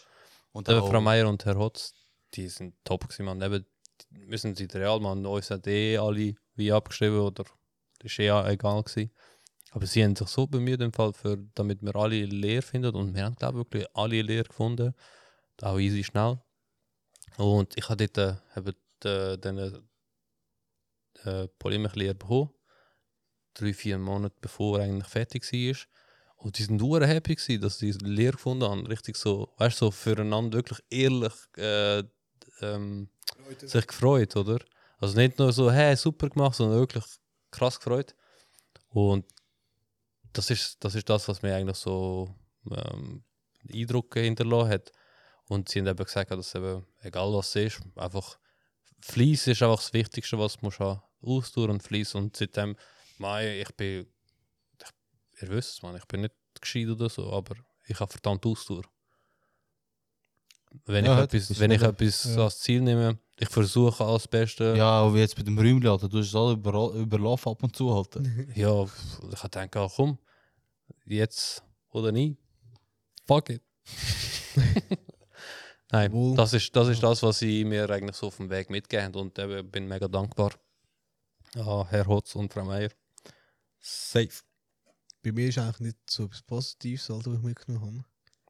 D: Und
C: Der
D: der
C: Frau Meier und Herr Hotz, die sind top gewesen, man. Eben, die müssen sie der Real, man. Uns hat eh alle wie abgeschrieben oder das ist eh egal gewesen. Aber sie haben sich so bemüht, im Fall, für, damit wir alle leer finden. Und wir haben, glaube ich, wirklich alle leer gefunden. Auch easy schnell. Und ich habe dort äh, eben, äh, dann äh, Polymech-Lehre bekommen. Drei, vier Monate bevor er eigentlich fertig war. Und die sind nur happy gewesen, dass sie es leer gefunden haben. Richtig so, weißt du, so füreinander wirklich ehrlich äh, ähm, sich gefreut, oder? Also nicht nur so, hey, super gemacht, sondern wirklich krass gefreut. Und das ist das, ist das was mir eigentlich so ähm, Eindruck hinterlassen hat. Und sie haben eben gesagt, dass eben, egal was es ist, einfach Fleiss ist einfach das Wichtigste, was du musst haben. Ausdauer und Fleiss. Und seitdem, Mai, ich bin ihr wisst es, man, ich bin nicht gescheit oder so, aber ich habe verdammt Ausdauer. Wenn
D: Ja,
C: ich
D: hat-
C: etwas,
D: ist
C: wenn ich
D: so.
C: etwas
D: Ja.
C: als Ziel nehme, ich versuche alles Beste. Ja,
D: Ja, wie jetzt bei dem Räumchen, Alter. Du hast es alle überall- überlaufen ab und zu, Alter.
C: pff, ich habe gedacht, ah, komm, jetzt oder nie. Fuck it. Nein,
E: Wohl.
C: das ist, das ist das, was sie mir eigentlich so auf dem Weg mitgegeben haben und eben bin mega dankbar. Ah, Herr Hotz und Frau Meier. Safe.
E: Bei mir ist eigentlich nicht so etwas Positives, Alter, was ich mitgenommen habe.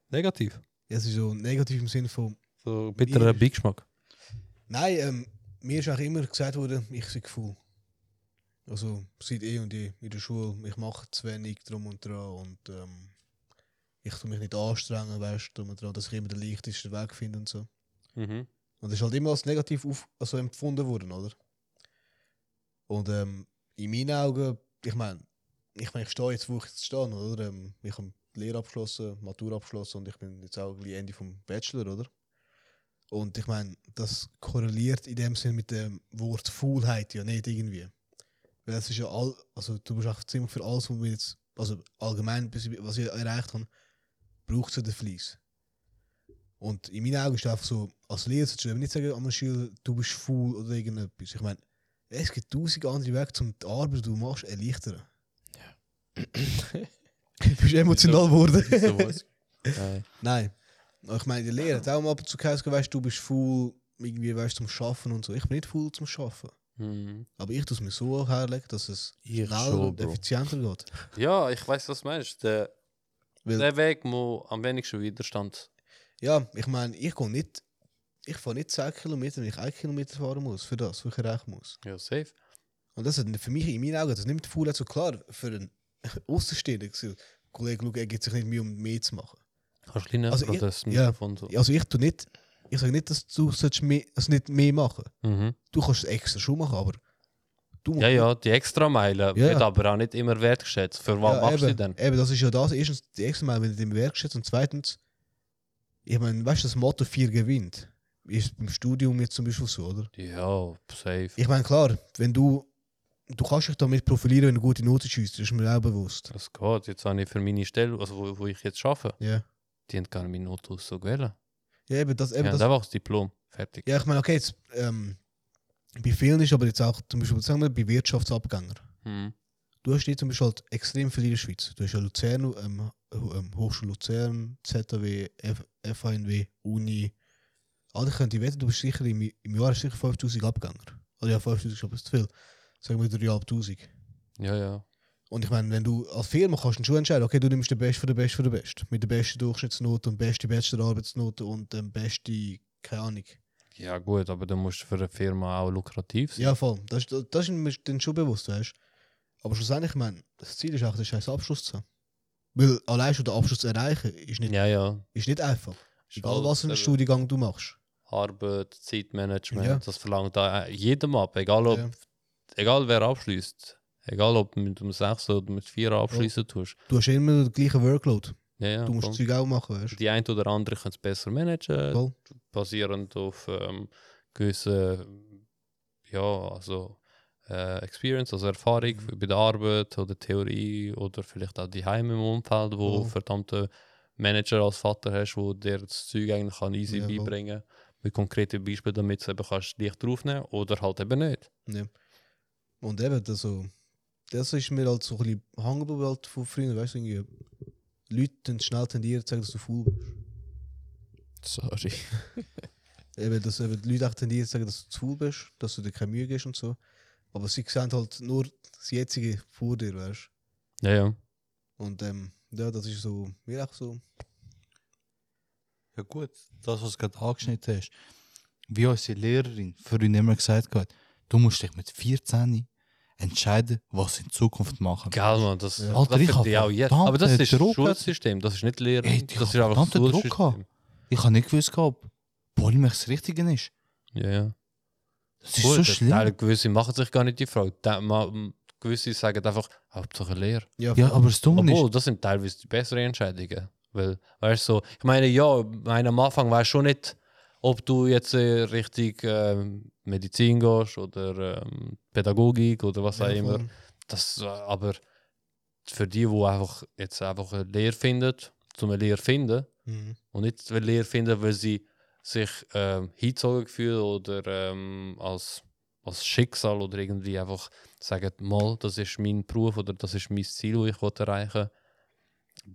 C: Negativ.
E: Ja, Es ist so negativ im Sinne von,
C: So bitterer
E: Mir-
C: Beigeschmack.
E: nein, ähm, mir ist eigentlich immer gesagt worden, ich sei Gefühl. Also seit eh und je in der Schule, ich mache zu wenig drum und dran und ähm, ich tue mich nicht anstrengen, weißt du, drum und dran, dass ich immer den leichtesten Weg finde und so.
C: Mhm.
E: Und das ist halt immer als negativ auf, also empfunden worden, oder? Und ähm, in meinen Augen, ich meine, ich, mein, ich stehe jetzt, wo ich jetzt stehe, oder? Ähm, ich habe die Lehre abgeschlossen, Matur abgeschlossen und ich bin jetzt auch gleich Ende vom Bachelor, oder? Und ich meine, das korreliert in dem Sinn mit dem Wort Faulheit ja nicht irgendwie. Weil es ist ja all, also du brauchst auch ziemlich für alles, was wir jetzt, also allgemein, bis ich- was ich erreicht habe, braucht es den Fleiss. Und in meinen Augen ist es einfach so, als Lehrer sollst du eben nicht sagen, an einem Schüler, du bist faul oder irgendetwas. Ich meine, es gibt tausend andere Wege, um die Arbeit, die du machst, zu erleichtern. Ja. du bist emotional geworden.
C: Nein.
E: Nein. Ich meine, die Lehrer hat auch mal ab und zu gesagt, weißt du, du bist faul, irgendwie weißt zum Schaffen und so. Ich bin nicht faul zum Schaffen.
C: Mhm.
E: Aber ich tue es mir so auch herlegen, dass es
B: Ich
E: schneller
B: schon,
E: und
B: Bro.
E: effizienter geht.
C: Ja, ich weiß, was du meinst. Der,
E: Weil-
C: der Weg, wo am wenigsten Widerstand.
E: Ja, ich meine, ich gehe nicht, ich fahre nicht 10 Kilometer, wenn ich 1 Kilometer fahren muss, für das, was ich erreichen muss.
C: Ja, safe.
E: Und das hat für mich in meinen Augen, das nimmt die Faulheit so klar für einen Außenstehenden. Kollege, schau, er gibt sich nicht Mühe, um mehr zu machen.
C: Kannst du nicht
E: Also
C: also
E: ich-
C: das
E: ja.
C: Mikrofon so.
E: Also ich tu nicht, ich sage nicht, dass du sollst mehr, also nicht mehr machen
C: Mhm.
E: Du kannst es extra schon machen, aber du
C: ja, ja, die extra Meile
E: Ja.
C: wird aber auch nicht immer wertgeschätzt. Für was
E: Ja,
C: machst
E: eben,
C: du denn?
E: Eben, das ist ja das. Erstens, die erste Mal, wenn du im Werk schätzt und zweitens, ich meine, weißt du, das Motto 4 gewinnt, ist beim Studium jetzt zum Beispiel so, oder?
C: Ja, safe.
E: Ich meine, klar, wenn du, du kannst dich damit profilieren, wenn du gute Noten schießt, das ist mir auch bewusst.
C: Das geht. Jetzt habe ich für meine Stelle, also wo, wo ich jetzt arbeite,
E: Ja.
C: die haben gar nicht meine Note aus so gewählt.
E: Ja, eben, das,
C: Die
E: eben,
C: haben
E: das
C: einfach das Diplom. Fertig.
E: Ja, ich meine, okay, jetzt, ähm, bei vielen ist aber jetzt auch zum Beispiel sagen wir, bei Wirtschaftsabgänger.
C: Mhm.
E: Du hast nicht zum Beispiel halt extrem viel in der Schweiz. Du hast ja Luzern, ähm, Ho- ähm, Hochschule Luzern, ZHW, F FHNW, Uni. Alle können die wetten, du bist sicher im, im Jahr hast du sicher 5000 Abgänger. Oder ja, 5000 ist aber zu viel. Sagen wir 3500.
C: Ja, ja.
E: Und ich meine, wenn du als Firma kannst dann schon entscheiden, okay, du nimmst den Best von der Best von der Best. Mit der besten Durchschnittsnote und beste Bachelorarbeitsnote und ähm, beste, keine Ahnung.
C: Ja, gut, aber dann musst du für eine Firma auch lukrativ sein.
E: Ja, voll. Das, das, das ist mir dann schon bewusst, weißt Aber schlussendlich, ich meine, das Ziel ist auch, den scheiß Abschluss zu haben. Weil allein schon den Abschluss zu erreichen, ist nicht,
C: Ja, ja.
E: ist nicht einfach. Egal
C: alles
E: was für einen
C: eben.
E: Studiengang du machst.
C: Arbeit, Zeitmanagement,
E: Ja.
C: das verlangt da jedem ab, egal ob,
E: Ja.
C: egal wer abschließt. Egal ob du mit einem 6 oder mit 4 abschließen tust.
E: Du hast immer den gleichen Workload.
C: Ja, ja,
E: Du musst
C: voll.
E: das Zeug auch machen, weißt
C: die ein oder andere können es besser managen,
E: Voll.
C: basierend auf ähm, gewissen ja, also, äh, Experience, also Erfahrung
D: Mhm.
C: bei der Arbeit oder Theorie oder vielleicht auch die Heime im Umfeld, wo
E: Voll.
D: Mhm.
C: verdammte Manager als Vater hast, wo dir das Zeug eigentlich kann easy
E: Ja, voll.
C: beibringen mit konkreten Beispielen, damit du es eben kannst leicht draufnehmen oder halt eben nicht.
E: also, Und eben, das, so, das ist mir halt so ein bisschen hängen geblieben halt von früher, weißt du, irgendwie Leute tun schnell tendieren zu sagen, dass du faul bist.
B: Sorry.
E: Eben, dass eben die Leute auch tendieren zu sagen, dass du zu faul bist, dass du dir keine Mühe gibst und so. Aber sie sehen halt nur das jetzige vor dir, weißt
C: Ja, ja.
E: du? Und ähm, ja, das ist so, mir auch so.
D: Ja gut, das, was du gerade angeschnitten hast. Wie unsere Lehrerin früher immer gesagt hat, du musst dich mit 14 entscheiden, was du in Zukunft machen
C: Geil, Mann, das,
E: Ja.
C: das
D: Alter, ich
C: finde ich
D: hab
C: auch jetzt.
D: verdammten
C: Aber das ist
D: Druck.
C: Schulsystem, das ist nicht Lehrer.
D: Ey, ich
C: das ist
D: hab
C: einfach
D: verdammten Druck
C: Schulsystem.
D: Ich habe nicht gewusst, ob Polymers das Richtige ist.
C: Ja, ja.
D: Das ist
C: Gut,
D: so
C: das-
D: schlimm.
C: nein, gewisse machen sich gar nicht die Frage. Da- ma- m- Gewisse sagen einfach, Hauptsache Lehrer.
D: Ja, aber das Dumme
C: Obwohl,
D: ist,
C: das sind teilweise die besseren Entscheidungen. Weil, weißt du, so, ich meine, ja, ich meine, am Anfang weißt du schon nicht, ob du jetzt äh, richtig ähm, Medizin gehst oder ähm, Pädagogik oder was auch immer. Das, äh, aber für die, die einfach jetzt einfach eine Lehre finden, zum eine Lehre finden
E: Mhm.
C: und nicht eine Lehre finden, weil sie sich ähm, hingezogen fühlen oder ähm, als, als Schicksal oder irgendwie einfach sagen, mal, das ist mein Beruf oder das ist mein Ziel, das ich will erreichen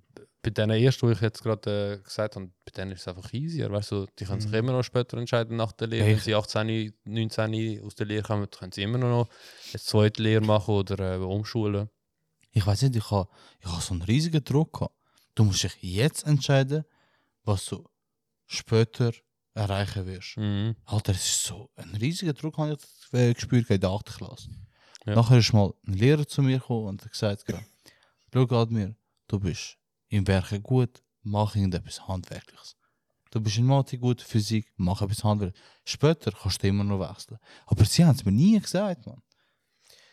C: will. Bei den ersten, die ich jetzt gerade äh, gesagt habe, bei denen ist es einfach easier. Weißt du, die können sich
E: Mhm.
C: immer noch später entscheiden nach der Lehre.
D: Ja,
C: Wenn
D: ich-
C: sie 18, 19 aus der Lehre kommen, können sie immer noch eine zweite Lehre machen oder äh, umschulen.
D: ich weiß nicht, ich habe ich hab so einen riesigen Druck gehabt. Du musst dich jetzt entscheiden, was du später erreichen wirst.
C: Mhm.
D: Alter, es ist so ein riesiger Druck, habe ich äh, gespürt in der 8. Klasse.
C: Ja.
D: Nachher ist mal ein Lehrer zu mir gekommen und hat gesagt, gerade, schau Admir, du bist im Werken gut, mach irgendetwas Handwerkliches. Du bist in Mathe gut, Physik, mach etwas Handwerkliches. Später kannst du immer noch wechseln. Aber sie haben es mir nie gesagt, Mann.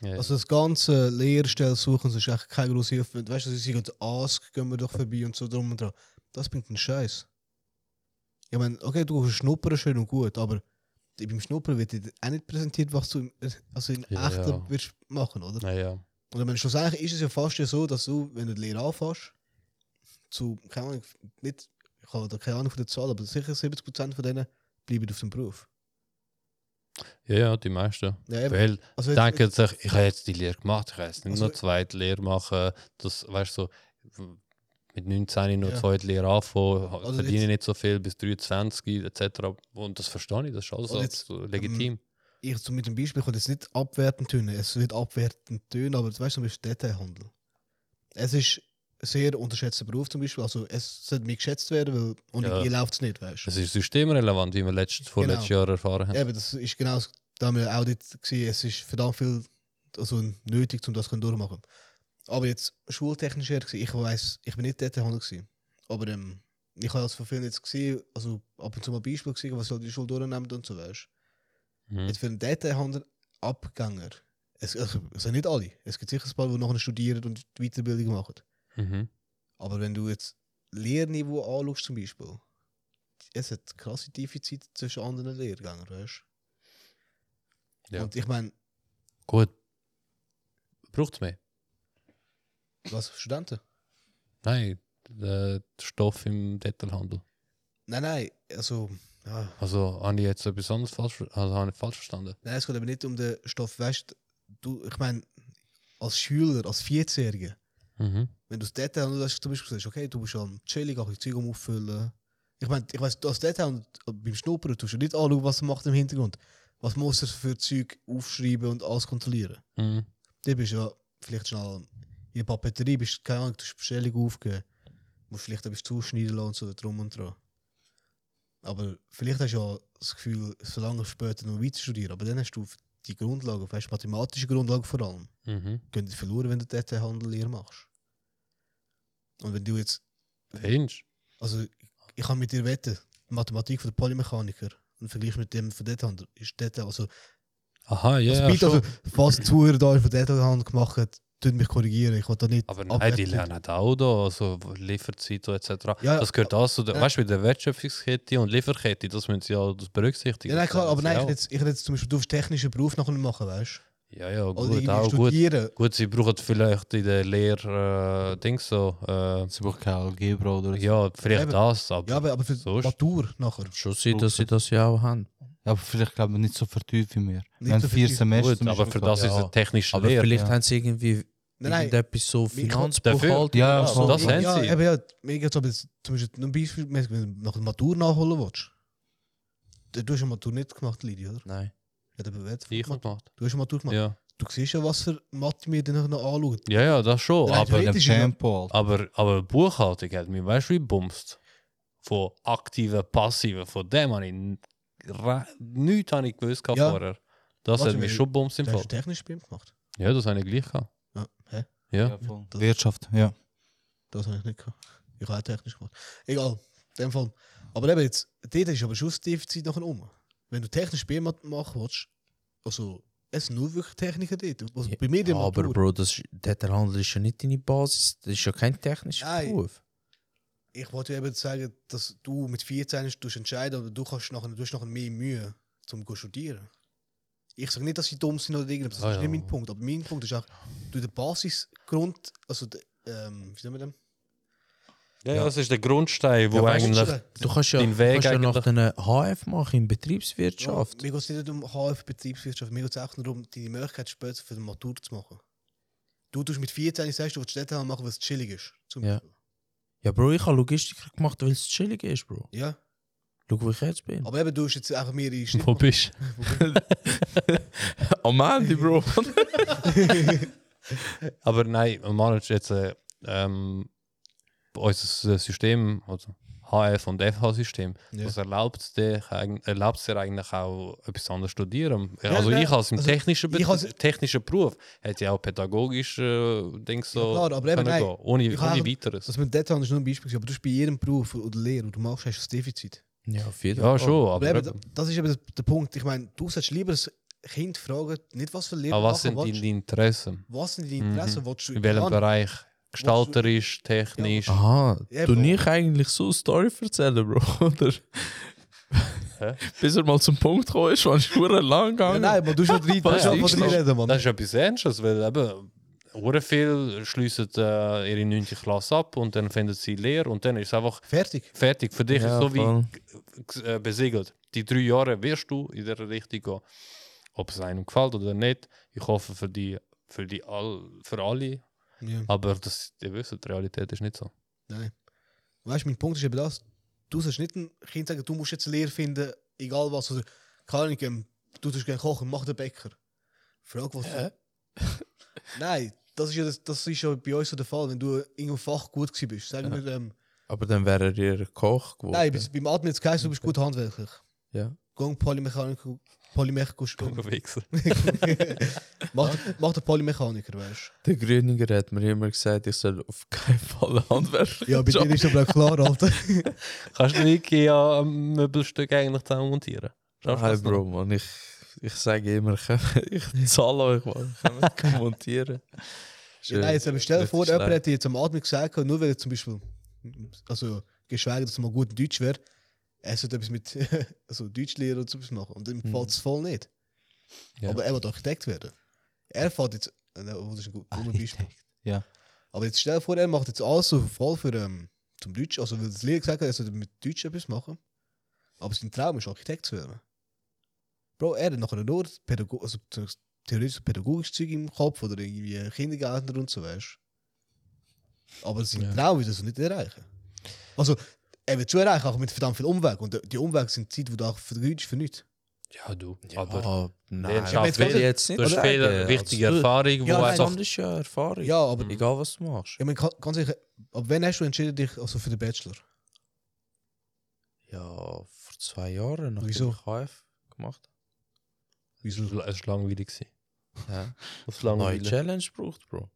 C: Ja, ja.
E: Also das ganze Lehrstelle suchen, das ist echt keine große Hilfe. Weißt du, sie gehen zu Ask, gehen wir doch vorbei und so drum und dran. Das bringt einen Scheiß. Ich meine, okay, du kannst schnuppern, schön und gut, aber beim Schnuppern wird dir auch nicht präsentiert, was du im, also in
C: Ja,
E: echt
C: ja.
E: wirst machen, oder?
C: ja, ja.
E: Und ich meine, schlussendlich ist es ja fast ja so, dass du, wenn du die Lehre anfängst, zu, keine Ahnung, nicht, ich habe da keine Ahnung von der Zahl, aber sicher 70% von denen bleiben auf dem Beruf.
C: ja, ja, die meisten.
E: Ja, eben.
C: Weil
E: Also jetzt-
C: denken sich, ich habe jetzt die Lehre gemacht, ich kann jetzt nicht
E: Also-
C: noch zweite Lehre machen. Das, weißt du, so, mit 19 noch
E: Ja.
C: zweite Lehre anfangen, ha-
E: Also
C: verdiene
E: jetzt-
C: nicht so viel bis 23 etc. Und das verstehe ich, das ist alles
E: Also
C: als-
E: jetzt,
C: so legitim.
E: ich so mit dem Beispiel kann jetzt nicht abwertend tun. Es wird abwertend tun, aber weißt du, zum Beispiel Detailhandel. Es ist ein sehr unterschätzter Beruf zum Beispiel. Also es sollte mir geschätzt werden, weil und
C: Ja.
E: hier läuft es nicht, weißt du.
C: Es ist systemrelevant, wie wir letzt,
E: Genau.
C: vorletztes Jahr erfahren haben.
E: Eben, das ist genau das, da haben wir auch dort gesehen, es ist verdammt viel also nötig, um das zu können durchmachen. Aber jetzt schultechnisch her, gesehen, ich weiß, ich bin nicht Detailhandel gewesen. Aber ähm, ich habe das von vielen jetzt gesehen, also ab und zu mal Beispiel gesehen, was halt die Schule durchnehmen und so, weißt du.
C: Mhm.
E: Jetzt für einen Detailhandel Abgänger. Es, also, es sind nicht alle. Es gibt sicher ein paar, die nachher studieren und die Weiterbildung machen.
C: Mhm.
E: Aber wenn du jetzt Lehrniveau anschaust zum Beispiel, es hat krasse Defizite zwischen anderen Lehrgängern, weißt du?
C: Ja.
E: Und ich meine,
C: Gut. Braucht es mehr?
E: was Studenten?
C: Nein, der Stoff im Detailhandel.
E: Nein, nein, also. Ja.
C: Also habe ich jetzt etwas anderes falsch, ver- also, habe ich falsch verstanden.
E: Nein, es geht aber nicht um den Stoff, weißt du? Ich meine, als Schüler, als 14-Jähriger,
C: Mhm.
E: wenn du das Detail hast, zum Beispiel sagst, okay, du bist am chillig, auch die Zeug am auffüllen. Ich meine, ich weiß, das Detail und beim Schnuppern tust du nicht anschauen, was er macht im Hintergrund. Was muss er für Zeug aufschreiben und alles kontrollieren?
C: Mhm.
E: Da bist du ja vielleicht schnell in der Papeterie, bist keine Ahnung, du hast Bestellung aufgeben, musst vielleicht etwas zuschneiden lassen und so drum und dran. Aber vielleicht hast du ja das Gefühl, so lange später noch weiter studieren, aber dann hast du die Grundlagen, weißt du, mathematische Grundlagen vor allem
C: Mhm.
E: gehen dir verloren, wenn du Detailhandel leer machst. Und wenn du jetzt,
C: Findest
E: also ich kann mit dir wetten, die Mathematik von der Polymechaniker im Vergleich mit dem von Detailhandel ist Detail, also
C: du? Aha, ja.
E: das
C: ja,
E: Bild,
C: schon.
E: also was die Zuhörer da von Detailhandel gemacht haben, tun mich korrigieren, ich will da nicht
C: Aber nein, die
E: abwertend-
C: lernen auch da, also Lieferzeit und etc.
E: Ja, ja.
C: das gehört alles zu der,
E: Ja.
C: weißt du, bei der Wertschöpfungskette und Lieferkette, das müssen sie ja das berücksichtigen.
E: Ja, nein, klar,
C: Das
E: aber
C: haben
E: nein, ich
C: sie
E: hätte jetzt, ich hätte jetzt zum Beispiel, du willst technischen Beruf nachher nicht machen, weißt
C: auch. Ja, ja,
E: du? Oder
C: gut,
E: irgendwie
C: auch gut.
E: studieren.
C: Gut, sie brauchen vielleicht in der Lehre, äh, Dings so, äh,
D: Sie braucht keine Algebra oder so.
C: ja, vielleicht
E: Eben.
C: das, aber
E: Ja, aber, aber für
C: So ist-
E: Matur nachher.
B: Schon sein, dass sie das ja auch haben.
D: Aber vielleicht glaube ich nicht so vertieft wie wir.
E: Nicht
D: wir haben
E: so
D: vier
E: vertieft.
D: Semester.
C: gut, aber für das
B: Ja.
C: ist eine technische
B: Aber
C: Lehre.
B: vielleicht
D: ja.
B: haben sie irgendwie
E: Nein, nein.
B: Irgendetwas so Finanzbuchhaltung.
C: Dafür?
D: Ja,
B: oder so.
D: voll.
C: Das haben
E: ja,
C: sie.
E: eben ja, ich jetzt aber jetzt, zum Beispiel ein Beispiel, wenn du nach der Matur nachholen willst. Du du hast eine Matur nicht gemacht, Lidi, oder?
B: Nein.
E: Ja, der Bewert.
C: Ich gemacht.
E: Du hast eine Matur gemacht.
C: Ja.
E: Du siehst ja, was für Mathe mir dann noch anschaut.
C: ja, ja, das schon.
E: Nein,
C: aber,
E: ich-
D: Wegen dem
E: ist ja-
D: Tempo, Alter.
C: aber, aber Buchhaltung hat mich, weißt du, wie bumst. Von aktiven, passiven, von dem habe ich n- ra- nichts habe ich gewusst gehabt
E: Ja.
C: vorher. Das
E: Warte,
C: hat mich
E: weil-
C: schon bumst im
E: Du
C: Fall.
E: hast technisch bei ihm gemacht.
C: Ja, das habe ich gleich gehabt.
E: Ja, hä?
C: Ja.
D: Ja, voll. Wirtschaft, ja.
E: Das habe ich nicht gehabt. Ich habe auch technisch gemacht. Egal, in dem Fall. Aber eben jetzt, dort ist aber schon das Defizit nachher um. Wenn du technisch bei ihm machen willst, also es sind nur wirklich Techniker dort. Also
B: Ja,
E: bei mir die
B: aber
E: Matur.
B: Bro, das, ist- der Handel ist ja nicht deine Basis. Das ist ja kein technischer
E: Nein.
B: Beruf.
E: Ich wollte eben sagen, dass du mit 14 hast, du hast entscheiden aber du hast nachher, du hast nachher mehr Mühe, um zu studieren. Ich sage nicht, dass sie dumm sind oder irgendwas, das
C: Ah,
E: ist
C: ja.
E: nicht mein Punkt. Aber mein Punkt ist auch, du den Basisgrund, also de, ähm, wie sagen wir dem?
C: Ja, das ist der Grundstein, wo
B: Ja, weißt du,
C: eigentlich.
B: Du kannst ja,
C: Dein Weg
B: kannst ja nach
C: eigentlich-
B: einer HF machen in
E: Ja,
B: Betriebswirtschaft.
E: mir geht es nicht um HF Betriebswirtschaft, mir geht es auch nur darum, deine Möglichkeit später für die Matur zu machen. Du tust mit 14 sagst, du willst Städte machen, weil es chillig ist. Zum
B: Ja.
E: Beispiel.
B: Ja, Bro, ich habe Logistik gemacht, weil es chillig ist, Bro.
E: ja.
B: Schau, wo ich jetzt bin.
E: Aber eben, du hast jetzt einfach mehr in Schnitt
C: Wo bist
B: Am Ende, Bro.
C: Aber nein, man ist jetzt äh, ähm, unser System, also HF und FH-System,
E: Ja.
C: das erlaubt dir, eig- erlaubt dir eigentlich auch etwas anderes studieren.
E: Ja,
C: also
E: nein,
C: ich als im
E: also
C: technischen, Be
E: ich als-
C: technischen Beruf hätte ja auch pädagogisch äh, Dings so
E: Ja, klar, aber eben,
C: können
E: nein.
C: gehen, ohne,
E: Ich habe-
C: ohne weiteres.
E: Das mit Detail ist nur ein Beispiel, gewesen, aber du hast bei jedem Beruf oder Lehre, die du machst, hast du ein Defizit.
B: Ja, auf jeden
C: Ja,
B: Fall.
C: schon,
E: Aber
C: aber,
E: eben,
C: eben,
E: da- das ist eben der- der Punkt. Ich meine, du solltest lieber das Kind fragen, nicht was für Lehre
C: aber was
E: du
C: sind
E: machen
C: deine
E: willst.
C: Interessen?
E: Was sind deine Interessen?
C: Mhm.
E: Willst du
C: In welchem
E: Ja,
C: Bereich? Gestalterisch, technisch?
B: Aha,
E: Ja,
B: du
E: Bro.
B: nicht eigentlich so eine Story erzählen, Bro, oder?
C: Hä?
B: Bis er mal zum Punkt gekommen ist, war es schon lang
E: Ja,
B: gegangen.
E: nein, aber du hast schon
C: Was
E: drei,
C: ist
E: drei
C: das?
E: reden, Mann.
C: Das ist etwas Ernstes, weil eben, hure viel schliessen äh, ihre 9. Klasse ab und dann finden sie Lehre und dann ist es einfach
E: Fertig.
C: fertig. Für dich
B: Ja,
C: ist so wie
B: voll.
C: g- äh, besiegelt. Die drei Jahre wirst du in der Richtung gehen. Ob es einem gefällt oder nicht, ich hoffe für die, für die all, für alle.
E: Ja.
C: Aber das, ihr wisst, die Realität ist nicht so.
E: Weißt du, mein Punkt ist eben das, du sollst nicht ein Kind sagen, du musst jetzt eine Lehre finden, egal was. Oder, keine Ahnung, ähm, du tust gerne kochen, mach den Bäcker. Frag was. du- Nein, das ist, ja, das, das ist ja bei uns so der Fall, wenn du in irgendeinem Fach gut gewesen bist. Sagen wir, ähm,
B: Aber dann wäre er ihr Koch geworden.
E: nein, bis- beim Atmen jetzt geheißen, du bist gut handwerklich.
B: Ja.
E: Geh und Polymechaniker, Polymechaniker studieren.
C: Wichser.
E: mach, den- mach den Polymechaniker, weißt
B: Der Grüninger hat mir immer gesagt, ich soll auf keinen Fall Handwerk.
E: du? Ja, bei dir ist aber auch klar, Alter.
C: Kannst du nicht ja ein Möbelstück eigentlich zusammen montieren? Schaffst du
B: Nein,
C: das noch?
B: Bro, Mann, ich, ich sage immer, ich zahle euch, Mann. Ich kann montieren.
E: Ja, nein, jetzt, aber stell dir
B: Das
E: vor,
B: ist
E: jemand
B: schlecht.
E: hätte jetzt am Atmen gesagt, nur weil er zum Beispiel, also geschweige, dass er mal gut in Deutsch wäre, er sollte etwas mit also Deutschlehrer und so etwas machen. Und ihm gefällt es voll nicht.
C: Ja.
E: Aber er will Architekt werden. Er fährt jetzt, äh, nein, oh, das ist ein gut- dummes Beispiel.
D: ja.
E: Aber jetzt stell dir vor, er macht jetzt alles so voll für ähm, zum Deutsch, also weil das Lehrer gesagt hat, er sollte mit Deutsch etwas machen. Aber sein Traum ist, Architekt zu werden. Bro, er hat nachher nur Pädago also, theoretisch pädagogisches Zeug im Kopf oder irgendwie Kindergärtner und so, weißt du. Aber sein
B: Ja.
E: Traum wird das nicht erreichen. Also, er wird schon erreichen, aber mit verdammt viel Umweg. Und die Umwege sind die Zeit, die du auch vergütest für nichts.
C: Ja, du. Aber
B: Aber nein,
C: Den
E: Ja, aber jetzt
B: will ich
E: kommt-
B: jetzt nicht
C: du hast
B: sagen.
C: viel äh, wichtige
B: Also,
C: Erfahrung,
E: Ja,
C: wo
E: nein.
B: Du
C: einfach
B: hast ist ja Erfahrung.
E: Ja, aber
C: Mhm.
B: Egal, was du machst.
E: ich meine, ga- ganz sicher, ab wann hast du entschieden dich also für den Bachelor?
B: Ja, vor zwei Jahren, nachdem
E: Wieso?
B: ich HF gemacht
E: Wieso?
C: Es war langweilig. gewesen.
B: habe. Ja.
C: Das
B: Neue
C: langweilig.
B: Challenge braucht, Bro.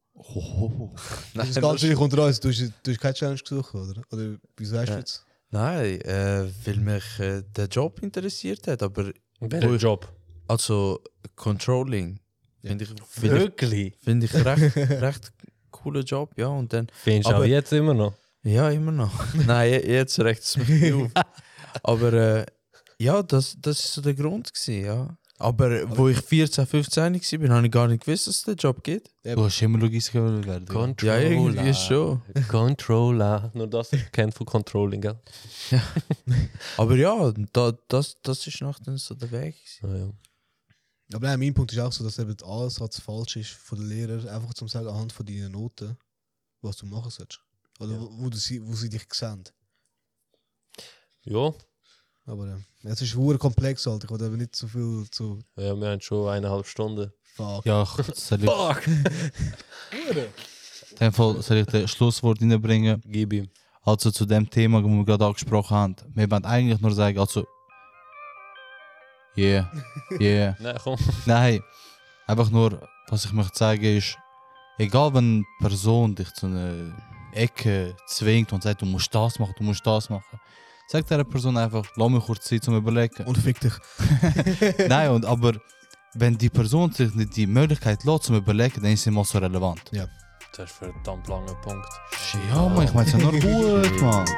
B: Nein,
E: Das Ganze liegt unter uns. Du hast, du hast keine Challenge gesucht, oder? Oder wieso hast du
B: Ja.
E: jetzt?
B: Nein, äh, weil mich äh, der Job interessiert hat, aber
C: Welcher Job?
B: also Controlling
E: Ja.
B: finde ich, find
C: Wirklich?
B: ich, find ich recht, recht cooler Job, ja. Und dann,
C: Findest du
B: Aber-
C: auch jetzt immer noch?
B: ja, immer noch. Nein, je- jetzt recht es mich auf. Aber äh, ja, das, das ist so der Grund gewesen, ja. Aber äh, wo ich 14, 15 war, habe ich gar nicht gewusst, dass es den Job gibt.
D: Du hast immer Logistiker werden.
B: Ja, irgendwie schon.
C: Controller. Nur das kennt von Controlling, gell?
B: Aber ja, da, das, das ist noch dann so der Weg. gewesen.
C: Ah, ja.
E: Aber nein, mein Punkt ist auch so, dass eben der Ansatz falsch ist von den Lehrern, einfach zum sagen, anhand von deinen Noten, was du machen sollst. Oder wo, wo, du sie, wo sie dich sehen.
C: Ja,
E: Aber ähm, es ist hure komplex, Alter. Ich will eben nicht so viel zu...
C: ja, wir haben schon eineinhalb Stunden.
E: Fuck.
D: Ja, ich- soll ich,
C: Fuck!
D: in dem Fall soll ich das Schlusswort reinbringen.
C: Gib ihm.
D: Also zu dem Thema, das wir gerade angesprochen haben. Wir wollen eigentlich nur sagen, also. Yeah. Yeah.
C: Nein, komm.
D: Nein. Einfach nur, was ich möchte sagen ist, egal wenn eine Person dich zu einer Ecke zwingt und sagt, du musst das machen, du musst das machen, sag dieser Person einfach, lass mir kurz Zeit zum Überlegen.
E: Und fick dich.
D: Nein, und aber wenn die Person sich nicht die Möglichkeit lässt zum Überlegen, dann ist sie mal so relevant.
C: Das ist verdammt langer Punkt.
D: Ja, Mann, ich meine es ja nur gut, Mann.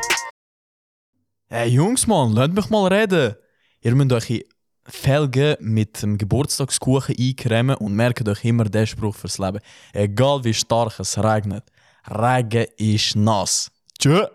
A: Hey Jungs, man, lasst mich mal reden. Ihr müsst euch Felgen mit dem Geburtstagskuchen eincremen und merkt euch immer den Spruch fürs Leben. Egal wie stark es regnet, Regen ist nass. Tschö!